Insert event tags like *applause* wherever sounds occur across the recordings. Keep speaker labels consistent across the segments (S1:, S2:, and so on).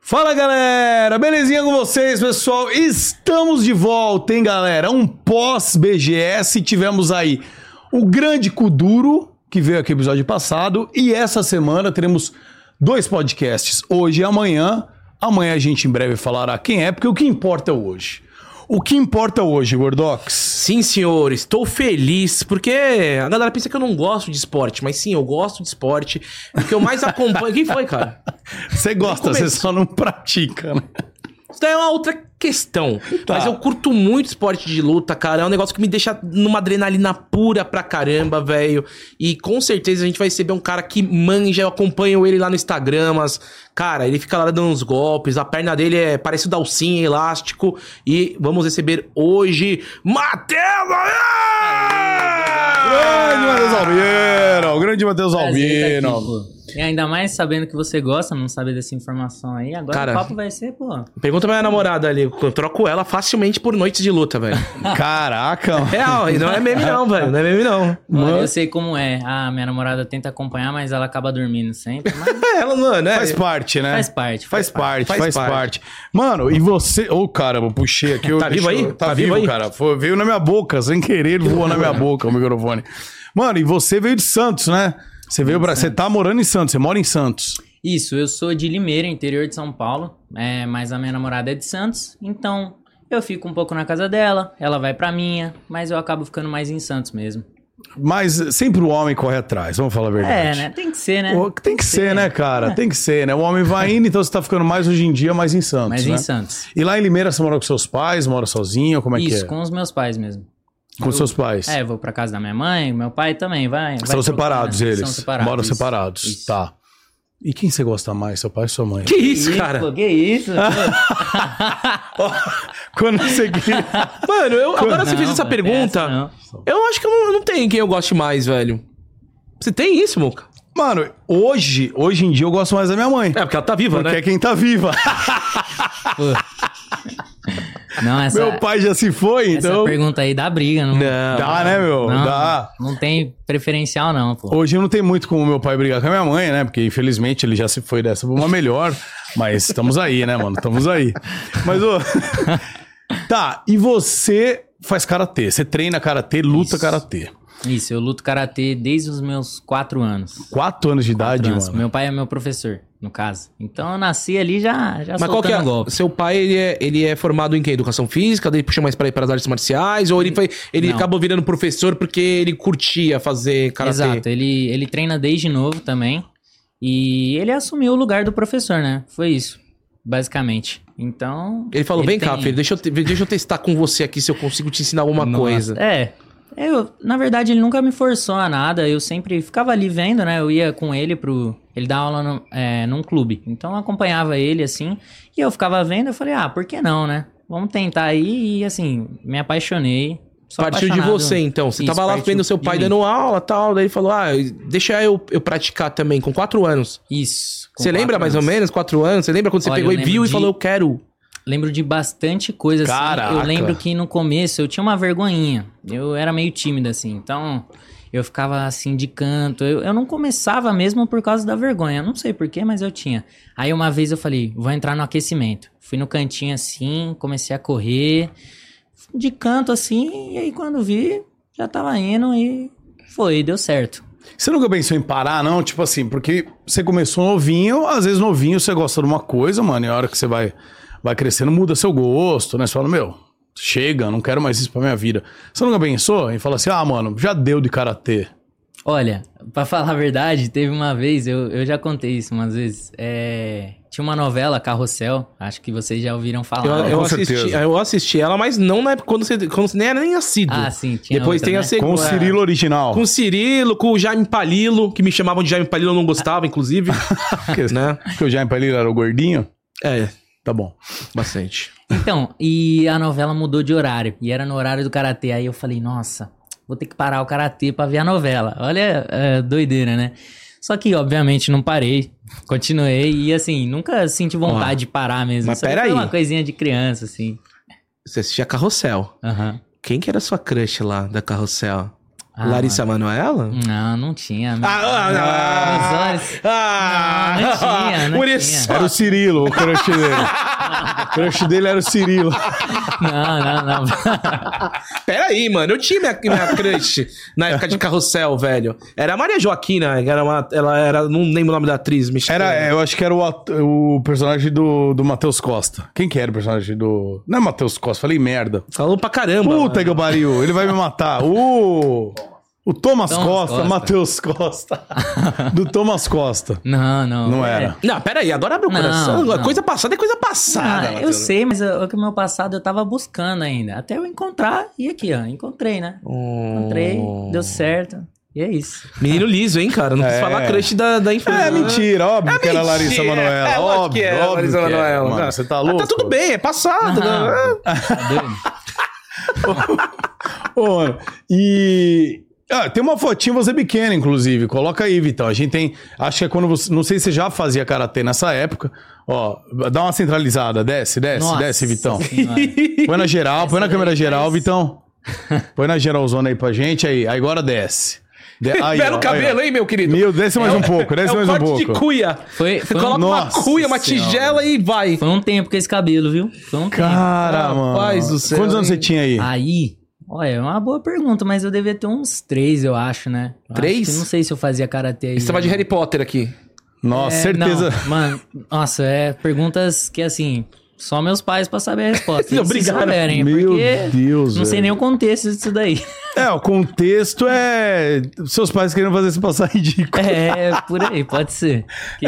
S1: Fala galera, belezinha com vocês, pessoal? Estamos de volta, hein, galera? Um pós-BGS. Tivemos aí o grande Kuduro, que veio aqui no episódio passado, e essa semana teremos dois podcasts, hoje e amanhã. Amanhã a gente em breve falará quem é, porque o que importa é o hoje. O que importa hoje, Gordox?
S2: Sim, senhor, estou feliz, porque a galera pensa que eu não gosto de esporte, mas sim, eu gosto de esporte. O que eu mais acompanho. Quem foi, cara?
S1: Você gosta, você
S2: começo.
S1: só não pratica, né?
S2: Isso daí é uma outra questão.
S1: Tá.
S2: Mas eu curto muito esporte de luta, cara. É um negócio que me deixa numa adrenalina pura pra caramba, velho. E com certeza a gente vai receber um cara que manja. Eu acompanho ele lá no Instagram. Mas, cara, ele fica lá dando uns golpes. A perna dele é parece o Dalcinha, é elástico. E vamos receber hoje Matheus!
S1: Grande Matheus Alvino, grande Matheus
S3: Prazer estar
S1: Alvino.
S3: aqui, pô. E ainda mais sabendo que você gosta, não saber dessa informação aí. Agora
S2: Cara.
S3: o papo vai ser, pô.
S2: Pergunta pra minha namorada ali. Eu troco ela facilmente por noites de
S1: *laughs*
S2: luta, velho.
S3: *laughs*
S1: Caraca, mano.
S2: Real, e não é meme não, velho. Não é meme não.
S3: Mano, eu sei como é. Ah, minha namorada tenta acompanhar, mas ela acaba dormindo sempre.
S1: *laughs*
S3: Mas
S2: É, ela não, né?
S1: Faz parte, né?
S3: faz parte.
S1: Faz parte, faz,
S2: Faz
S1: parte.
S2: parte.
S1: Mano, e você. Ô, caramba, puxei aqui. eu-
S2: Tá vivo
S1: deixa eu-
S2: aí?
S1: Tá,
S2: Tá
S1: vivo,
S2: vivo aí?
S1: cara. Foi- veio na minha boca, sem querer, ele voou na minha boca o microfone. Mano, e você veio de Santos, né? Você veio pra. Você tá morando em Santos, você mora em Santos.
S3: Isso, eu sou de Limeira, interior de São Paulo. É, mas a minha namorada é de Santos. Então eu fico um pouco na casa dela, ela vai pra minha, mas eu acabo ficando mais em Santos mesmo.
S1: Mas sempre o homem corre atrás, vamos falar a verdade.
S3: É, né? Tem que ser, né?
S1: O- Tem que ser, né, cara? Tem que ser, né? O homem vai indo, então você tá ficando mais hoje em dia, mais em Santos.
S3: Mas
S1: né?
S3: em Santos.
S1: E lá em Limeira você mora com seus pais, mora sozinho? Como é
S3: Isso,
S1: que é?
S3: com os meus pais mesmo.
S1: Com seus pais.
S3: É, eu vou pra casa da minha mãe, meu pai também, vai. vai
S1: São
S3: trocando,
S1: separados
S3: né?
S1: eles.
S3: São separados.
S1: Moram
S3: isso.
S1: separados.
S3: Isso.
S1: Tá. E quem você gosta mais, seu pai ou sua mãe? *laughs*
S2: Que isso,
S3: pô,
S2: cara?
S3: que isso?
S1: Ah, Quando você
S2: Mano, eu, agora você
S3: Não,
S2: fez essa
S3: não é
S2: pergunta.
S3: essa, não.
S2: eu acho que eu não, eu não tenho quem eu goste mais, velho. Você tem isso, Muca?
S1: Mano, hoje, hoje em dia eu gosto mais da minha mãe.
S2: É, porque ela tá viva,
S1: porque é
S2: né?
S1: quem tá
S3: *laughs*
S1: viva.
S3: Não, essa,
S1: Meu pai já se foi,
S3: é. essa é
S1: então.
S3: pergunta aí dá briga, não.
S2: Não.
S1: Dá, né, meu?
S3: Não,
S1: Dá.
S3: não tem preferencial, não, pô.
S1: Hoje eu não tenho muito como meu pai brigar com a minha mãe, né? Porque infelizmente ele já se foi dessa pra uma melhor. Mas estamos aí, né, mano? Estamos aí. Mas, ô. *laughs* tá, e você faz karatê? Você treina karatê, luta
S3: Isso.
S1: karatê.
S3: Isso, eu luto karatê desde os meus quatro anos.
S1: Quatro anos de idade,
S3: Trans-
S1: mano.
S3: Meu pai é meu professor, no caso. Então eu nasci ali já, já
S2: Mas qual que é?
S3: Tá soltando um golpe.
S2: Seu pai, ele é, ele é formado em quê? Educação física? Daí ele puxa mais pra ir para as artes marciais? Ou ele, foi, ele
S3: Hum, Não.
S2: acabou virando professor porque ele curtia fazer karatê?
S3: Exato, ele, ele treina desde novo também. E ele assumiu o lugar do professor, né? Foi isso, basicamente. Então.
S2: Ele falou, vem cá,
S3: tem-
S2: filho, deixa eu, te- deixa eu testar com você aqui se eu consigo te ensinar alguma
S3: Nossa,
S2: coisa.
S3: É. Eu, na verdade, ele nunca me forçou a nada. Eu sempre ficava ali vendo, né? Eu ia com ele pro. Ele dava aula no- é, num clube. Então eu acompanhava ele assim. E eu ficava vendo, eu falei, ah, por que não, né? Vamos tentar aí. E assim, me apaixonei. Sou
S2: partiu de
S3: apaixonado.
S2: você, então. Você
S3: Isso,
S2: tava lá
S3: partiu
S2: vendo seu
S3: de
S2: pai
S3: mim.
S2: dando aula tal. Daí ele falou: Ah, deixa eu, eu praticar também, com quatro anos.
S3: Isso. com
S2: você lembra
S3: quatro
S2: mais
S3: anos.
S2: ou menos? Quatro anos? Você lembra quando você
S3: Olha,
S2: pegou
S3: eu
S2: e viu
S3: lembro
S2: e
S3: de-
S2: falou: Eu quero.
S3: Lembro de bastante coisa, assim.
S1: Caraca.
S3: Eu lembro que no começo eu tinha uma vergonhinha. Eu era meio tímida, assim. Então, eu ficava assim de canto. Eu, eu não começava mesmo por causa da vergonha. Não sei porquê, mas eu tinha. Aí uma vez eu falei, vou entrar no aquecimento. Fui no cantinho assim, comecei a correr. De canto assim, e aí quando vi, já tava indo e foi, deu certo.
S1: Você nunca pensou em parar, não? Tipo assim, porque você começou novinho, às vezes novinho você gosta de uma coisa, mano, e a hora que você vai, vai crescendo muda seu gosto, né? Você fala, meu, chega, não quero mais isso pra minha vida. Você nunca pensou em falar assim, ah, mano, já deu de karatê.
S3: Olha, pra falar a verdade, teve uma vez, eu, eu já contei isso umas vezes. é, tinha uma novela, Carrossel, acho que vocês já ouviram falar.
S2: Eu,
S3: né?
S2: eu
S1: com
S2: assisti,
S1: certeza.
S2: eu assisti ela, mas não na época quando você, quando você nem era nem nascido.
S3: Ah, sim, tinha
S2: Depois
S3: outra,
S2: tem a
S3: né?
S2: segunda.
S1: Com o Cirilo original. *laughs*
S2: Com o Cirilo, com o Jaime Palilo, que me chamavam de Jaime Palilo, eu não
S1: *laughs*
S2: gostava, inclusive.
S1: Porque,
S2: né?
S1: porque o Jaime Palilha era o gordinho.
S2: É,
S1: Tá bom.
S2: bastante.
S3: Então, e a novela mudou de horário, e era no horário do Karatê. Aí eu falei, nossa, vou ter que parar o Karatê pra ver a novela. Olha, é, doideira, né? Só que, obviamente, não parei, continuei, e assim, nunca senti vontade
S2: Ó,
S3: de parar mesmo.
S2: mas
S3: Isso aí
S2: peraí.
S3: Foi uma coisinha de criança, assim.
S2: Você assistia Carrossel.
S3: Aham.
S2: Quem que era sua crush lá da Carrossel?
S3: Ah,
S2: Larissa Manoela?
S3: Não, não tinha.
S2: Ah, ah, ah,
S3: Meus olhos.
S2: ah,
S3: Não, não tinha, não
S2: Por
S3: tinha.
S2: isso.
S1: Era o Cirilo, o crush dele. o crush dele era o Cirilo.
S3: Não,
S2: *laughs*
S3: não, não.
S2: Pera aí, mano. Eu tinha minha, minha crush na época de carrossel, velho. Era a Maria Joaquina, que era uma, ela era. Não lembro o nome da atriz, mexicana.
S1: Era, é, eu acho que era o, at- o personagem do, do Matheus Costa. Quem que era o personagem do. Não é Matheus Costa, falei merda.
S2: Falou pra caramba.
S1: Puta que pariu, ele vai me matar.
S2: *laughs*
S1: O. O Thomas,
S3: Thomas
S1: Costa,
S3: Costa.
S1: Matheus
S2: *laughs*
S1: Costa. Do Thomas Costa.
S3: Não, não.
S1: Não
S3: É.
S1: era. Tá,
S2: Não, pera aí, agora abre o
S3: Não,
S2: coração.
S3: não.
S2: Coisa passada é coisa passada.
S3: Ah, eu
S2: Matheus.
S3: sei, mas o que o meu passado eu tava buscando ainda. Até eu encontrar, e aqui, ó, encontrei, né?
S2: Hum.
S3: Encontrei, deu certo, e é isso.
S2: Menino liso, hein, cara? Não
S1: É.
S2: quis falar crush da, da infância.
S1: É mentira, óbvio
S2: É
S1: que era a Larissa
S2: mentira,
S1: Manoela.
S2: é, lógico
S1: óbvio,
S2: que era a
S1: óbvio
S2: Larissa
S1: que era.
S2: Manoela.
S1: Mano,
S2: Não.
S1: você tá
S2: Ah,
S1: louco?
S2: tá tudo bem, é passado. né?
S3: Não, tá *laughs* doido?
S1: Ô, mano, e. Ah, tem uma fotinha você pequena, inclusive. Coloca aí, Vitão. A gente tem. Acho que é quando você. Não sei se você já fazia karatê nessa época. Ó, dá uma centralizada. Desce, desce,
S3: Nossa
S1: desce, Vitão.
S3: Senhora.
S1: Põe na geral, põe na
S3: Essa
S1: câmera
S3: daí
S1: geral,
S3: faz-
S1: Vitão. Põe na geralzona aí pra gente. Aí, aí agora desce. De... Aí,
S2: *laughs* Belo
S1: ó,
S2: cabelo,
S1: aí,
S2: hein, meu
S1: ó.
S2: querido?
S1: Meu, desce mais um pouco, desce
S2: é
S1: mais
S2: o
S1: um
S2: corte
S1: pouco.
S2: de cuia.
S3: Foi,
S2: Você
S3: foi,
S2: coloca
S3: um,
S1: Nossa
S2: uma cuia, uma
S3: Senhora.
S2: tigela e vai.
S3: foi um tempo com esse cabelo, viu? Foi um tempo.
S1: Cara, mano.
S2: Rapaz do céu,
S1: Quantos anos
S2: hein?
S1: você tinha aí?
S3: Aí, olha, é uma boa pergunta, mas eu devia ter uns três, eu acho, né? Eu acho
S2: Três?
S3: que não sei se eu fazia karatê aí.
S2: Você tava de Harry Potter aqui.
S1: Nossa,
S3: É,
S1: certeza.
S3: não, mano, nossa, é perguntas que assim, só meus pais pra saber a
S1: *laughs*
S3: resposta. Eles se
S2: Obrigado.
S3: souberem,
S1: Meu
S3: porque
S1: Deus.
S3: não sei
S1: velho.
S3: nem o contexto disso daí. *laughs*
S1: *laughs* É, o contexto é. Seus pais querendo fazer você passar *laughs* ridículo.
S3: É, por aí, pode ser. Que-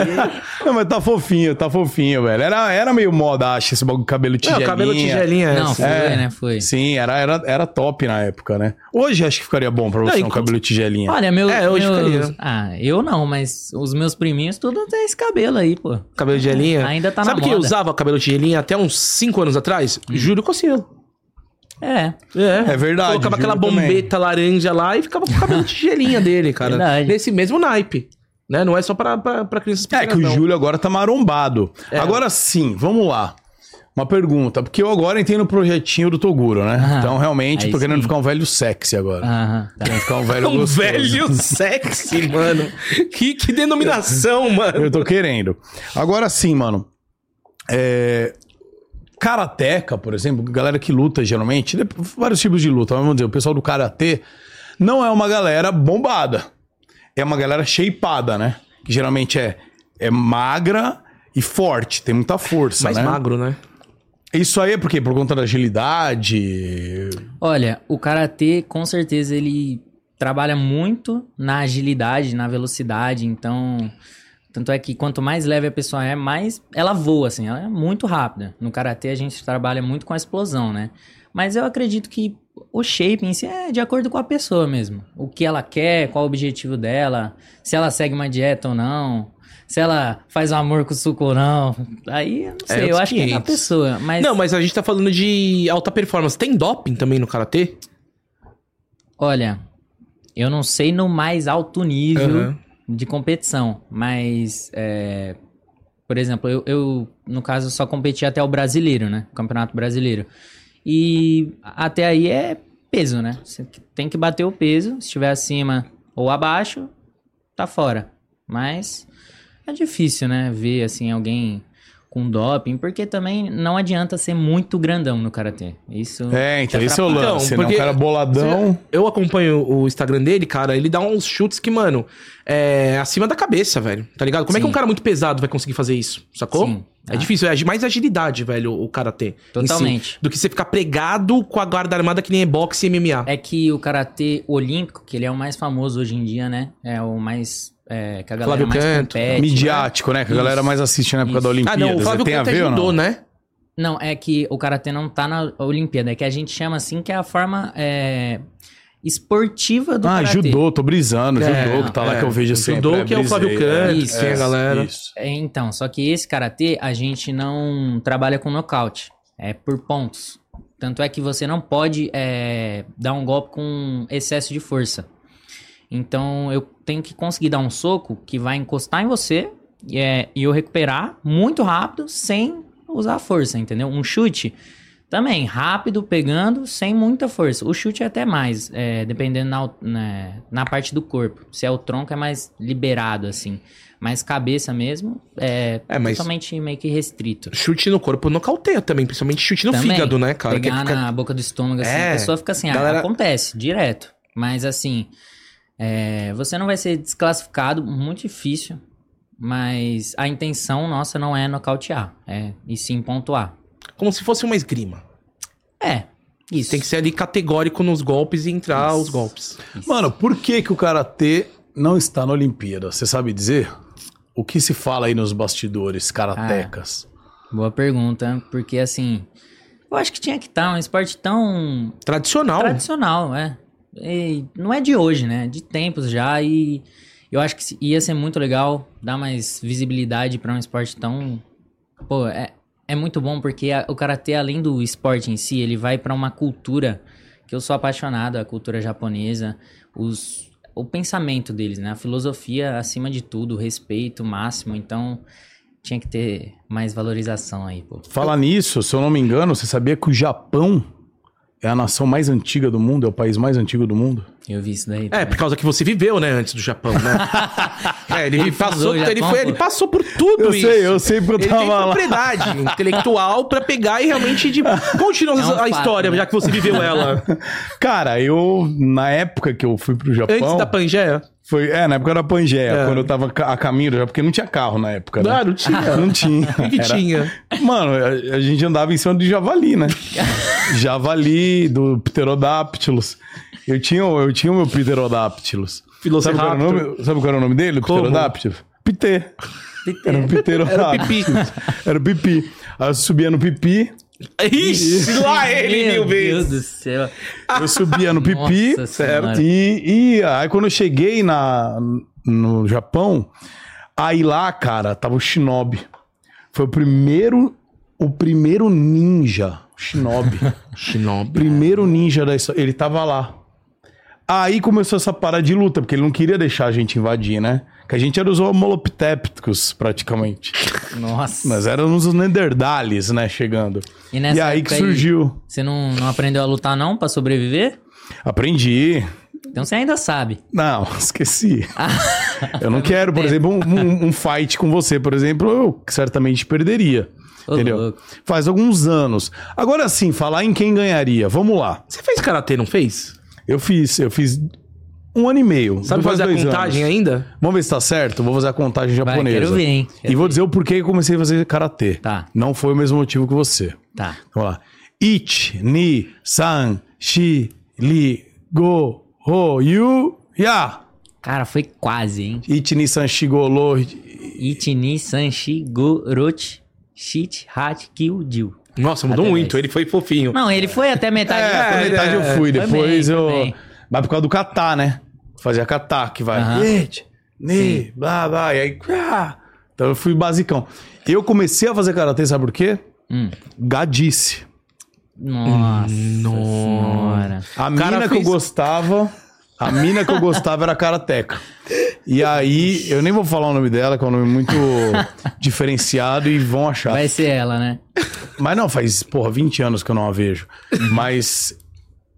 S1: Não, mas tá fofinho, tá fofinho, velho. Era, era meio moda, acho, esse bagulho cabelo
S2: Não,
S1: tigelinha.
S2: É, cabelo tigelinha.
S3: Não, foi,
S1: É.
S3: né? Foi.
S1: Sim, era, era, era top na época, né? Hoje acho que ficaria bom pra você
S2: Não, e
S1: um
S2: com-
S1: cabelo tigelinha.
S3: Olha, meu,
S2: É, hoje
S3: meus-
S2: ficaria.
S1: né?
S3: Ah, eu não, mas os meus priminhos tudo tem esse cabelo aí, pô.
S2: Cabelo de gelinha.
S3: Ainda tá
S2: Sabe
S3: na
S2: quem
S3: moda. Hum.
S2: usava cabelo de gelinha até uns 5 anos atrás? Júlio Cossielo.
S3: É,
S2: É.
S1: É verdade,
S2: Colocava aquela
S1: Júlio também.
S2: bombeta laranja lá e ficava com o cabelo de gelinha dele, cara.
S3: Verdade.
S2: Nesse mesmo naipe. Né? Não é só pra, pra, pra crianças
S1: É que o
S2: pequenas, não.
S1: Júlio agora tá marombado.
S2: É.
S1: Agora sim, vamos lá. Uma pergunta, porque eu agora entrei no projetinho do Toguro, né?
S3: Ah,
S1: então realmente
S3: aí
S1: tô querendo
S3: sim.
S1: ficar um velho sexy agora.
S3: aham, tá.
S1: Querendo ficar um velho
S2: *laughs* Um
S1: gostoso.
S2: velho sexy,
S1: *laughs*
S2: mano. Que, que denominação, mano.
S1: Eu tô querendo. Agora sim, mano. É... Karateca, por exemplo, galera que luta geralmente, de- vários tipos de luta, mas vamos dizer, o pessoal do karatê não é uma galera bombada. É uma galera shapeada, né? Que geralmente é, é magra e forte, tem muita força,
S2: Mais
S1: né?
S2: magro, né?
S1: Isso aí é por quê? Por conta da agilidade.
S3: Olha, o karatê com certeza ele trabalha muito na agilidade, na velocidade, então tanto é que quanto mais leve a pessoa é, mais ela voa assim, ela é muito rápida. No karatê a gente trabalha muito com a explosão, né? Mas eu acredito que o shape em si é de acordo com a pessoa mesmo. O que ela quer, qual o objetivo dela, se ela segue uma dieta ou não, se ela faz um amor com o suco ou não. Aí, eu não sei, eu
S2: outros
S3: acho que é da
S2: 500.
S3: pessoa, mas
S2: Não, mas a gente tá falando de alta performance. Tem doping também no karatê?
S3: Olha, eu não sei no mais alto nível
S2: Aham.
S3: de competição, mas, é, por exemplo, eu, eu, no caso, só competi até o brasileiro, né? Campeonato brasileiro. E até aí é peso, né? Você tem que bater o peso, se estiver acima ou abaixo, tá fora. Mas é difícil, né? Ver, assim, alguém com doping, porque também não adianta ser muito grandão no Karatê. Isso...
S1: É, então
S3: Te
S1: esse é o
S2: Hum. atrapalha.
S1: lance,
S2: Então,
S1: né? Um
S2: porque-
S1: cara boladão.
S2: Eu acompanho o Instagram dele, cara. Ele dá uns chutes que, mano, é acima da cabeça, velho. Tá ligado? Como é que
S3: Sim.
S2: um cara muito pesado vai conseguir fazer isso? Sacou?
S3: Sim.
S2: É
S3: Ah.
S2: difícil, é mais agilidade, velho, o karatê. em si,
S3: Totalmente.
S2: do que você ficar pregado com a guarda armada que nem é boxe e MMA.
S3: É que o karatê olímpico, que ele é o mais famoso hoje em dia, né? É o mais. é, que a galera
S2: Flávio
S3: mais
S2: Canto,
S3: compete.
S1: midiático, né? Que a galera
S3: Isso.
S1: mais assiste na época
S3: Isso.
S1: da
S2: é ah,
S1: Olimpíada. né?
S2: não, o Flávio
S1: tem a
S2: Conta
S1: ver ou
S2: ajudou,
S1: não?
S2: né?
S3: Não, é que o karatê não tá na Olimpíada, é que a gente chama assim que é a forma é, esportiva do
S1: Ah,
S3: karatê.
S1: judô, tô brisando.
S2: É,
S1: judô que tá lá
S2: é.
S1: que eu vejo
S2: O
S1: sempre.
S2: judô
S1: né?
S2: que é o Flávio
S1: Brisei,
S2: Kant,
S3: Isso,
S2: tem a galera.
S1: Isso.
S3: É, então, só que esse karatê a gente não trabalha com nocaute, é por pontos. Tanto é que você não pode é, dar um golpe com excesso de força. Então eu tenho que conseguir dar um soco que vai encostar em você e, é, e eu recuperar muito rápido sem usar a força, entendeu? Um chute Também, rápido, pegando, sem muita força. O chute é até mais, é, dependendo na, né, na parte do corpo. Se é o tronco, é mais liberado, assim. Mas cabeça mesmo é,
S2: É, mas-
S3: totalmente meio que restrito.
S2: Chute no corpo nocauteia também, principalmente chute no
S3: Também,
S2: fígado, né, cara? Que
S3: Pegar
S2: fica-
S3: na boca do estômago, assim,
S2: É,
S3: a pessoa fica assim, ah,
S2: galera-
S3: acontece, direto. Mas assim, é, você não vai ser desclassificado, muito difícil. Mas a intenção nossa não é nocautear, é, e sim pontuar.
S2: Como se fosse uma esgrima.
S3: É, isso.
S2: Tem que ser ali categórico nos golpes e entrar
S3: Isso.
S2: os golpes.
S3: Isso.
S1: Mano, por que, que o Karatê não está na Olimpíada? Você sabe dizer? O que se fala aí nos bastidores karatecas?
S2: Ah,
S3: Boa pergunta, porque assim, eu acho que tinha que estar um esporte tão
S2: Tradicional.
S3: Tradicional, é. E não é de hoje, né? De tempos já e eu acho que se- ia ser muito legal dar mais visibilidade pra um esporte tão pô, é, é muito bom porque a- o karatê além do esporte em si, ele vai pra uma cultura que eu sou apaixonado, a cultura japonesa, os o pensamento deles, né? A filosofia acima de tudo, o respeito máximo, então tinha que ter mais valorização aí,
S2: é.
S3: pô.
S1: Falar nisso, se eu não me engano, você sabia que o Japão é a nação mais antiga do mundo, é o país mais antigo do mundo?
S3: Eu vi isso daí.
S2: É,
S3: também.
S2: por causa que você viveu, né, antes do Japão, né?
S3: *laughs*
S2: é, ele, passou,
S3: fundou o
S2: ele,
S3: Japão,
S2: foi,
S3: pô.
S2: ele passou por tudo isso.
S1: sei porque
S2: Ele tem *laughs* propriedade intelectual pra pegar e realmente de... continua
S3: É um
S2: a
S3: fato,
S2: história,
S3: né?
S2: já que você *laughs* viveu ela.
S1: Cara, eu, na época que eu fui pro Japão.
S2: Antes da Pangeia.
S1: Foi, é, na época era Pangeia,
S2: É.
S1: quando eu tava ca- a caminho, do Japão, porque não tinha carro na época, né?
S2: Ah, *laughs* não tinha.
S1: Não tinha.
S2: O que
S1: Era-
S2: tinha?
S1: Mano, a, a gente andava em cima de javali,
S2: *laughs*
S1: né? javali, do Pterodactylus. Eu tinha, o- eu tinha o meu Pterodactylus. Sabe qual, era o
S2: Velociraptor.
S1: nome, sabe qual era o nome dele, do
S2: Como?
S1: Pterodactylus? Pité.
S3: Pité.
S1: Era um
S2: Era o
S1: Pterodactylus.
S2: pipi.
S1: Era o pipi. Aí eu subia no pipi,
S2: *laughs* Ixi, lá ele mil
S3: Deus
S2: vezes.
S3: do céu.
S1: eu subia no pipi,
S3: Nossa
S1: certo?
S3: Senhora.
S1: E, e aí quando eu cheguei na, no Japão, aí lá, cara, tava o Shinobi. Foi o primeiro, o primeiro ninja, o
S3: *laughs*
S1: Shinobi.
S2: Shinobi.
S1: Primeiro ninja da história. Ele tava lá. Aí começou essa parada de luta, porque ele não queria deixar a gente invadir, né? Que a gente era os homolopitépticos, praticamente.
S3: Nossa.
S1: Nós éramos os Nerderdales, né? Chegando.
S3: E
S1: e aí que
S3: época
S1: surgiu.
S3: Você não, não aprendeu a lutar não pra sobreviver?
S1: Aprendi.
S3: Então você ainda sabe.
S1: Não, *laughs* esqueci. eu não quero, por
S3: Ah. tempo.
S1: exemplo, um, um- um fight com você, por exemplo, eu certamente perderia.
S3: Ô,
S1: entendeu?
S3: louco.
S1: Faz alguns anos. Agora sim, falar em quem ganharia. Vamos lá.
S2: Você fez karatê, não fez?
S1: Eu fiz, eu fiz um ano e meio.
S2: Sabe
S1: faz
S2: fazer a
S1: dois
S2: contagem
S1: anos.
S2: ainda?
S1: Vamos ver se tá certo? Vou fazer a contagem
S3: Vai,
S1: japonesa.
S3: quero ver, hein?
S1: E vou dizer o porquê que eu comecei a fazer karatê.
S3: Tá.
S1: Não foi o mesmo motivo que você.
S3: Tá.
S1: Vamos lá. Ich, ni, san, shi, li, go, ho, yu, ya.
S3: Cara, foi quase, hein?
S1: Ich, ni, san, shi, go, lo.
S3: Itini, Sanchi, Gorot, Shit, Hat, Kill, Dil.
S2: Nossa, mudou
S3: Até
S2: muito.
S3: dez.
S2: Ele foi fofinho.
S3: Não, ele foi até metade.
S1: *laughs* É,
S3: do
S1: até
S3: caminho.
S1: metade eu fui.
S3: Foi bem,
S1: Depois
S3: foi
S1: eu.
S3: bem.
S1: Mas por causa do catar, né? Fazia catar, que vai.
S3: Aham.
S1: Ich, ni, blá, blá. E aí. ah. Então eu fui basicão. Eu comecei a fazer karatê, sabe por quê?
S3: Hum.
S1: Gadice.
S3: Nossa senhora.
S1: A
S2: cara
S1: mina que eu
S2: fez-
S1: gostava. A mina que eu gostava era a Karateca. E aí, eu nem vou falar o nome dela, que é um nome muito diferenciado e vão achar.
S3: Vai ser ela, né?
S1: Mas não, faz, porra, 20 anos que eu não a vejo. Mas.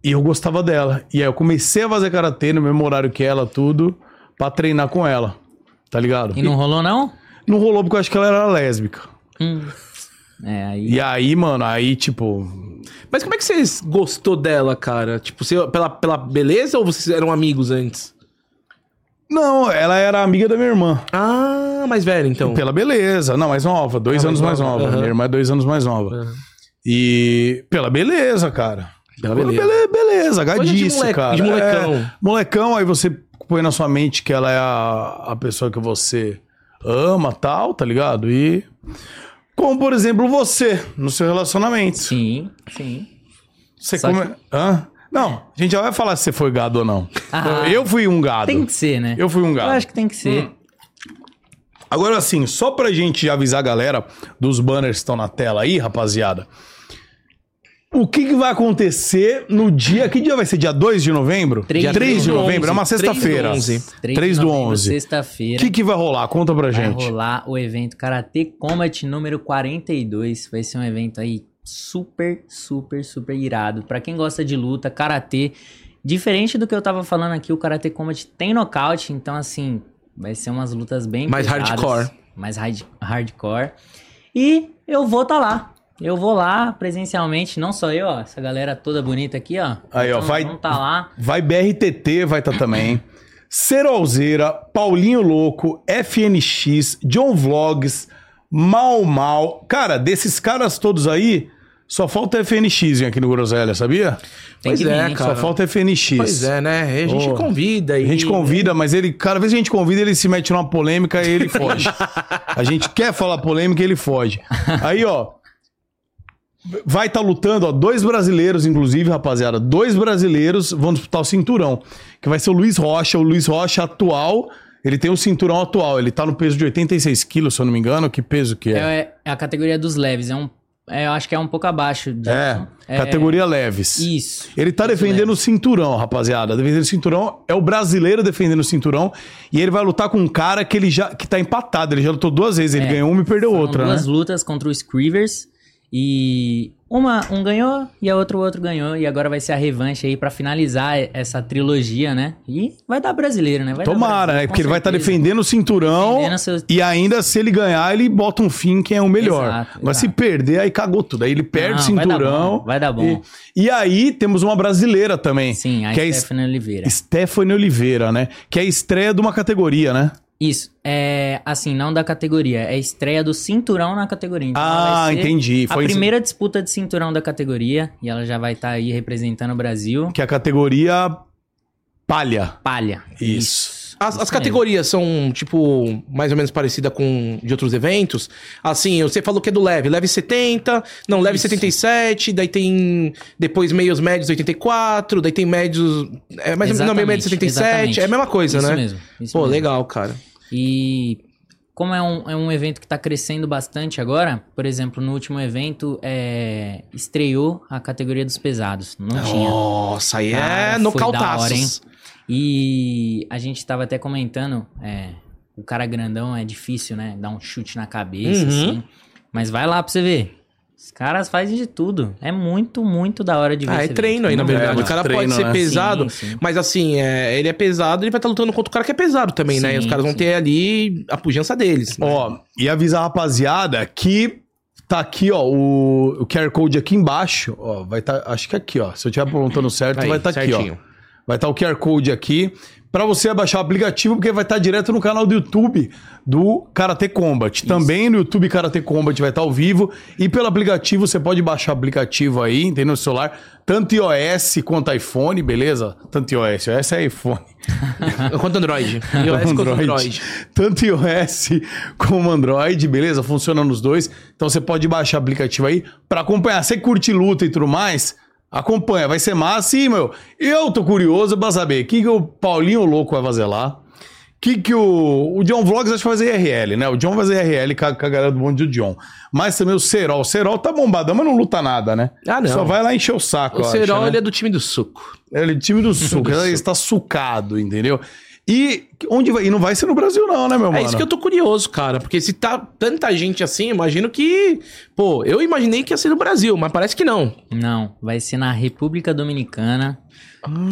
S1: E eu gostava dela. E aí eu comecei a fazer karatê no mesmo horário que ela, tudo, pra treinar com ela. Tá ligado?
S3: E não rolou, não?
S1: E não rolou porque eu acho que ela era lésbica.
S3: Hum. É, aí...
S1: E aí, mano, aí, tipo.
S2: Mas como é que você gostou dela, cara? Tipo, você, pela, pela beleza ou vocês eram amigos antes?
S1: Não, ela era amiga da minha irmã.
S2: Ah, mais velho, então.
S1: Pela beleza. Não, mais nova. Dois
S2: Ah, mais
S1: anos mais
S2: nova,
S1: nova.
S2: aham.
S1: Minha irmã é dois anos mais nova.
S2: Aham.
S1: E pela beleza, cara.
S2: Pela beleza.
S1: bele- beleza,
S2: Coisa de
S1: gadice,
S2: moleque-
S1: cara.
S2: de molecão.
S1: É, molecão, aí você põe na sua mente que ela é a, a pessoa que você ama, tal, tá ligado? E... Como, por exemplo, você, no seu relacionamento.
S3: Sim, sim.
S1: Você
S3: Só
S1: come... Hã? Não, a gente já vai falar se você foi gado ou não.
S3: Ah.
S1: eu fui um gado.
S3: Tem que ser, né?
S1: Eu fui um gado.
S3: Eu acho que tem que ser.
S1: Agora, assim, só pra gente já avisar a galera dos banners que estão na tela aí, rapaziada. O que, que vai acontecer no dia. Que dia vai ser? Dia 2 de novembro?
S3: Três
S1: dia
S3: de
S1: 3 de
S2: novembro.
S1: novembro, é uma
S2: 3 do
S1: sexta-feira.
S2: 11.
S1: 3 do 11. O
S3: Sexta-feira.
S1: que, que vai rolar? Conta pra
S3: Vai
S1: gente.
S3: rolar o evento Karate Combat número 42. Vai ser um evento aí super, super, super irado. Pra quem gosta de luta, karatê, diferente do que eu tava falando aqui, o Karate Combat tem nocaute, então assim, vai ser umas lutas bem
S2: Mais hardcore.
S3: mais hard, hardcore. E eu vou tá lá. Eu vou lá presencialmente, não só eu, ó, essa galera toda bonita aqui, ó.
S1: Aí, ó,
S3: Então,
S1: vai-
S3: Vamos tá lá.
S1: Vai BRTT, vai estar também. hein? Cerolzeira, Paulinho Louco, FNX, John Vlogs, Mal Mal. Cara, desses caras todos aí, só falta FNX aqui no Groselha, sabia?
S3: Tem
S2: Pois
S3: que
S2: é,
S3: vir, hein?
S2: cara.
S1: Só falta FNX.
S2: Pois é, né? A gente
S1: Boa.
S2: convida
S1: A
S2: e...
S1: gente convida, mas ele, cada vez que a gente convida, ele se mete numa polêmica e *laughs* ele foge. a gente quer falar polêmica e ele foge. Aí, ó. Vai estar lutando, ó, dois brasileiros, inclusive, rapaziada. Dois brasileiros vão disputar o cinturão. Que vai ser o Luiz Rocha. O Luiz Rocha atual, ele tem o cinturão atual. Ele tá no peso de 86 quilos, se eu não me engano. Que peso que é?
S3: É, é a categoria dos leves, é um, é, eu acho que é um pouco abaixo disso.
S1: É, categoria leves.
S3: Isso.
S1: Ele tá defendendo o cinturão, rapaziada. Defendendo o cinturão. É o brasileiro defendendo o cinturão. E ele vai lutar com um cara que ele já que tá empatado. Ele já lutou duas vezes. Ele ganhou uma e perdeu
S3: Foram
S1: outra,
S3: É. duas
S1: né?
S3: lutas contra o Scrivers e uma um ganhou e a outra o outro ganhou e agora vai ser a revanche aí pra finalizar essa trilogia, né? E vai dar brasileiro, né? Vai dar
S1: Tomara,
S3: brasileiro,
S1: né?
S3: com
S1: Porque ele vai estar
S3: certeza.
S1: defendendo o cinturão.
S3: Defendendo seu-
S1: E ainda, se ele ganhar, ele bota um fim em quem é o melhor.
S3: Exato,
S1: Mas se
S3: exato.
S1: perder, aí cagou tudo. Aí ele perde o
S3: Não, vai dar
S1: cinturão.
S3: bom, vai dar bom.
S1: E, e aí temos uma brasileira também.
S3: Sim, a
S1: que é a
S3: Stephanie Oliveira.
S1: Es- Stephanie Oliveira, né? Que é a estreia de uma categoria, né?
S3: Isso, é assim, não da categoria, é a estreia do cinturão na categoria. Então ela
S1: ah,
S3: vai ser
S1: entendi.
S3: A
S1: Foi isso-
S3: primeira disputa de cinturão da categoria e ela já vai estar aí representando o Brasil.
S1: que é a categoria palha.
S3: Palha.
S1: Isso.
S2: As, as
S3: Isso mesmo.
S2: categorias são, tipo, mais ou menos parecida com de outros eventos. Assim, você falou que é do leve. Leve 70, não, leve
S3: Isso.
S2: 77, daí tem depois meios médios 84, daí tem médios. É mais ou menos, não, meio médio
S3: Exatamente,
S2: 77. É a mesma coisa,
S3: isso
S2: né?
S3: mesmo. Isso
S2: Pô,
S3: mesmo.
S2: legal, cara.
S3: E como é um, é um evento que está crescendo bastante agora, por exemplo, no último evento é, estreou a categoria dos pesados. Não
S2: Oh.
S3: tinha.
S2: Nossa, aí é
S3: Cara, foi da hora, hein?
S2: nocautaços.
S3: E a gente estava até comentando, é, o cara grandão é difícil, né? Dar um chute na cabeça,
S2: Uhum.
S3: assim. Mas vai lá pra você ver. Os caras fazem de tudo. É muito, muito da hora de ver.
S2: Ah,
S3: esse
S2: é
S3: evento.
S2: treino aí, na
S3: Não
S1: dá,
S2: verdade.
S1: mas
S2: o cara
S1: treino,
S2: pode ser
S1: né?
S2: pesado,
S3: Sim, sim.
S2: mas assim, é, ele é pesado, ele vai estar lutando contra o cara que é pesado também, né? E os
S3: Sim,
S2: caras vão
S3: sim.
S2: ter ali a pujança deles. né?
S1: Ó, e avisar a rapaziada que tá aqui, ó, o, o QR Code aqui embaixo, ó, vai tá, acho que aqui, ó, se eu estiver apontando certo,
S2: Aí,
S1: vai tá aqui, ó.
S2: certinho.
S1: Vai estar o QR Code aqui para você baixar o aplicativo, porque vai estar direto no canal do YouTube do Karate Combat. Também no YouTube Karate Combat vai estar ao vivo. E pelo aplicativo, você pode baixar o aplicativo aí, entendeu? No celular, tanto iOS quanto iPhone, beleza? Tanto iOS, iOS é iPhone.
S2: Quanto *laughs* Android. iOS quanto Android.
S1: Tanto iOS como Android, beleza? Funciona nos dois. Então você pode baixar o aplicativo aí pra acompanhar. Você curte luta e tudo mais? Acompanha, vai ser massa. E, meu, eu tô curioso pra saber o que, que o Paulinho Louco vai fazer lá. O que, que o, o John Vlogs acho que vai fazer RL, né? O John vai fazer RL com a, com a galera do bonde do John. Mas também o Serol. O Serol tá bombadão, mas não luta nada, né?
S2: Ah, não.
S1: Só vai lá encher o saco.
S2: O
S1: eu acho,
S2: Serol,
S1: né?
S2: ele é do time do suco.
S1: Ele é time
S3: *laughs*
S1: do sul,
S2: Do
S1: ele
S2: sul.
S1: está sucado, entendeu? E onde vai? E não vai ser no Brasil, não, né, meu mano?
S2: É isso que eu tô curioso, cara. Porque se tá tanta gente assim, imagino que... Pô, eu imaginei que ia ser no Brasil, mas parece que não.
S3: Não, vai ser na República Dominicana.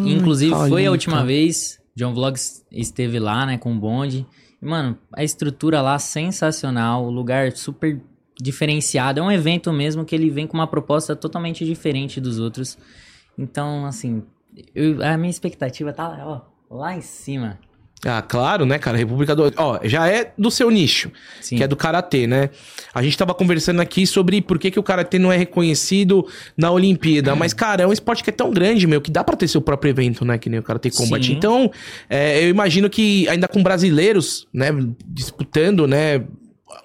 S3: Inclusive, foi a última vez. John Vlogs esteve lá, né, com o bonde. E, mano, a estrutura lá sensacional. O lugar super diferenciado. É um evento mesmo que ele vem com uma proposta totalmente diferente dos outros. Então, assim, eu- a minha expectativa tá lá, ó, lá em cima.
S2: Ah, claro, né, cara? República do... Ó, já é do seu nicho.
S3: Sim.
S2: que é do karatê, né? A gente tava conversando aqui sobre por que, que o karatê não é reconhecido na Olimpíada, mas cara, é um esporte que é tão grande, meu, que dá pra ter seu próprio evento, né, que nem o karatê combat.
S3: Sim.
S2: Então, é, eu imagino que ainda com brasileiros, né, disputando, né,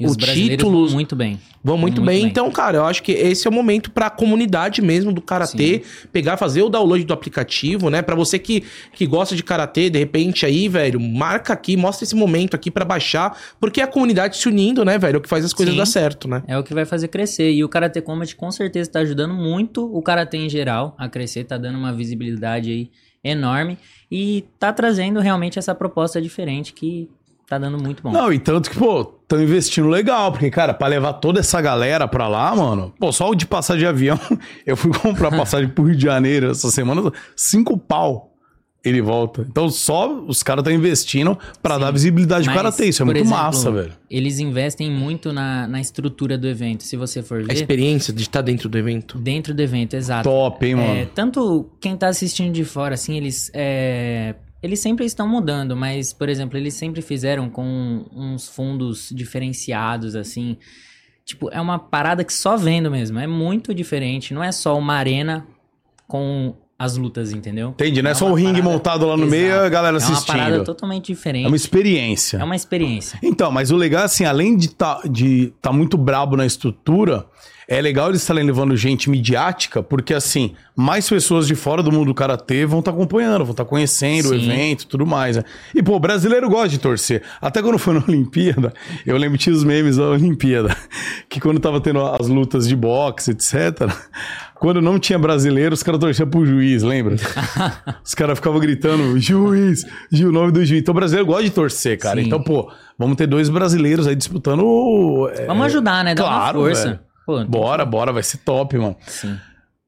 S3: E os
S2: o
S3: brasileiros
S2: título,
S3: vão muito bem.
S2: Vão muito,
S3: Muito
S2: bem.
S3: bem.
S2: Então, cara, eu acho que esse é o momento pra comunidade mesmo do karatê pegar, fazer o download do aplicativo, né? Pra você que, que gosta de karatê, de repente aí, velho, marca aqui, mostra esse momento aqui pra baixar, porque é a comunidade se unindo, né, velho, é o que faz as coisas
S3: Sim.
S2: dar certo, né?
S3: É o que vai fazer crescer. E o Karate Combat com certeza tá ajudando muito o Karate em geral a crescer, tá dando uma visibilidade aí enorme e tá trazendo realmente essa proposta diferente que tá dando muito bom.
S1: Não, e tanto que, pô, estão investindo legal, porque, cara, pra levar toda essa galera pra lá, mano, pô, só o de passagem de avião, *laughs* eu fui comprar passagem pro Rio de Janeiro essa semana, cinco pau ele volta. Então só os caras estão investindo pra
S3: Sim,
S1: dar visibilidade pro
S3: mas,
S1: Karatê, isso é
S3: por
S1: muito
S3: exemplo,
S1: massa, velho.
S3: Eles investem muito na, na estrutura do evento, se você for
S2: A
S3: ver.
S2: experiência de estar dentro do evento.
S3: Dentro do evento, exato.
S1: Top, hein, mano.
S3: É, tanto quem tá assistindo de fora, assim, eles. é, eles sempre estão mudando, mas, por exemplo, eles sempre fizeram com uns fundos diferenciados, assim. Tipo, é uma parada que só vendo mesmo. É muito diferente. Não é só uma arena com as lutas, entendeu?
S1: Entendi, não é,
S3: é
S1: só
S3: uma
S1: o ringue
S3: parada-
S1: montado lá no
S3: Exato.
S1: meio e a galera
S3: É uma
S1: assistindo.
S3: parada totalmente diferente.
S1: É uma experiência.
S3: É uma experiência.
S1: Então, mas o legal é assim, além de tá, de tá muito brabo na estrutura, é legal eles estarem levando gente midiática, porque assim, mais pessoas de fora do mundo do Karatê vão estar acompanhando, vão estar conhecendo o
S3: Sim.
S1: evento tudo mais, né? E, pô, o brasileiro gosta de torcer. Até quando foi na *laughs* Olimpíada, eu lembro tinha os memes da Olimpíada, *laughs* que quando tava tendo as lutas de boxe, etc., quando não tinha brasileiro, os caras torciam pro juiz,
S3: *laughs*
S1: lembra? Os caras ficavam gritando, juiz, ju- o nome do juiz. Então o brasileiro gosta de torcer, cara.
S3: Sim.
S1: Então, pô, vamos ter dois brasileiros aí disputando. o- é,
S3: Vamos ajudar, né? Dá
S1: claro,
S3: uma força.
S1: velho.
S3: Pô, tem-
S1: Bora, bora, vai ser top, mano.
S3: Sim.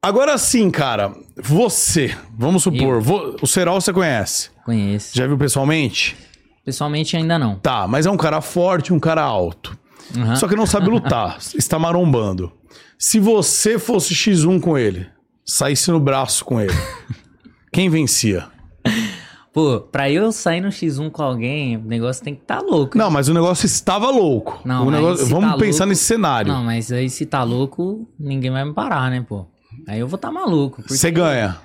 S1: Agora sim, cara, você, vamos supor, vo- o Serol você conhece.
S3: Conheço.
S1: Já viu pessoalmente?
S3: Pessoalmente ainda não.
S1: Tá, mas é um cara forte, um cara alto.
S3: Aham.
S1: Só que não sabe
S3: *laughs*
S1: lutar, está marombando. Se você fosse X1 com ele, saísse no braço
S3: *laughs*
S1: com ele, quem vencia?
S3: Pô, pra eu sair no X1 com alguém, o negócio tem que tá louco.
S1: Não, mas o negócio estava louco.
S3: Não,
S1: O
S3: mas
S1: negócio-
S3: se
S1: Vamos
S3: tá
S1: pensar
S3: louco-
S1: nesse cenário.
S3: Não, mas aí se tá louco, ninguém vai me parar, né, pô? Aí eu vou tá maluco. porque-
S1: Você ganha.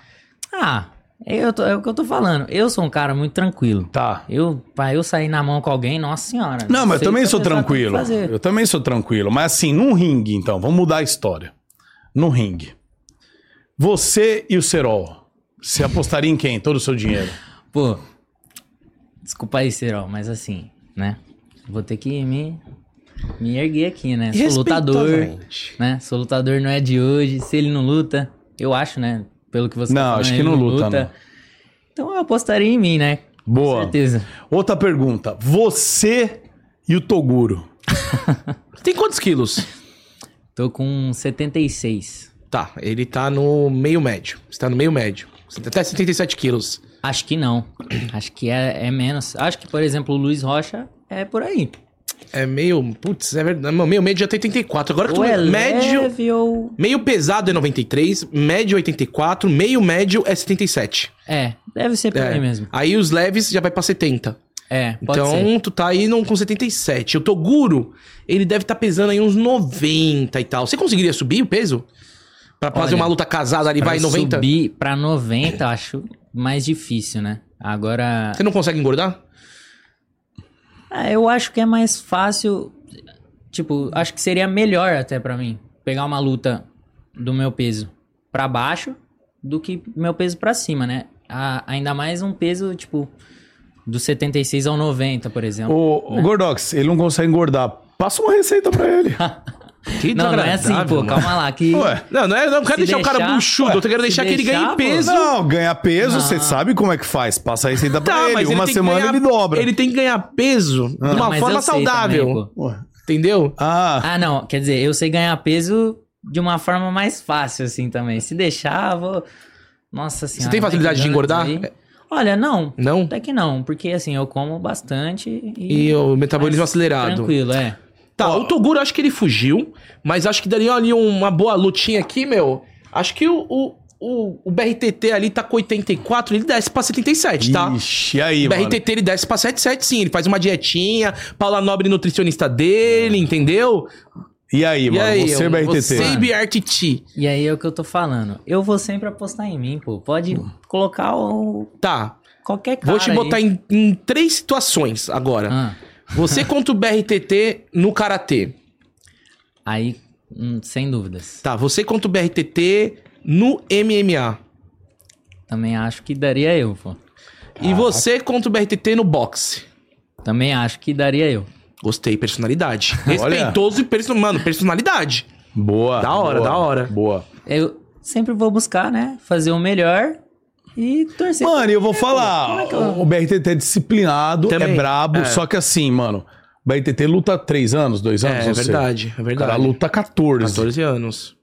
S3: Ah, eu tô- é o que eu tô falando. Eu sou um cara muito tranquilo.
S1: Tá.
S3: Eu, pra eu sair na mão com alguém, nossa senhora.
S1: Não, mas eu
S3: sei o
S1: também
S3: que a
S1: sou
S3: pessoa tem que
S1: tranquilo.
S3: fazer.
S1: Eu também sou tranquilo. Mas assim, num ringue, então, vamos mudar a história. No ringue. Você e o Serol. Você apostaria em quem? Todo o seu dinheiro.
S3: Pô, desculpa aí, Serol, mas assim, né? Vou ter que me, me erguer aqui, né? Sou lutador,
S2: Respeitosamente.
S3: né? Sou lutador, não é de hoje. Se ele não luta, eu acho, né? Pelo que você
S1: Não,
S3: falando,
S1: acho que
S3: ele
S1: não luta, não.
S3: Então eu apostaria em mim, né? Com
S1: Boa.
S3: certeza.
S1: Outra pergunta. Você e o Toguro.
S2: Tem quantos quilos?
S3: *laughs* Tô com 76.
S2: Tá, ele tá no meio médio. Você tá no meio médio. Você tá até 77 quilos.
S3: Acho que não. Acho que é, é menos. Acho que, por exemplo, o Luiz Rocha é por aí.
S2: É meio. Putz, é verdade. Não, Meio médio já tem 84. Agora que
S3: Ou
S2: eu
S3: é
S2: tô. médio.
S3: leve ou...
S2: Meio pesado é 93, médio é 84, meio médio é 77.
S3: É, deve ser por
S2: É.
S3: aí mesmo.
S2: Aí os leves já vai pra 70.
S3: É, pode
S2: então,
S3: ser.
S2: tu tá aí não, com 77. O Toguro, ele deve tá pesando aí uns 90 e tal. Você conseguiria subir o peso? Pra fazer
S3: Olha,
S2: uma luta casada ali,
S3: Pra
S2: vai 90?
S3: Subir pra 90, eu acho mais difícil, né? Agora,
S2: Você não consegue engordar?
S3: ah, eu acho que é mais fácil. Tipo, acho que seria melhor até pra mim pegar uma luta do meu peso pra baixo do que meu peso pra cima, né? A- ainda mais um peso, tipo, do 76 ao 90, por exemplo.
S1: O,
S2: É.
S1: o Gordox, ele não consegue engordar. Passa uma receita pra
S2: *laughs*
S1: ele.
S2: Que
S3: não, não é assim,
S2: desagradável,
S3: pô,
S2: mano.
S3: calma lá. Que...
S1: Ué.
S2: Não, não, é, não quero
S3: Se
S2: deixar, o cara
S3: deixar-
S2: buchudo. Eu quero
S3: se
S2: deixar que ele
S3: deixar,
S2: ganhe
S3: pô.
S2: peso.
S1: Não, ganha peso, você
S3: Não.
S1: sabe como é que faz. Passa a receita pra
S2: Tá,
S1: ele.
S2: mas ele
S1: Uma
S2: tem que
S1: semana
S2: ganhar-
S1: ele dobra.
S2: Ele tem que ganhar peso de
S3: Ah. Não,
S2: uma
S3: mas
S2: forma
S3: eu sei também,
S2: saudável.
S3: pô.
S1: Ué.
S2: entendeu?
S1: Ah,
S3: Ah, não, quer dizer, eu sei ganhar peso de uma forma mais fácil, assim, também. Se deixar, eu vou. Nossa senhora.
S2: tem facilidade de engordar?
S3: McDonald's aí. Olha, não.
S2: Não?
S3: Até que não, porque assim, eu como bastante e.
S2: E o metabolismo
S3: Mas
S2: acelerado.
S3: Tranquilo, é.
S2: Tá,
S1: Ó.
S2: o Toguro acho que ele fugiu, mas acho que daria ali uma boa lutinha aqui, meu. Acho que o, o, o, o BRTT ali tá com 84, ele desce pra 77, tá?
S1: Ixi, e aí,
S2: O
S1: mano?
S2: BRTT ele desce pra 77, sim. Ele faz uma dietinha, Paula Nobre nutricionista dele, entendeu?
S1: E aí,
S2: e
S1: mano?
S2: aí,
S1: você, é
S2: eu-
S1: BRTT.
S2: Você e BRTT.
S3: E aí é o que eu tô falando. Eu vou sempre apostar em mim, pô. Pode colocar o...
S2: Tá,
S3: qualquer cara.
S2: Hum. vou te botar
S3: aí.
S2: em, em três situações agora.
S3: Ah,
S2: Você contra o BRTT no Karatê.
S3: aí, hum, sem dúvidas.
S2: Tá, você contra o BRTT no MMA.
S3: Também acho que daria eu, pô.
S2: E você contra o BRTT no boxe.
S3: Também acho que daria eu.
S2: Gostei, personalidade.
S1: *laughs* Olha.
S2: Respeitoso e perso... mano, personalidade.
S1: Boa.
S2: Da hora,
S1: boa,
S2: da hora.
S1: Boa.
S3: Eu sempre vou buscar, né? Fazer o melhor E torcer.
S1: Mano, eu vou
S3: Como
S1: falar,
S3: é que eu-
S1: o BRTT é disciplinado,
S2: Também.
S1: é brabo,
S2: É.
S1: só que assim, mano, o BRTT luta três anos, dois anos,
S2: É,
S1: não
S2: é
S1: sei.
S2: verdade,
S1: O
S2: é
S1: cara
S2: verdade.
S1: luta 14.
S2: 14 anos.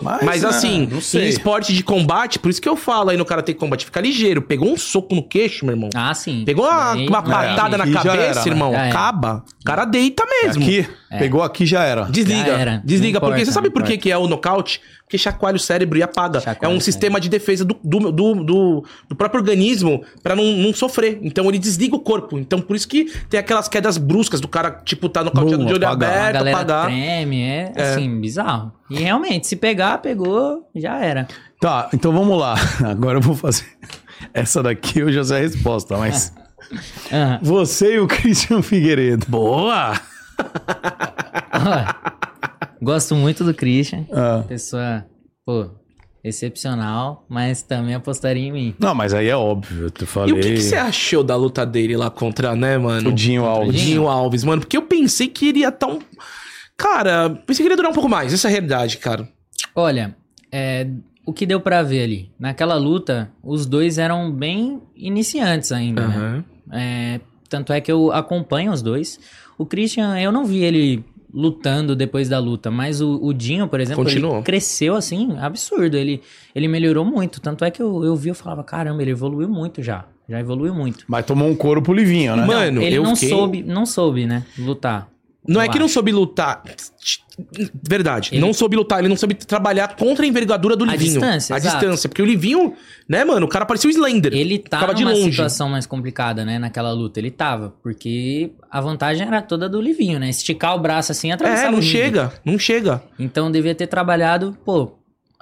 S1: Mas,
S2: Mas
S1: né,
S2: assim,
S1: não
S2: em
S1: sei.
S2: esporte de combate, por isso que eu falo aí no cara tem combate, fica ligeiro. Pegou um soco no queixo, meu irmão.
S3: Ah, sim. Ah, é.
S2: Pegou uma,
S3: Aí-
S2: uma
S3: aí-
S2: patada na
S1: Aqui já
S2: cabeça,
S1: era, né?
S2: irmão.
S3: Já era.
S2: Acaba. O cara deita mesmo.
S1: Aqui, pegou aqui, já era.
S2: Desliga.
S3: Já era.
S2: Desliga.
S3: Não
S2: porque
S3: importa,
S2: você sabe
S3: não
S2: por que,
S3: importa.
S2: que é o nocaute? Porque chacoalha o cérebro e apaga.
S3: Chacoalha
S2: é um
S3: o
S2: sistema de defesa do, do, do, do- do próprio organismo pra não, não sofrer. Então ele desliga o corpo. Então por isso que tem aquelas quedas bruscas do cara, tipo, tá nocauteado
S1: Bum,
S2: de olho
S1: apagar.
S3: A
S2: aberto,
S3: galera
S2: apagar.
S3: treme, é, assim, bizarro. E realmente, se pegar, pegou, já era.
S1: Tá, então vamos lá. *laughs* Agora eu vou fazer. *laughs* Essa daqui eu já sei a resposta,
S2: *laughs*
S1: mas.
S3: Aham.
S1: Você e o Christian Figueiredo.
S2: Boa!
S3: Ó, Gosto muito do Christian.
S1: Ah.
S3: Pessoa, pô, excepcional, mas também apostaria em mim.
S1: Não, mas aí é óbvio, eu te
S2: E
S1: falei.
S2: o que, que você achou da luta dele lá contra, né, mano?
S1: O Dinho
S2: O
S1: Alves.
S2: Dinho Alves, mano. Porque eu pensei que ele ia estar um. Cara, pensei que ele ia durar um pouco mais. Essa é a realidade, cara.
S3: Olha, é, o que deu pra ver ali? Naquela luta, os dois eram bem iniciantes ainda, né? É, tanto é que eu acompanho os dois. O Christian, eu não vi ele lutando depois da luta, mas o, o Dinho, por exemplo,
S2: Continuou.
S3: ele cresceu assim, absurdo. Ele, ele melhorou muito. Tanto é que eu, eu vi, eu falava, caramba, ele evoluiu muito já. Já evoluiu muito.
S1: Mas tomou um couro pro Livinho, né?
S2: Mano,
S3: ele
S2: É, eu
S3: não
S2: fiquei...
S3: soube, não soube, né, lutar.
S2: Não é
S3: Eu
S2: que não
S3: acho.
S2: soube lutar. Verdade.
S3: Ele-
S2: Não soube lutar, ele não soube trabalhar contra a envergadura do
S3: A
S2: Livinho.
S3: distância,
S2: A
S3: exato.
S2: distância. Porque o Livinho, né, mano, o cara parecia o Slender. É,
S3: Ele tava
S2: Ficava de
S3: numa
S2: longe.
S3: situação mais complicada, né, naquela luta. Ele tava, porque a vantagem era toda do Livinho, né? Esticar o braço assim, atravessar
S2: É,
S3: o
S2: não
S3: ringue.
S2: chega, não chega.
S3: Então devia ter trabalhado, pô,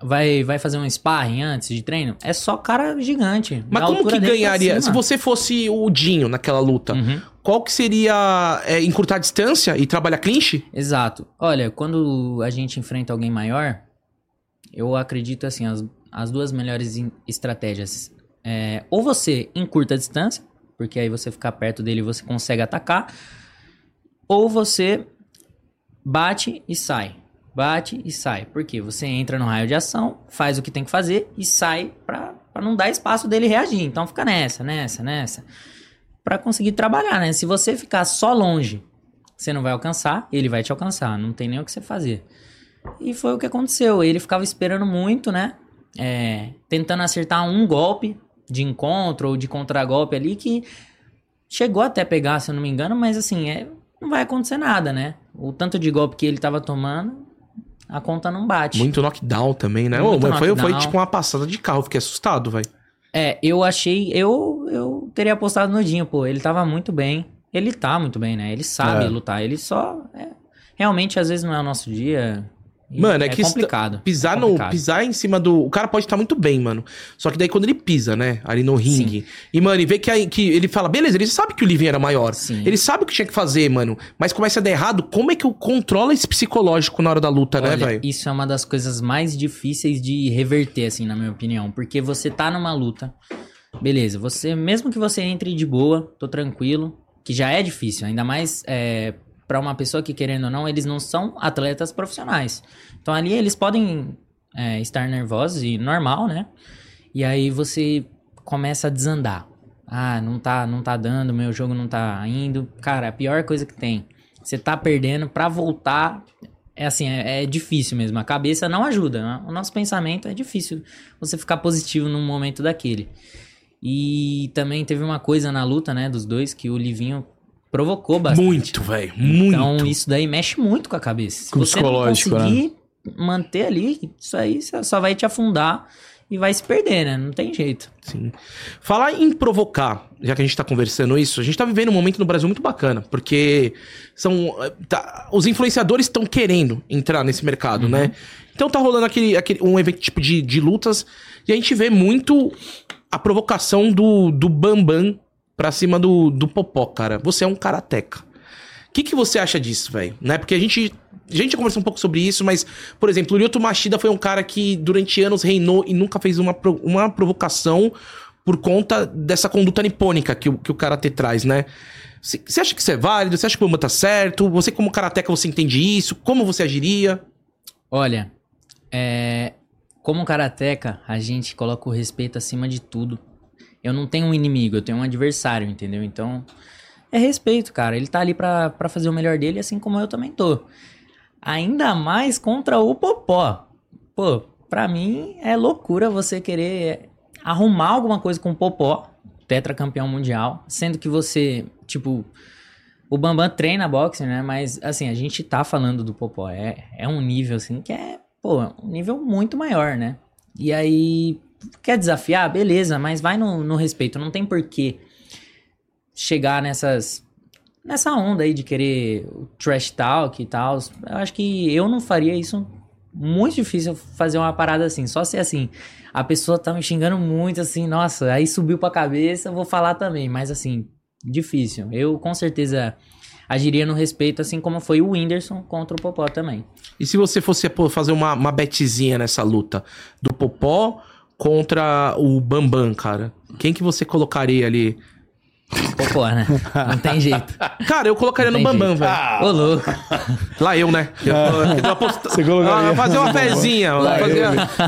S3: vai, vai fazer um sparring antes de treino? É só cara gigante.
S2: Mas
S3: da
S2: como
S3: altura
S2: que
S3: dele tá pra
S2: ganharia? Se
S3: cima.
S2: você Tá. fosse o Dinho naquela luta,
S3: Uhum,
S2: qual que seria é, encurtar a distância e trabalhar clinch?
S3: Exato. Olha, quando a gente enfrenta alguém maior, eu acredito assim, as, as duas melhores in- estratégias. É, ou você encurta a distância, porque aí você ficar perto dele e você consegue atacar. Ou você bate e sai. Bate e sai. Porque você entra no raio de ação, faz o que tem que fazer e sai pra, pra não dar espaço dele reagir. Então fica nessa, nessa, nessa. Pra conseguir trabalhar, né? Se você ficar só longe, você não vai alcançar, ele vai te alcançar. Não tem nem o que você fazer. E foi o que aconteceu. Ele ficava esperando muito, né? É, tentando acertar um golpe de encontro ou de contragolpe ali que chegou até pegar, se eu não me engano, mas assim, é, não vai acontecer nada, né? O tanto de golpe que ele tava tomando, a conta não bate.
S2: Muito knockdown também, né?
S3: Muito
S2: Ô, mano, foi, foi
S3: knockdown.
S2: tipo uma passada de carro, fiquei assustado, velho.
S3: É, eu achei. Eu, eu teria apostado no Dinho, pô. Ele tava muito bem. Ele tá muito bem, né? Ele sabe
S1: É.
S3: lutar. Ele só. é, realmente, às vezes não é o nosso dia. e
S2: Mano, é que isso-
S3: complicado.
S2: Pisar, no,
S3: Complicado.
S2: pisar em cima do. O cara pode estar muito bem, mano. Só que daí quando ele pisa, né? Ali no ringue. E, mano, e vê que, aí, que ele fala, beleza, ele sabe que o Livinho era maior.
S3: Sim.
S2: Ele sabe o que tinha que fazer, mano. Mas começa a dar errado. Como é que eu controlo esse psicológico na hora da luta, né,
S3: Olha,
S2: velho?
S3: Isso é uma das coisas mais difíceis de reverter, assim, na minha opinião. Porque você tá numa luta, beleza, você, mesmo que você entre de boa, tô tranquilo, que já é difícil, ainda mais é, para uma pessoa que, querendo ou não, eles não são atletas profissionais. Então ali eles podem é, estar nervosos e normal, né? E aí você começa a desandar. Ah, não tá, não tá dando, meu jogo não tá indo. Cara, a pior coisa que tem. Você tá perdendo pra voltar. É assim, é, é difícil mesmo. A cabeça não ajuda. né? O nosso pensamento é difícil você ficar positivo num momento daquele. E também teve uma coisa na luta, né, dos dois, que o Livinho provocou bastante.
S2: Muito, velho. Muito.
S3: Então isso daí mexe muito com a cabeça. Se
S1: Com o
S3: você não
S1: psicológico, né?
S3: conseguir manter ali, isso aí só- só vai te afundar e vai se perder, né? Não tem jeito.
S2: Sim. Falar em provocar, já que a gente tá conversando isso, a gente tá vivendo um momento no Brasil muito bacana, porque são eh, tá- os influenciadores estão querendo entrar nesse mercado, né? Então tá rolando aquele, aquele um evento tipo de, de lutas e a gente vê muito a provocação do, do Bambam pra cima do, do Popó, cara. Você é um karateca. O que, que você acha disso, velho? Né? Porque a gente, a gente já conversou um pouco sobre isso, mas, por exemplo, o Lyoto Machida foi um cara que durante anos reinou e nunca fez uma, pro- uma provocação por conta dessa conduta nipônica que o, que o karatê traz, né? C- Você acha que isso é válido? Você acha que o Bamba tá certo? Você, como karateca, você entende isso? Como você agiria?
S3: Olha, é, como karateca, a gente coloca o respeito acima de tudo. Eu não tenho um inimigo, eu tenho um adversário, entendeu? Então, é respeito, cara. Ele tá ali pra, pra fazer o melhor dele, assim como eu também tô. Ainda mais contra o Popó. Pô, pra mim é loucura você querer arrumar alguma coisa com o Popó, tetracampeão mundial, sendo que você, tipo, o Bambam treina boxe, né? Mas, assim, a gente tá falando do Popó. É, é um nível, assim, que é, pô, um nível muito maior, né? E aí, quer desafiar? Beleza, mas vai no, no respeito. Não tem porquê chegar nessas. Nessa onda aí de querer o trash talk e tal. Eu acho que eu não faria isso. Muito difícil fazer uma parada assim. Só se assim, a pessoa tá me xingando muito, assim, nossa, aí subiu pra cabeça, eu vou falar também. Mas assim, difícil. Eu com certeza agiria no respeito, assim como foi o Whindersson contra o Popó também.
S2: E se você fosse pô, fazer uma, uma betezinha nessa luta do Popó contra o Bambam, cara? Quem que você colocaria ali?
S3: Popó, né? Não tem jeito.
S2: Cara, eu colocaria no
S3: Não tem
S2: Bambam,
S3: jeito.
S2: velho.
S1: Ah,
S3: Ô, louco.
S2: Lá eu, né? Eu, eu aposto-
S1: Você colocaria.
S2: Ah, fazer uma fezinha.
S1: Lá
S2: fazer,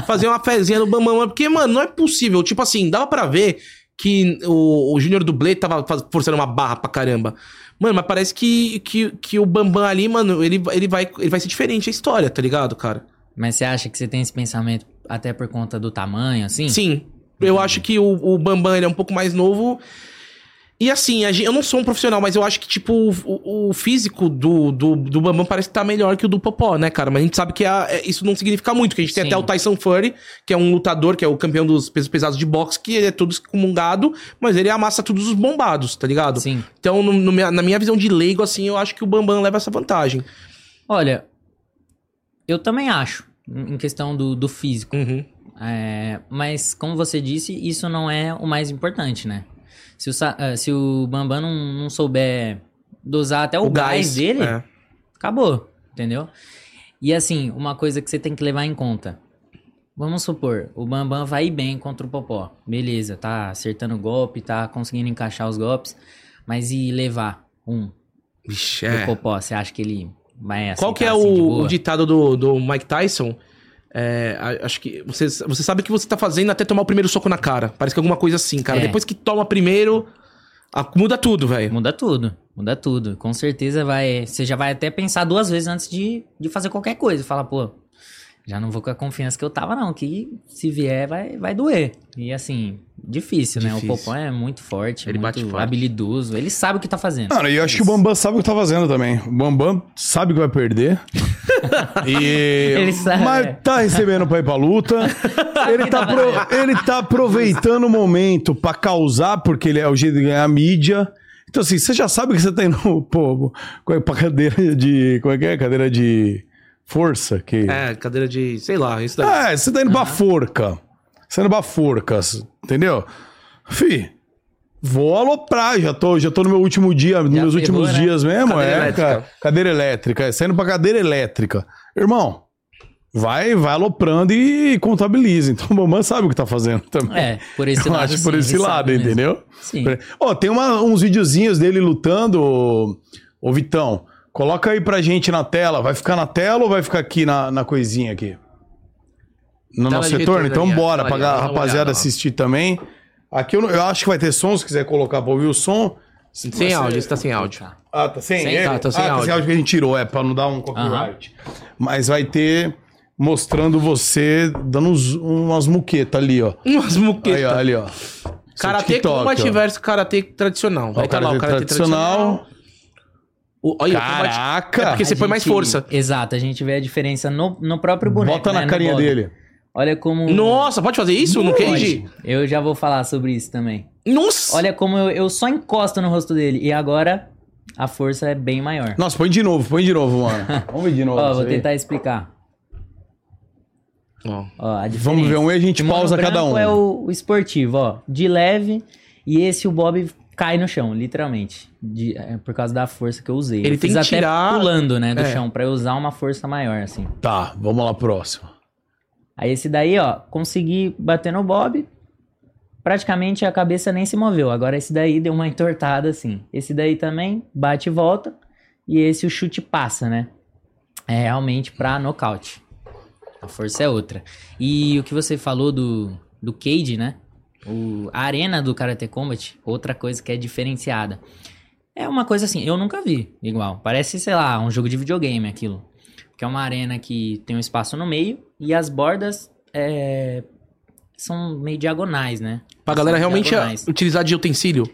S2: fazer uma fezinha no Bambam. mano, Porque, mano, não é possível. Tipo assim, dava pra ver que o, o Júnior Dublê tava faz- forçando uma barra pra caramba. Mano, mas parece que, que, que o Bambam ali, mano, ele, ele, vai, ele vai ser diferente a história, tá ligado, cara?
S3: Mas você acha que você tem esse pensamento até por conta do tamanho, assim?
S2: Sim. Eu acho que o, o Bambam ele é um pouco mais novo. E assim, a gen- eu não sou um profissional, mas eu acho que, tipo, o, o físico do, do, do Bambam parece que tá melhor que o do Popó, né, cara? Mas a gente sabe que a- é- isso não significa muito, que a gente tem
S3: Sim.
S2: até o Tyson Fury, que é um lutador, que é o campeão dos pesos pesados de boxe, que ele é todo excomungado, mas ele amassa todos os bombados, tá ligado?
S3: Sim.
S2: Então, no- no minha- na minha visão de leigo, assim, eu acho que o Bambam leva essa vantagem.
S3: Olha, eu também acho, em questão do, do físico.
S2: Uhum.
S3: É, mas, como você disse, isso não é o mais importante, né? Se o, Sa- eh, se o Bambam não, não souber dosar até o, gás, dele,
S2: é.
S3: acabou, entendeu? E assim, uma coisa que você tem que levar em conta. Vamos supor, o Bambam vai bem contra o Popó. Beleza, tá acertando o golpe, tá conseguindo encaixar os golpes. Mas e levar um
S2: Vixe,
S3: do
S2: é.
S3: Popó? Você acha que ele vai aceitar
S2: Qual que é
S3: assim, de
S2: o,
S3: boa?
S2: o ditado do, do Mike Tyson? É, a- acho que você, você sabe o que você tá fazendo até tomar o primeiro soco na cara. Parece que alguma coisa assim, cara.
S3: É.
S2: Depois que toma primeiro, a- muda tudo, velho.
S3: Muda tudo, muda tudo. Com certeza vai. Você já vai até pensar duas vezes antes de, de fazer qualquer coisa. Fala, pô, já não vou com a confiança que eu tava, não. Que se vier, vai, vai doer. E assim, difícil, né?
S2: Difícil.
S3: O Popó é muito forte,
S2: Ele
S3: ele
S2: bate
S3: muito
S2: forte.
S3: habilidoso. Ele sabe o que tá fazendo.
S1: Cara, e eu acho que o Bambam sabe o que tá fazendo também. O Bambam sabe que vai
S2: *laughs*
S1: perder. E...
S3: Ele sabe,
S1: Mas
S3: é.
S1: tá recebendo pra ir pra luta. ele,
S3: que
S1: tá
S3: dá
S1: pro- ele tá aproveitando o momento pra causar, porque ele é o jeito de ganhar mídia. Então, assim, você já sabe que você tá indo *laughs* pô, com- pra cadeira de. Como é que é? Cadeira de força. Que...
S2: É, cadeira de. sei lá, isso
S3: Ah,
S2: daí.
S1: É, você tá indo pra forca. Você tá indo pra forca, s- entendeu? Fi, vou aloprar, já tô, já tô no meu último dia, nos meus
S3: ferrou,
S1: últimos
S3: né?
S1: dias mesmo,
S2: Cadeira
S1: é,
S2: elétrica.
S1: cara. Cadeira elétrica, é, saindo pra cadeira elétrica. Irmão, vai, vai aloprando e contabiliza. *laughs* Então o mamãe sabe o que tá fazendo também.
S3: É, por esse
S1: Eu
S3: lado.
S1: acho
S3: sim,
S1: por esse
S3: ele
S1: lado,
S3: sabe mesmo.
S1: entendeu?
S3: Sim.
S1: Ó, tem uma- uns videozinhos dele lutando, ô, ô Vitão. Coloca aí pra gente na tela. Vai ficar na tela ou vai ficar aqui na, na coisinha aqui? No
S2: Tela
S1: nosso
S2: de
S1: retorno?
S2: retorno,
S1: Então
S2: Daniel.
S1: bora,
S2: Olha,
S1: pra
S2: dá uma olhada,
S1: rapaziada
S2: ó.
S1: assistir também. Aqui eu, não- eu acho que vai ter som, se quiser colocar pra ouvir o som. Se- vai
S2: Sem
S1: ser-
S2: áudio, isso tá sem áudio.
S1: Ah, tá sem?
S3: Sem-
S1: É?
S2: tá, tá sem
S1: ah, tá
S2: áudio.
S1: sem áudio que a gente tirou, é, pra não dar um copyright. Mas vai ter mostrando você dando uns- umas muquetas ali, ó.
S2: Umas
S1: Aí, ó,
S2: muquetas.
S1: ali, ó.
S2: Karatê
S1: TikTok,
S2: combate
S1: ó.
S2: versus karatê tradicional.
S1: Ó, é
S2: Aí tá lá o karatê tradicional. O- olha, o combate-
S1: Caraca!
S2: É porque você
S3: A
S2: põe mais
S3: gente-
S2: força.
S3: Exato, a gente vê a diferença no, no próprio
S2: é
S3: boneco.
S1: Bota
S3: né,
S1: na
S3: no
S1: carinha
S3: body.
S1: dele.
S3: Olha como.
S2: Nossa, pode fazer isso no
S3: Pode.
S2: cage?
S3: Eu já vou falar sobre isso também.
S2: Nossa!
S3: Olha como eu, eu só encosto no rosto dele. E agora a força é bem maior.
S1: Nossa, põe de novo, põe de novo,
S2: *laughs*
S1: mano. Vamos ver de novo.
S3: Ó,
S1: isso
S3: vou
S1: aí.
S3: tentar explicar.
S2: Ó.
S3: Ó, a diferença.
S1: Vamos ver um e a gente
S3: O Mano
S1: pausa cada
S3: Branco
S1: um.
S3: é o, o esportivo, ó. De leve. E esse o Bob cai no chão, literalmente. De- é, por causa da força que eu usei.
S2: Ele
S3: eu
S2: tem
S3: fiz
S2: que
S3: até
S2: tirar-
S3: pulando, né, do
S2: É.
S3: chão, pra eu usar uma força maior, assim.
S1: Tá, vamos lá, próximo.
S3: Aí esse daí, ó, consegui bater no Bob. Praticamente a cabeça nem se moveu. Agora esse daí deu uma entortada assim. Esse daí também bate e volta. E esse o chute passa, né? É realmente pra nocaute. A força é outra. E o que você falou do, do Cade, né? O, a arena do Karate Combat, outra coisa que é diferenciada. É uma coisa assim, eu nunca vi igual. Parece, sei lá, um jogo de videogame aquilo. Que é uma arena que tem um espaço no meio e as bordas é, são meio diagonais, né?
S2: Pra galera
S3: São
S2: realmente
S3: diagonais.
S2: utilizar de utensílio.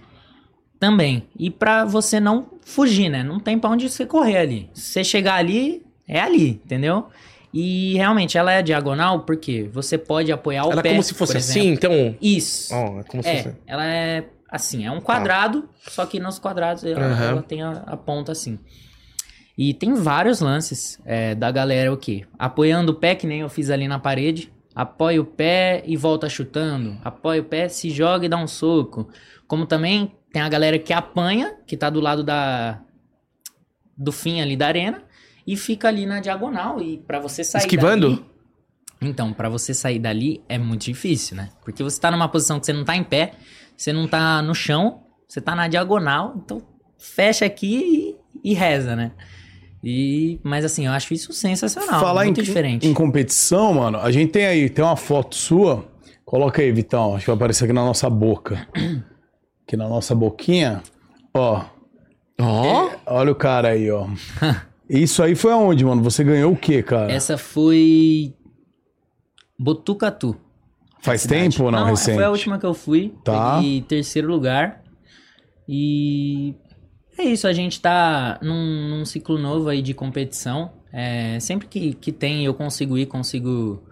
S3: Também. E pra você não fugir, né? Não tem pra onde você correr ali. Se você chegar ali, é ali, entendeu? E realmente ela é diagonal porque você pode apoiar o
S2: Ela
S3: pé.
S2: é como se fosse
S3: por
S2: assim,
S3: exemplo.
S2: então.
S3: Isso.
S2: Ó, é como se
S3: É,
S2: fosse.
S3: ela é assim, é um quadrado, só que nos quadrados ela,
S2: Aham.
S3: ela tem a, a ponta assim. E tem vários lances é, da galera o quê? Apoiando o pé, que nem eu fiz ali na parede. Apoia o pé e volta chutando. Apoia o pé, se joga e dá um soco. Como também tem a galera que apanha, que tá do lado da do fim ali da arena e fica ali na diagonal e pra você sair
S2: Esquivando?
S3: dali- então, pra você sair dali é muito difícil, né? Porque você tá numa posição que você não tá em pé, você não tá no chão, você tá na diagonal, então fecha aqui e, e reza, né? E, mas assim, eu acho isso sensacional,
S1: Falar
S3: muito
S1: em,
S3: diferente.
S1: em competição, mano, a gente tem aí, tem uma foto sua. Coloca aí, Vitão. Acho que vai aparecer aqui na nossa
S3: *clears throat*
S1: boca. Aqui na nossa boquinha. Ó,
S3: É.
S2: Ó.
S1: olha o cara aí,
S3: *laughs*
S1: ó. Isso aí foi aonde, mano? Você ganhou o quê, cara?
S3: Essa foi Botucatu.
S1: Faz
S3: cidade. é,
S1: tempo ou não, recente?
S3: Foi a última que eu fui.
S1: Tá.
S3: Peguei terceiro lugar. E é isso, a gente tá num, num ciclo novo aí de competição. É, sempre que, que tem, eu consigo ir, consigo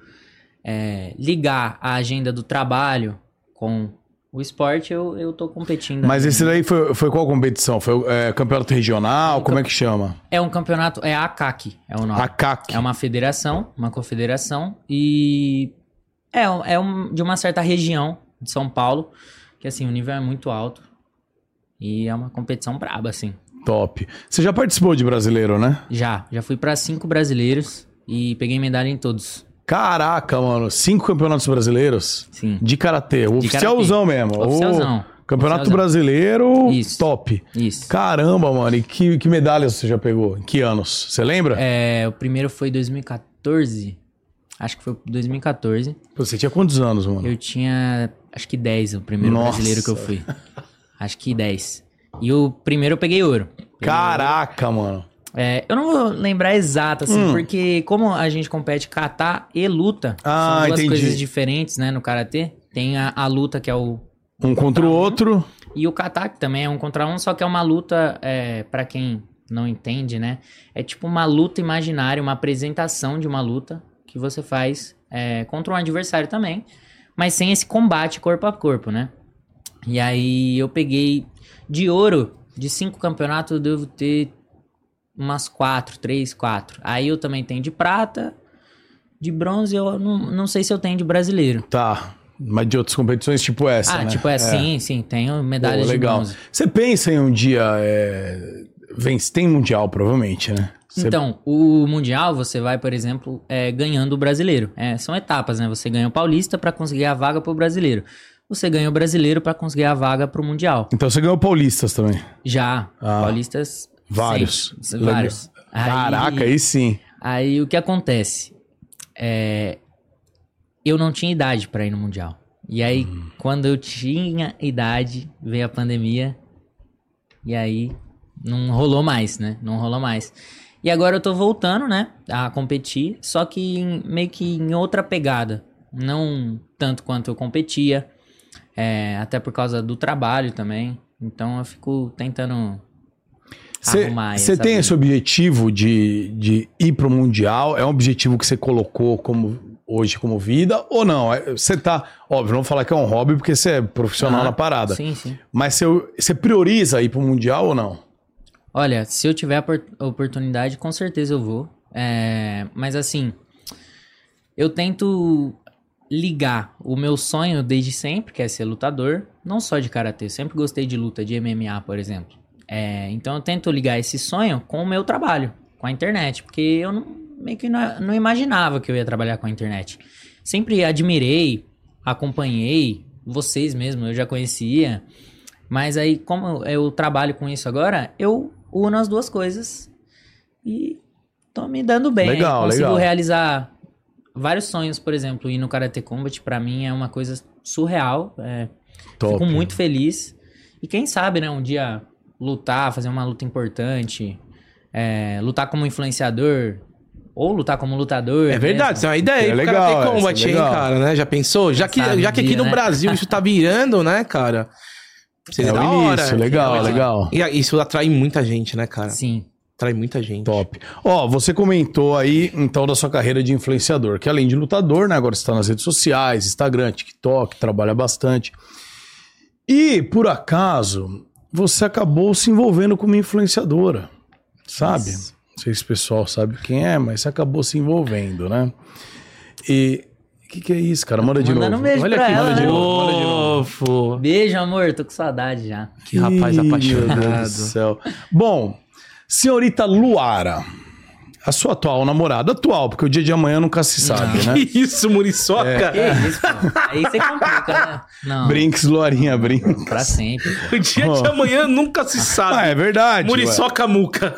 S3: é, ligar a agenda do trabalho com o esporte, eu, eu tô competindo.
S1: Mas
S3: ainda.
S1: esse daí foi, foi qual competição? Foi é, campeonato
S3: Então,
S1: regional? Como é que chama?
S3: É um campeonato, é a ACAC, é o nome.
S1: A CAC.
S3: É uma federação, uma confederação e é, um- é um- de uma certa região de São Paulo, que assim, o nível é muito alto e é uma competição braba, assim.
S1: Top. Você já participou de brasileiro, né?
S3: Já, já fui pra cinco brasileiros e peguei medalha em todos,
S1: Caraca, mano. Cinco campeonatos brasileiros
S3: sim.
S1: de karatê. O
S3: De
S1: oficialzão mesmo. O
S3: Oficialzão,
S1: Campeonato
S3: Oficialzão.
S1: brasileiro
S3: Isso.
S1: top.
S3: isso.
S1: Caramba, mano. E que, que medalhas você já pegou? Em que anos? Você lembra?
S3: É, o primeiro foi 2014, acho que foi 2014.
S1: Pô, Você tinha quantos anos, mano?
S3: Eu tinha, acho que 10, o primeiro
S1: Nossa.
S3: brasileiro que eu fui. Acho que 10. E o primeiro eu peguei ouro.
S1: Caraca, mano.
S3: É, eu não vou lembrar exato, assim,
S1: Hum.
S3: porque como a gente compete kata e luta,
S1: Ah,
S3: são duas
S1: entendi.
S3: coisas diferentes, né, no karatê. Tem a, a luta, que é o.
S1: Um contra o outro.
S3: E o kata, que também é um contra um, só que é uma luta, é, para quem não entende, né? É tipo uma luta imaginária, uma apresentação de uma luta que você faz é, contra um adversário também, mas sem esse combate corpo a corpo, né? E aí eu peguei de ouro, de cinco campeonatos, eu devo ter umas quatro, três, quatro. Aí eu também tenho de prata, de bronze, eu não, não sei se eu tenho de brasileiro.
S1: Tá. Mas de outras competições, tipo essa.
S3: ah,
S1: né?
S3: tipo, é, sim, sim, tenho medalha
S1: Pô,
S3: de
S1: legal.
S3: bronze.
S1: Você pensa em um dia. É... Vence, tem mundial, provavelmente, né? Você-
S3: Então, o Mundial, você vai, por exemplo, é, ganhando o brasileiro. É, são etapas, né? Você ganha o paulista pra conseguir a vaga pro brasileiro. Você ganha o brasileiro pra conseguir a vaga pro Mundial.
S1: então você ganhou paulistas também.
S3: Já,
S1: Ah.
S3: paulistas.
S1: Vários.
S3: sempre, vários. Aí-
S1: Caraca, aí sim.
S3: Aí o que acontece? É, eu não tinha idade pra ir no Mundial. E aí, quando eu tinha idade, veio a pandemia. E aí, não rolou mais, né? Não rolou mais. E agora eu tô voltando, né? A competir, só que em- meio que em outra pegada. Não tanto quanto eu competia. é, até por causa do trabalho também. Então eu fico tentando arrumar
S1: Você
S3: essa
S1: tem
S3: vida.
S1: esse objetivo de, de ir pro Mundial? É um objetivo que você colocou como hoje como vida ou não? Você tá. Óbvio, não vou falar que é um hobby porque você é profissional
S3: Ah,
S1: na parada.
S3: Sim, sim.
S1: Mas você prioriza ir pro Mundial ou não?
S3: Olha, se eu tiver a por- oportunidade, com certeza eu vou. É, mas assim, eu tento ligar o meu sonho desde sempre, que é ser lutador, não só de karatê. Eu sempre gostei de luta, de MMA, por exemplo. É, então eu tento ligar esse sonho com o meu trabalho, com a internet, porque eu não- meio que não, não imaginava que eu ia trabalhar com a internet. Sempre admirei, acompanhei vocês mesmo, eu já conhecia. Mas aí, como eu eu trabalho com isso agora, eu uno as duas coisas e tô me dando bem.
S1: Legal,
S3: Aí consigo
S1: legal.
S3: realizar vários sonhos, por exemplo, ir no Karate Combat pra mim é uma coisa surreal. é,
S1: Top.
S3: Fico muito feliz. E quem sabe, né, um dia lutar, fazer uma luta importante, é, lutar como influenciador ou lutar como lutador.
S2: É verdade, isso é uma ideia aí
S1: É
S2: pro
S1: legal,
S2: Karate
S1: essa,
S2: Combat, hein,
S1: legal.
S2: cara, né? Já pensou? Já que,
S3: Sabe
S2: já que
S3: um
S2: aqui
S3: dia,
S2: no
S3: né?
S2: Brasil isso tá virando, né, cara? Seria
S1: É
S2: da
S1: o
S2: hora.
S1: início, legal,
S3: Seria da hora.
S1: legal.
S2: E a- isso atrai muita gente, né, cara?
S3: mesmo. Sim.
S2: Atrai muita gente.
S1: Top. Ó, você comentou aí, então, da sua carreira de influenciador, que além de lutador, né? Agora você está nas redes sociais, Instagram, TikTok, trabalha bastante. E, por acaso, você acabou se envolvendo com uma influenciadora, sabe?
S3: Isso.
S1: Não sei se o pessoal sabe quem é, mas você acabou se envolvendo, né? E... O que, que é isso, cara? Manda de
S3: Mandando
S1: novo.
S3: um beijo pra ela,
S1: manda de
S3: né?
S1: novo, manda de novo.
S2: Fofo.
S3: Beijo, amor, tô com saudade já.
S2: Que rapaz
S1: Ih,
S2: apaixonado.
S1: Meu Deus do céu. Bom, senhorita Luara, a sua atual namorada, atual, porque o dia de amanhã nunca se sabe, né? É.
S2: Que isso, Muriçoca?
S3: Que isso, pô. Aí você complica, né? Não.
S1: Brinks, Luarinha, brinks.
S3: Pra sempre. pô.
S2: O dia de
S1: Ó.
S2: amanhã nunca se
S1: Oh. Ah,
S2: sabe.
S1: é verdade. ué.
S2: Muriçoca Muca.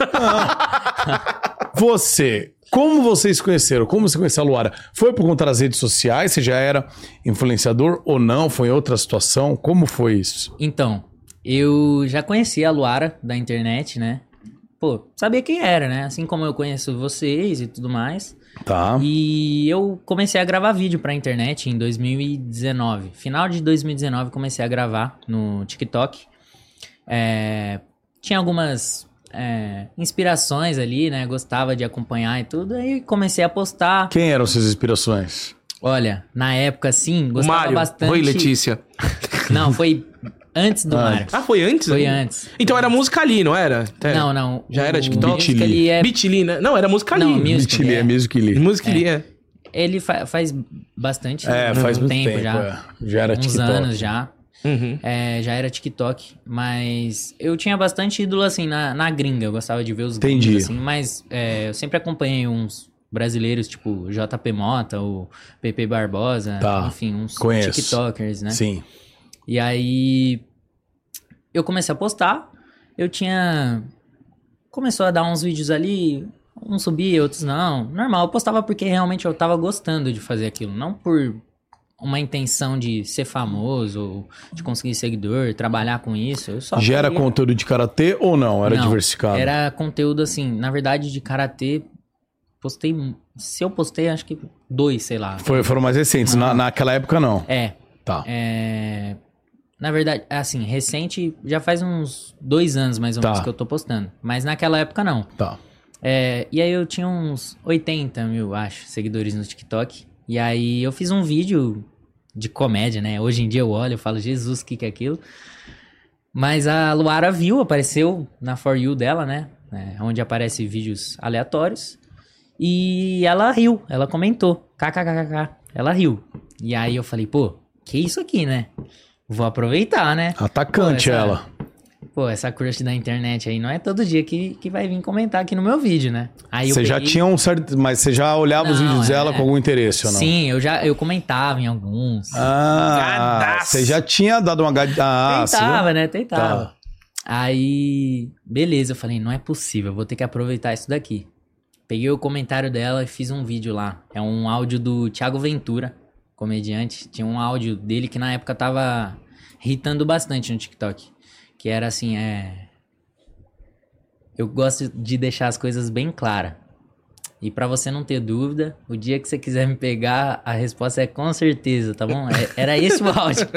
S1: Você, como vocês conheceram? Como você conheceu a Luara? Foi por conta das redes sociais? Você já era influenciador ou não? Foi outra situação? Como foi isso?
S3: Então, eu já conhecia a Luara da internet, né? Pô, sabia quem era, né? Assim como eu conheço vocês e tudo mais.
S1: Tá.
S3: E eu comecei a gravar vídeo pra internet em 2019. Final de 2019 comecei a gravar no TikTok. É, tinha algumas é, inspirações ali, né? Gostava de acompanhar e tudo. Aí comecei a postar.
S1: Quem eram suas inspirações?
S3: Olha, na época assim,
S2: O
S3: gostava
S2: Mário.
S3: bastante.
S2: Oi, Letícia.
S3: Não, foi antes do
S1: Ah,
S3: Mário.
S2: Ah, foi antes?
S3: Foi
S2: ainda?
S3: antes.
S2: Então era música ali, não era? É.
S3: Não, não.
S2: Já era
S3: O
S2: TikTok?
S3: Musical.ly é...
S2: Bitly, né? Não, era música ali.
S3: Não, music- Musical.ly,
S1: Mitili, é
S3: é.
S1: Musical.ly.
S2: Música ali, é.
S3: Ele fa- faz bastante
S1: É, faz muito tempo,
S3: já.
S1: é. Já era
S3: Uns
S1: TikTok.
S3: anos já.
S2: Uhum.
S3: É, já era TikTok, mas eu tinha bastante ídolo assim na, na gringa. Eu gostava de ver os
S1: Entendi.
S3: gringos, assim, mas é, eu sempre acompanhei uns brasileiros, tipo JP Mota, o PP Barbosa,
S1: Tá,
S3: enfim, uns
S1: conheço.
S3: TikTokers, né?
S1: Sim.
S3: E aí eu comecei a postar. Eu tinha. Começou a dar uns vídeos ali. Uns subia, outros não. Normal, eu postava porque realmente eu tava gostando de fazer aquilo. Não por uma intenção de ser famoso, ou de conseguir seguidor, trabalhar com isso. Eu só.
S1: Gera
S3: queria-
S1: conteúdo de karatê ou não? Era
S3: Tá Não,
S1: diversificado?
S3: Era conteúdo assim, na verdade, de karatê. Postei. Se eu postei, acho que dois, sei lá.
S1: Foi- foram mais recentes. Na, naquela época, não.
S3: É,
S1: Tá.
S3: É, Na verdade, assim, recente, já faz uns dois anos mais ou
S1: Tá.
S3: menos que eu tô postando. Mas naquela época não.
S1: Tá.
S3: É, e aí eu tinha uns 80 mil, acho, seguidores no TikTok. E aí eu fiz um vídeo de comédia, né? Hoje em dia eu olho e falo, Jesus, o que, que é aquilo? Mas a Luara viu, apareceu na For You dela, né? É, onde aparece vídeos aleatórios. E ela riu, ela comentou. KKKKK. Ela riu. E aí eu falei, pô, que isso aqui, né? Vou aproveitar, né?
S1: Atacante
S3: Pô, essa-
S1: ela.
S3: Pô, essa crush da internet aí não é todo dia que, que vai vir comentar aqui no meu vídeo, né? Aí eu
S1: Você já
S3: peguei-
S1: tinha um certo. Mas você já olhava os
S3: Não,
S1: vídeos
S3: é.
S1: dela com algum interesse ou não?
S3: Sim, eu já eu comentava em alguns.
S1: Ah,
S2: Gadaço.
S1: você já tinha dado uma gad... ah, você já-
S3: Tentava, né? Tentava.
S1: Tá.
S3: Aí, beleza, eu falei, não é possível, eu vou ter que aproveitar isso daqui. Peguei o comentário dela e fiz um vídeo lá. É um áudio do Thiago Ventura, comediante. Tinha um áudio dele que na época tava irritando bastante no TikTok. Que era assim, é. Eu gosto de deixar as coisas bem claras. E pra você não ter dúvida, o dia que você quiser me pegar, a resposta é com certeza, tá bom? É- era esse o áudio.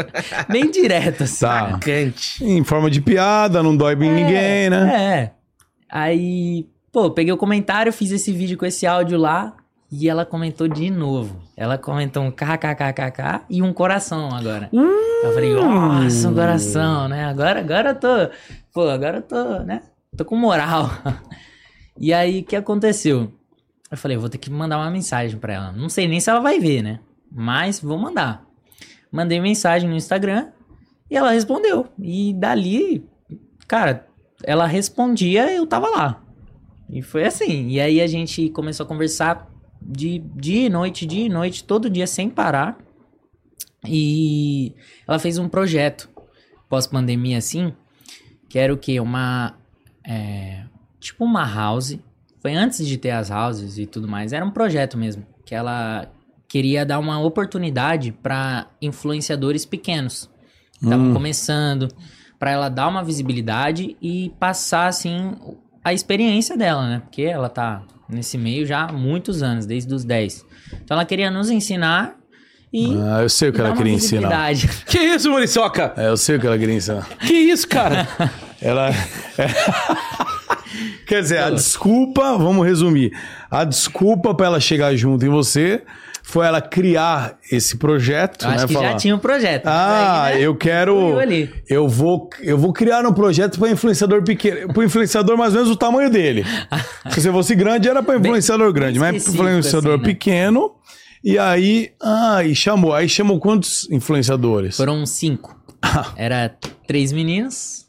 S3: bem direto, assim.
S1: Tá.
S2: Ah.
S3: né?
S2: Marcante.
S1: Em forma de piada, não dói bem ninguém, né?
S3: É. Aí, pô, peguei o comentário, fiz esse vídeo com esse áudio lá e ela comentou de novo. Ela comentou um kkkk e um coração agora. Eu falei, nossa, um coração, né? Agora, agora eu tô, pô, agora eu tô, né? Tô com moral. *laughs* E aí, o que aconteceu? Eu falei, eu vou ter que mandar uma mensagem pra ela. Não sei nem se ela vai ver, né? Mas vou mandar. Mandei mensagem no Instagram e ela respondeu. E dali, cara, ela respondia, eu tava lá. E foi assim. E aí a gente começou a conversar de dia e noite, dia e noite, todo dia sem parar. E ela fez um projeto pós-pandemia, assim, que era o quê? Uma. é, tipo uma house. Foi antes de ter as houses e tudo mais. Era um projeto mesmo. Que ela queria dar uma oportunidade para influenciadores pequenos que estavam
S1: Hum.
S3: começando, para ela dar uma visibilidade e passar assim a experiência dela, né? Porque ela tá nesse meio já há muitos anos, desde os 10. Então ela queria nos ensinar e
S1: Ah, eu sei o que ela queria ensinar.
S3: ensinar.
S2: Que isso, Muriçoca?
S1: É, eu sei o que ela queria ensinar.
S2: Que isso,
S3: *laughs*
S2: cara?
S1: Ela. Quer dizer, a desculpa, vamos resumir. A desculpa pra ela chegar junto em você foi ela criar esse projeto,
S3: Eu acho
S1: né?
S3: que
S1: falar,
S3: já tinha um projeto.
S1: Ah,
S3: Daí, né?
S1: eu quero.
S3: fluiu ali.
S1: Eu vou, eu vou criar um projeto para influenciador pequeno. Para influenciador mais ou menos o tamanho
S3: *laughs*
S1: dele. Se você fosse grande, era para influenciador grande, mas para
S3: específico,
S1: influenciador
S3: assim, né?
S1: pequeno. E aí. Ah, e chamou. Aí chamou quantos influenciadores? *laughs*
S3: Foram cinco. Era três meninos,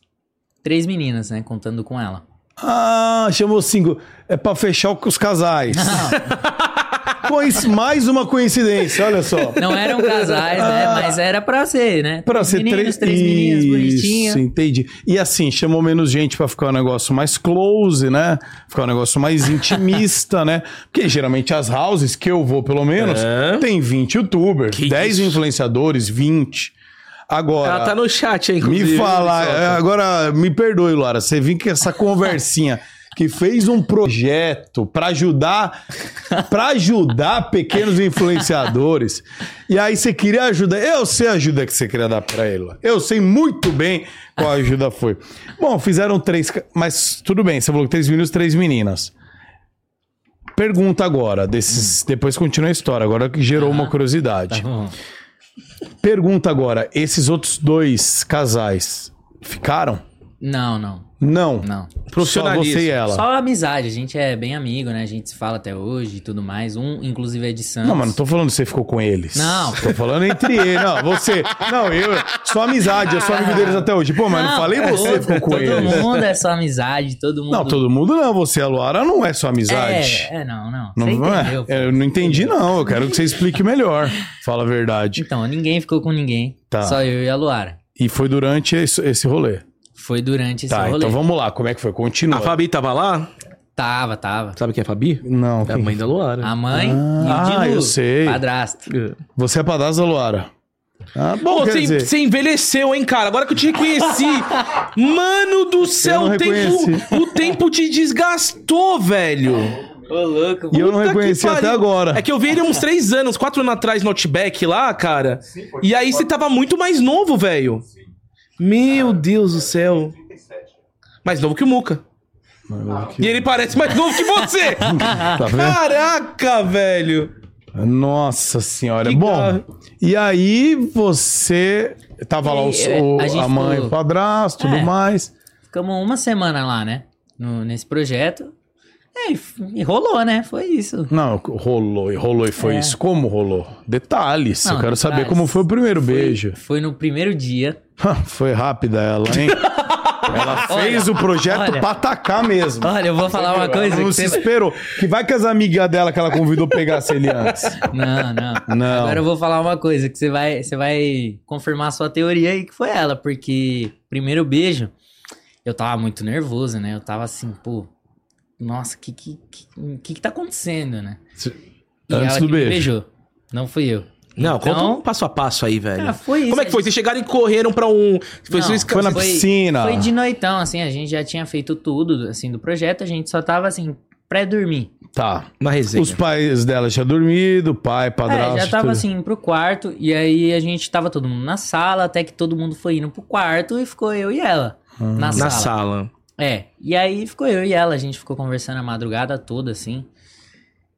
S3: três meninas, né? Contando com ela.
S1: Ah, chamou cinco. É pra fechar com os casais.
S2: Ah.
S1: Pois mais uma coincidência, olha só.
S3: Não eram casais,
S1: *laughs*
S3: né?
S1: Ah.
S3: Mas era pra ser, né?
S1: Pra
S3: Três
S1: ser três,
S3: meninos, três meninas,
S1: Isso,
S3: bonitinha.
S1: entendi. E assim, chamou menos gente pra ficar um negócio mais close, né? Ficar um negócio mais intimista, né? Porque geralmente as houses que eu vou, pelo menos,
S2: É.
S1: tem 20 youtubers,
S2: Que
S1: 10
S2: isso.
S1: influenciadores, 20. Agora,
S2: Ela tá no chat, hein,
S1: me
S2: inclusive,
S1: fala,
S2: Muriçoca.
S1: é, agora me perdoe, Lara, você vem com essa conversinha *laughs* que fez um projeto pra ajudar para ajudar pequenos influenciadores. E aí você queria ajuda. Eu sei a ajuda que você queria dar pra ele. Lara. Eu sei muito bem qual a ajuda foi. Bom, fizeram três, ca- mas tudo bem, você falou que três meninos, três meninas. Pergunta agora, desses, depois continua a história, agora que gerou
S2: Ah,
S1: uma curiosidade.
S3: Tá bom.
S1: Pergunta agora: esses outros dois casais ficaram?
S3: Não, não,
S1: Não.
S3: não.
S1: Só
S2: Profissionalismo.
S1: você e ela.
S3: Só amizade, a gente é bem amigo, né? A gente se fala até hoje e tudo mais. Um, inclusive, é de Santos.
S1: Não, mas não tô falando que você ficou com eles.
S3: Não.
S1: Tô falando entre eles. Não, você. Não, eu. Só amizade, eu sou amigo deles até hoje. Pô, mas não, falei você
S3: é todo-
S1: ficou com
S3: Todo
S1: eles.
S3: mundo é só amizade, todo mundo...
S1: Não, todo mundo não. Você e a Luara não é só amizade.
S3: É, é, não, não.
S1: Não,
S3: Você
S1: não é.
S3: entendeu. pô.
S1: Eu não entendi, não. Eu quero que você explique melhor. Fala a verdade.
S3: Então, ninguém ficou com ninguém.
S1: Tá.
S3: Só eu e a Luara.
S1: E foi durante esse, esse rolê.
S3: Foi durante esse
S1: tá,
S3: rolê.
S1: então vamos lá. Como é que foi? Continua.
S2: A Fabi tava lá?
S3: Tava, tava.
S2: Sabe quem é a Fabi?
S1: Não.
S2: É a
S1: quem-
S2: mãe da Luara.
S3: A mãe
S1: Ah,
S3: e o Dinu,
S1: eu sei.
S3: padrasto.
S1: Você é padrasto da Luara. Ah, bom,
S2: Pô,
S1: quer
S2: você,
S1: dizer...
S2: você envelheceu, hein, cara? Agora que eu te
S1: *laughs*
S2: reconheci. Mano do céu,
S1: não
S2: o tempo,
S1: reconheci.
S2: o tempo te desgastou, velho.
S3: Ô, louco.
S1: E eu não
S2: Puta que
S1: reconheci
S2: pariu.
S1: até agora.
S2: É que eu vi ele uns três anos, quatro anos atrás no Outback lá, cara. E aí você tava muito mais novo, velho. Meu Deus do céu. Mais novo que o Muca. E ele parece mais novo que
S3: *laughs*
S2: você.
S1: Tá vendo?
S2: Caraca, velho.
S1: *laughs* Nossa senhora.
S2: Que
S1: Bom,
S2: cara.
S1: e aí você... Tava lá o,
S3: E,
S1: o-
S3: a gente
S1: a mãe,
S3: ficou-
S1: o padrasto,
S3: É.
S1: tudo mais.
S3: Ficamos uma semana lá, né? No- nesse projeto. É, e, f- e rolou, né? Foi isso.
S1: Não, rolou, e rolou e foi
S3: É.
S1: isso. Como rolou? Detalhes.
S3: Não,
S1: eu quero saber
S3: detalhes.
S1: como foi o primeiro beijo. *laughs*
S3: Foi no primeiro dia.
S1: foi rápida ela,
S3: *laughs*
S1: hein? ela
S3: Olha,
S1: fez o projeto
S3: olha.
S1: pra atacar mesmo.
S3: Olha, eu vou falar uma coisa.
S1: Não
S3: que
S1: se
S3: você-
S1: esperou. Que vai que as amigas dela que ela convidou pegasse ele antes.
S3: Não, não.
S1: Não.
S3: Agora eu vou falar uma coisa que você vai, você vai confirmar a sua teoria aí, que foi ela, porque primeiro beijo, eu tava muito nervoso, né? Eu tava assim, pô, nossa, que que, que, que, que tá acontecendo, né? E
S1: Antes
S3: ela
S1: do
S3: que me
S1: beijo.
S3: beijou. Não fui eu.
S2: Não,
S3: Então-
S2: conta um passo a passo aí, velho.
S3: Ah, foi isso.
S2: Como é que foi?
S3: a gente-
S2: Vocês chegaram e correram pra um. Foi,
S3: Não,
S2: vocês-
S1: Foi na piscina.
S3: Foi de noitão, assim, a gente já tinha feito tudo, assim, do projeto, a gente só tava, assim, pré-dormir.
S1: Tá.
S2: na resenha.
S1: Os pais dela já dormido, pai, padrasto.
S3: É, já tava
S1: tudo.
S3: assim pro quarto, e aí a gente tava todo mundo na sala, até que todo mundo foi indo pro quarto e ficou eu e ela.
S1: Hum,
S3: na,
S2: Na
S3: sala.
S2: sala.
S3: É. E aí ficou eu e ela, a gente ficou conversando a madrugada toda, assim.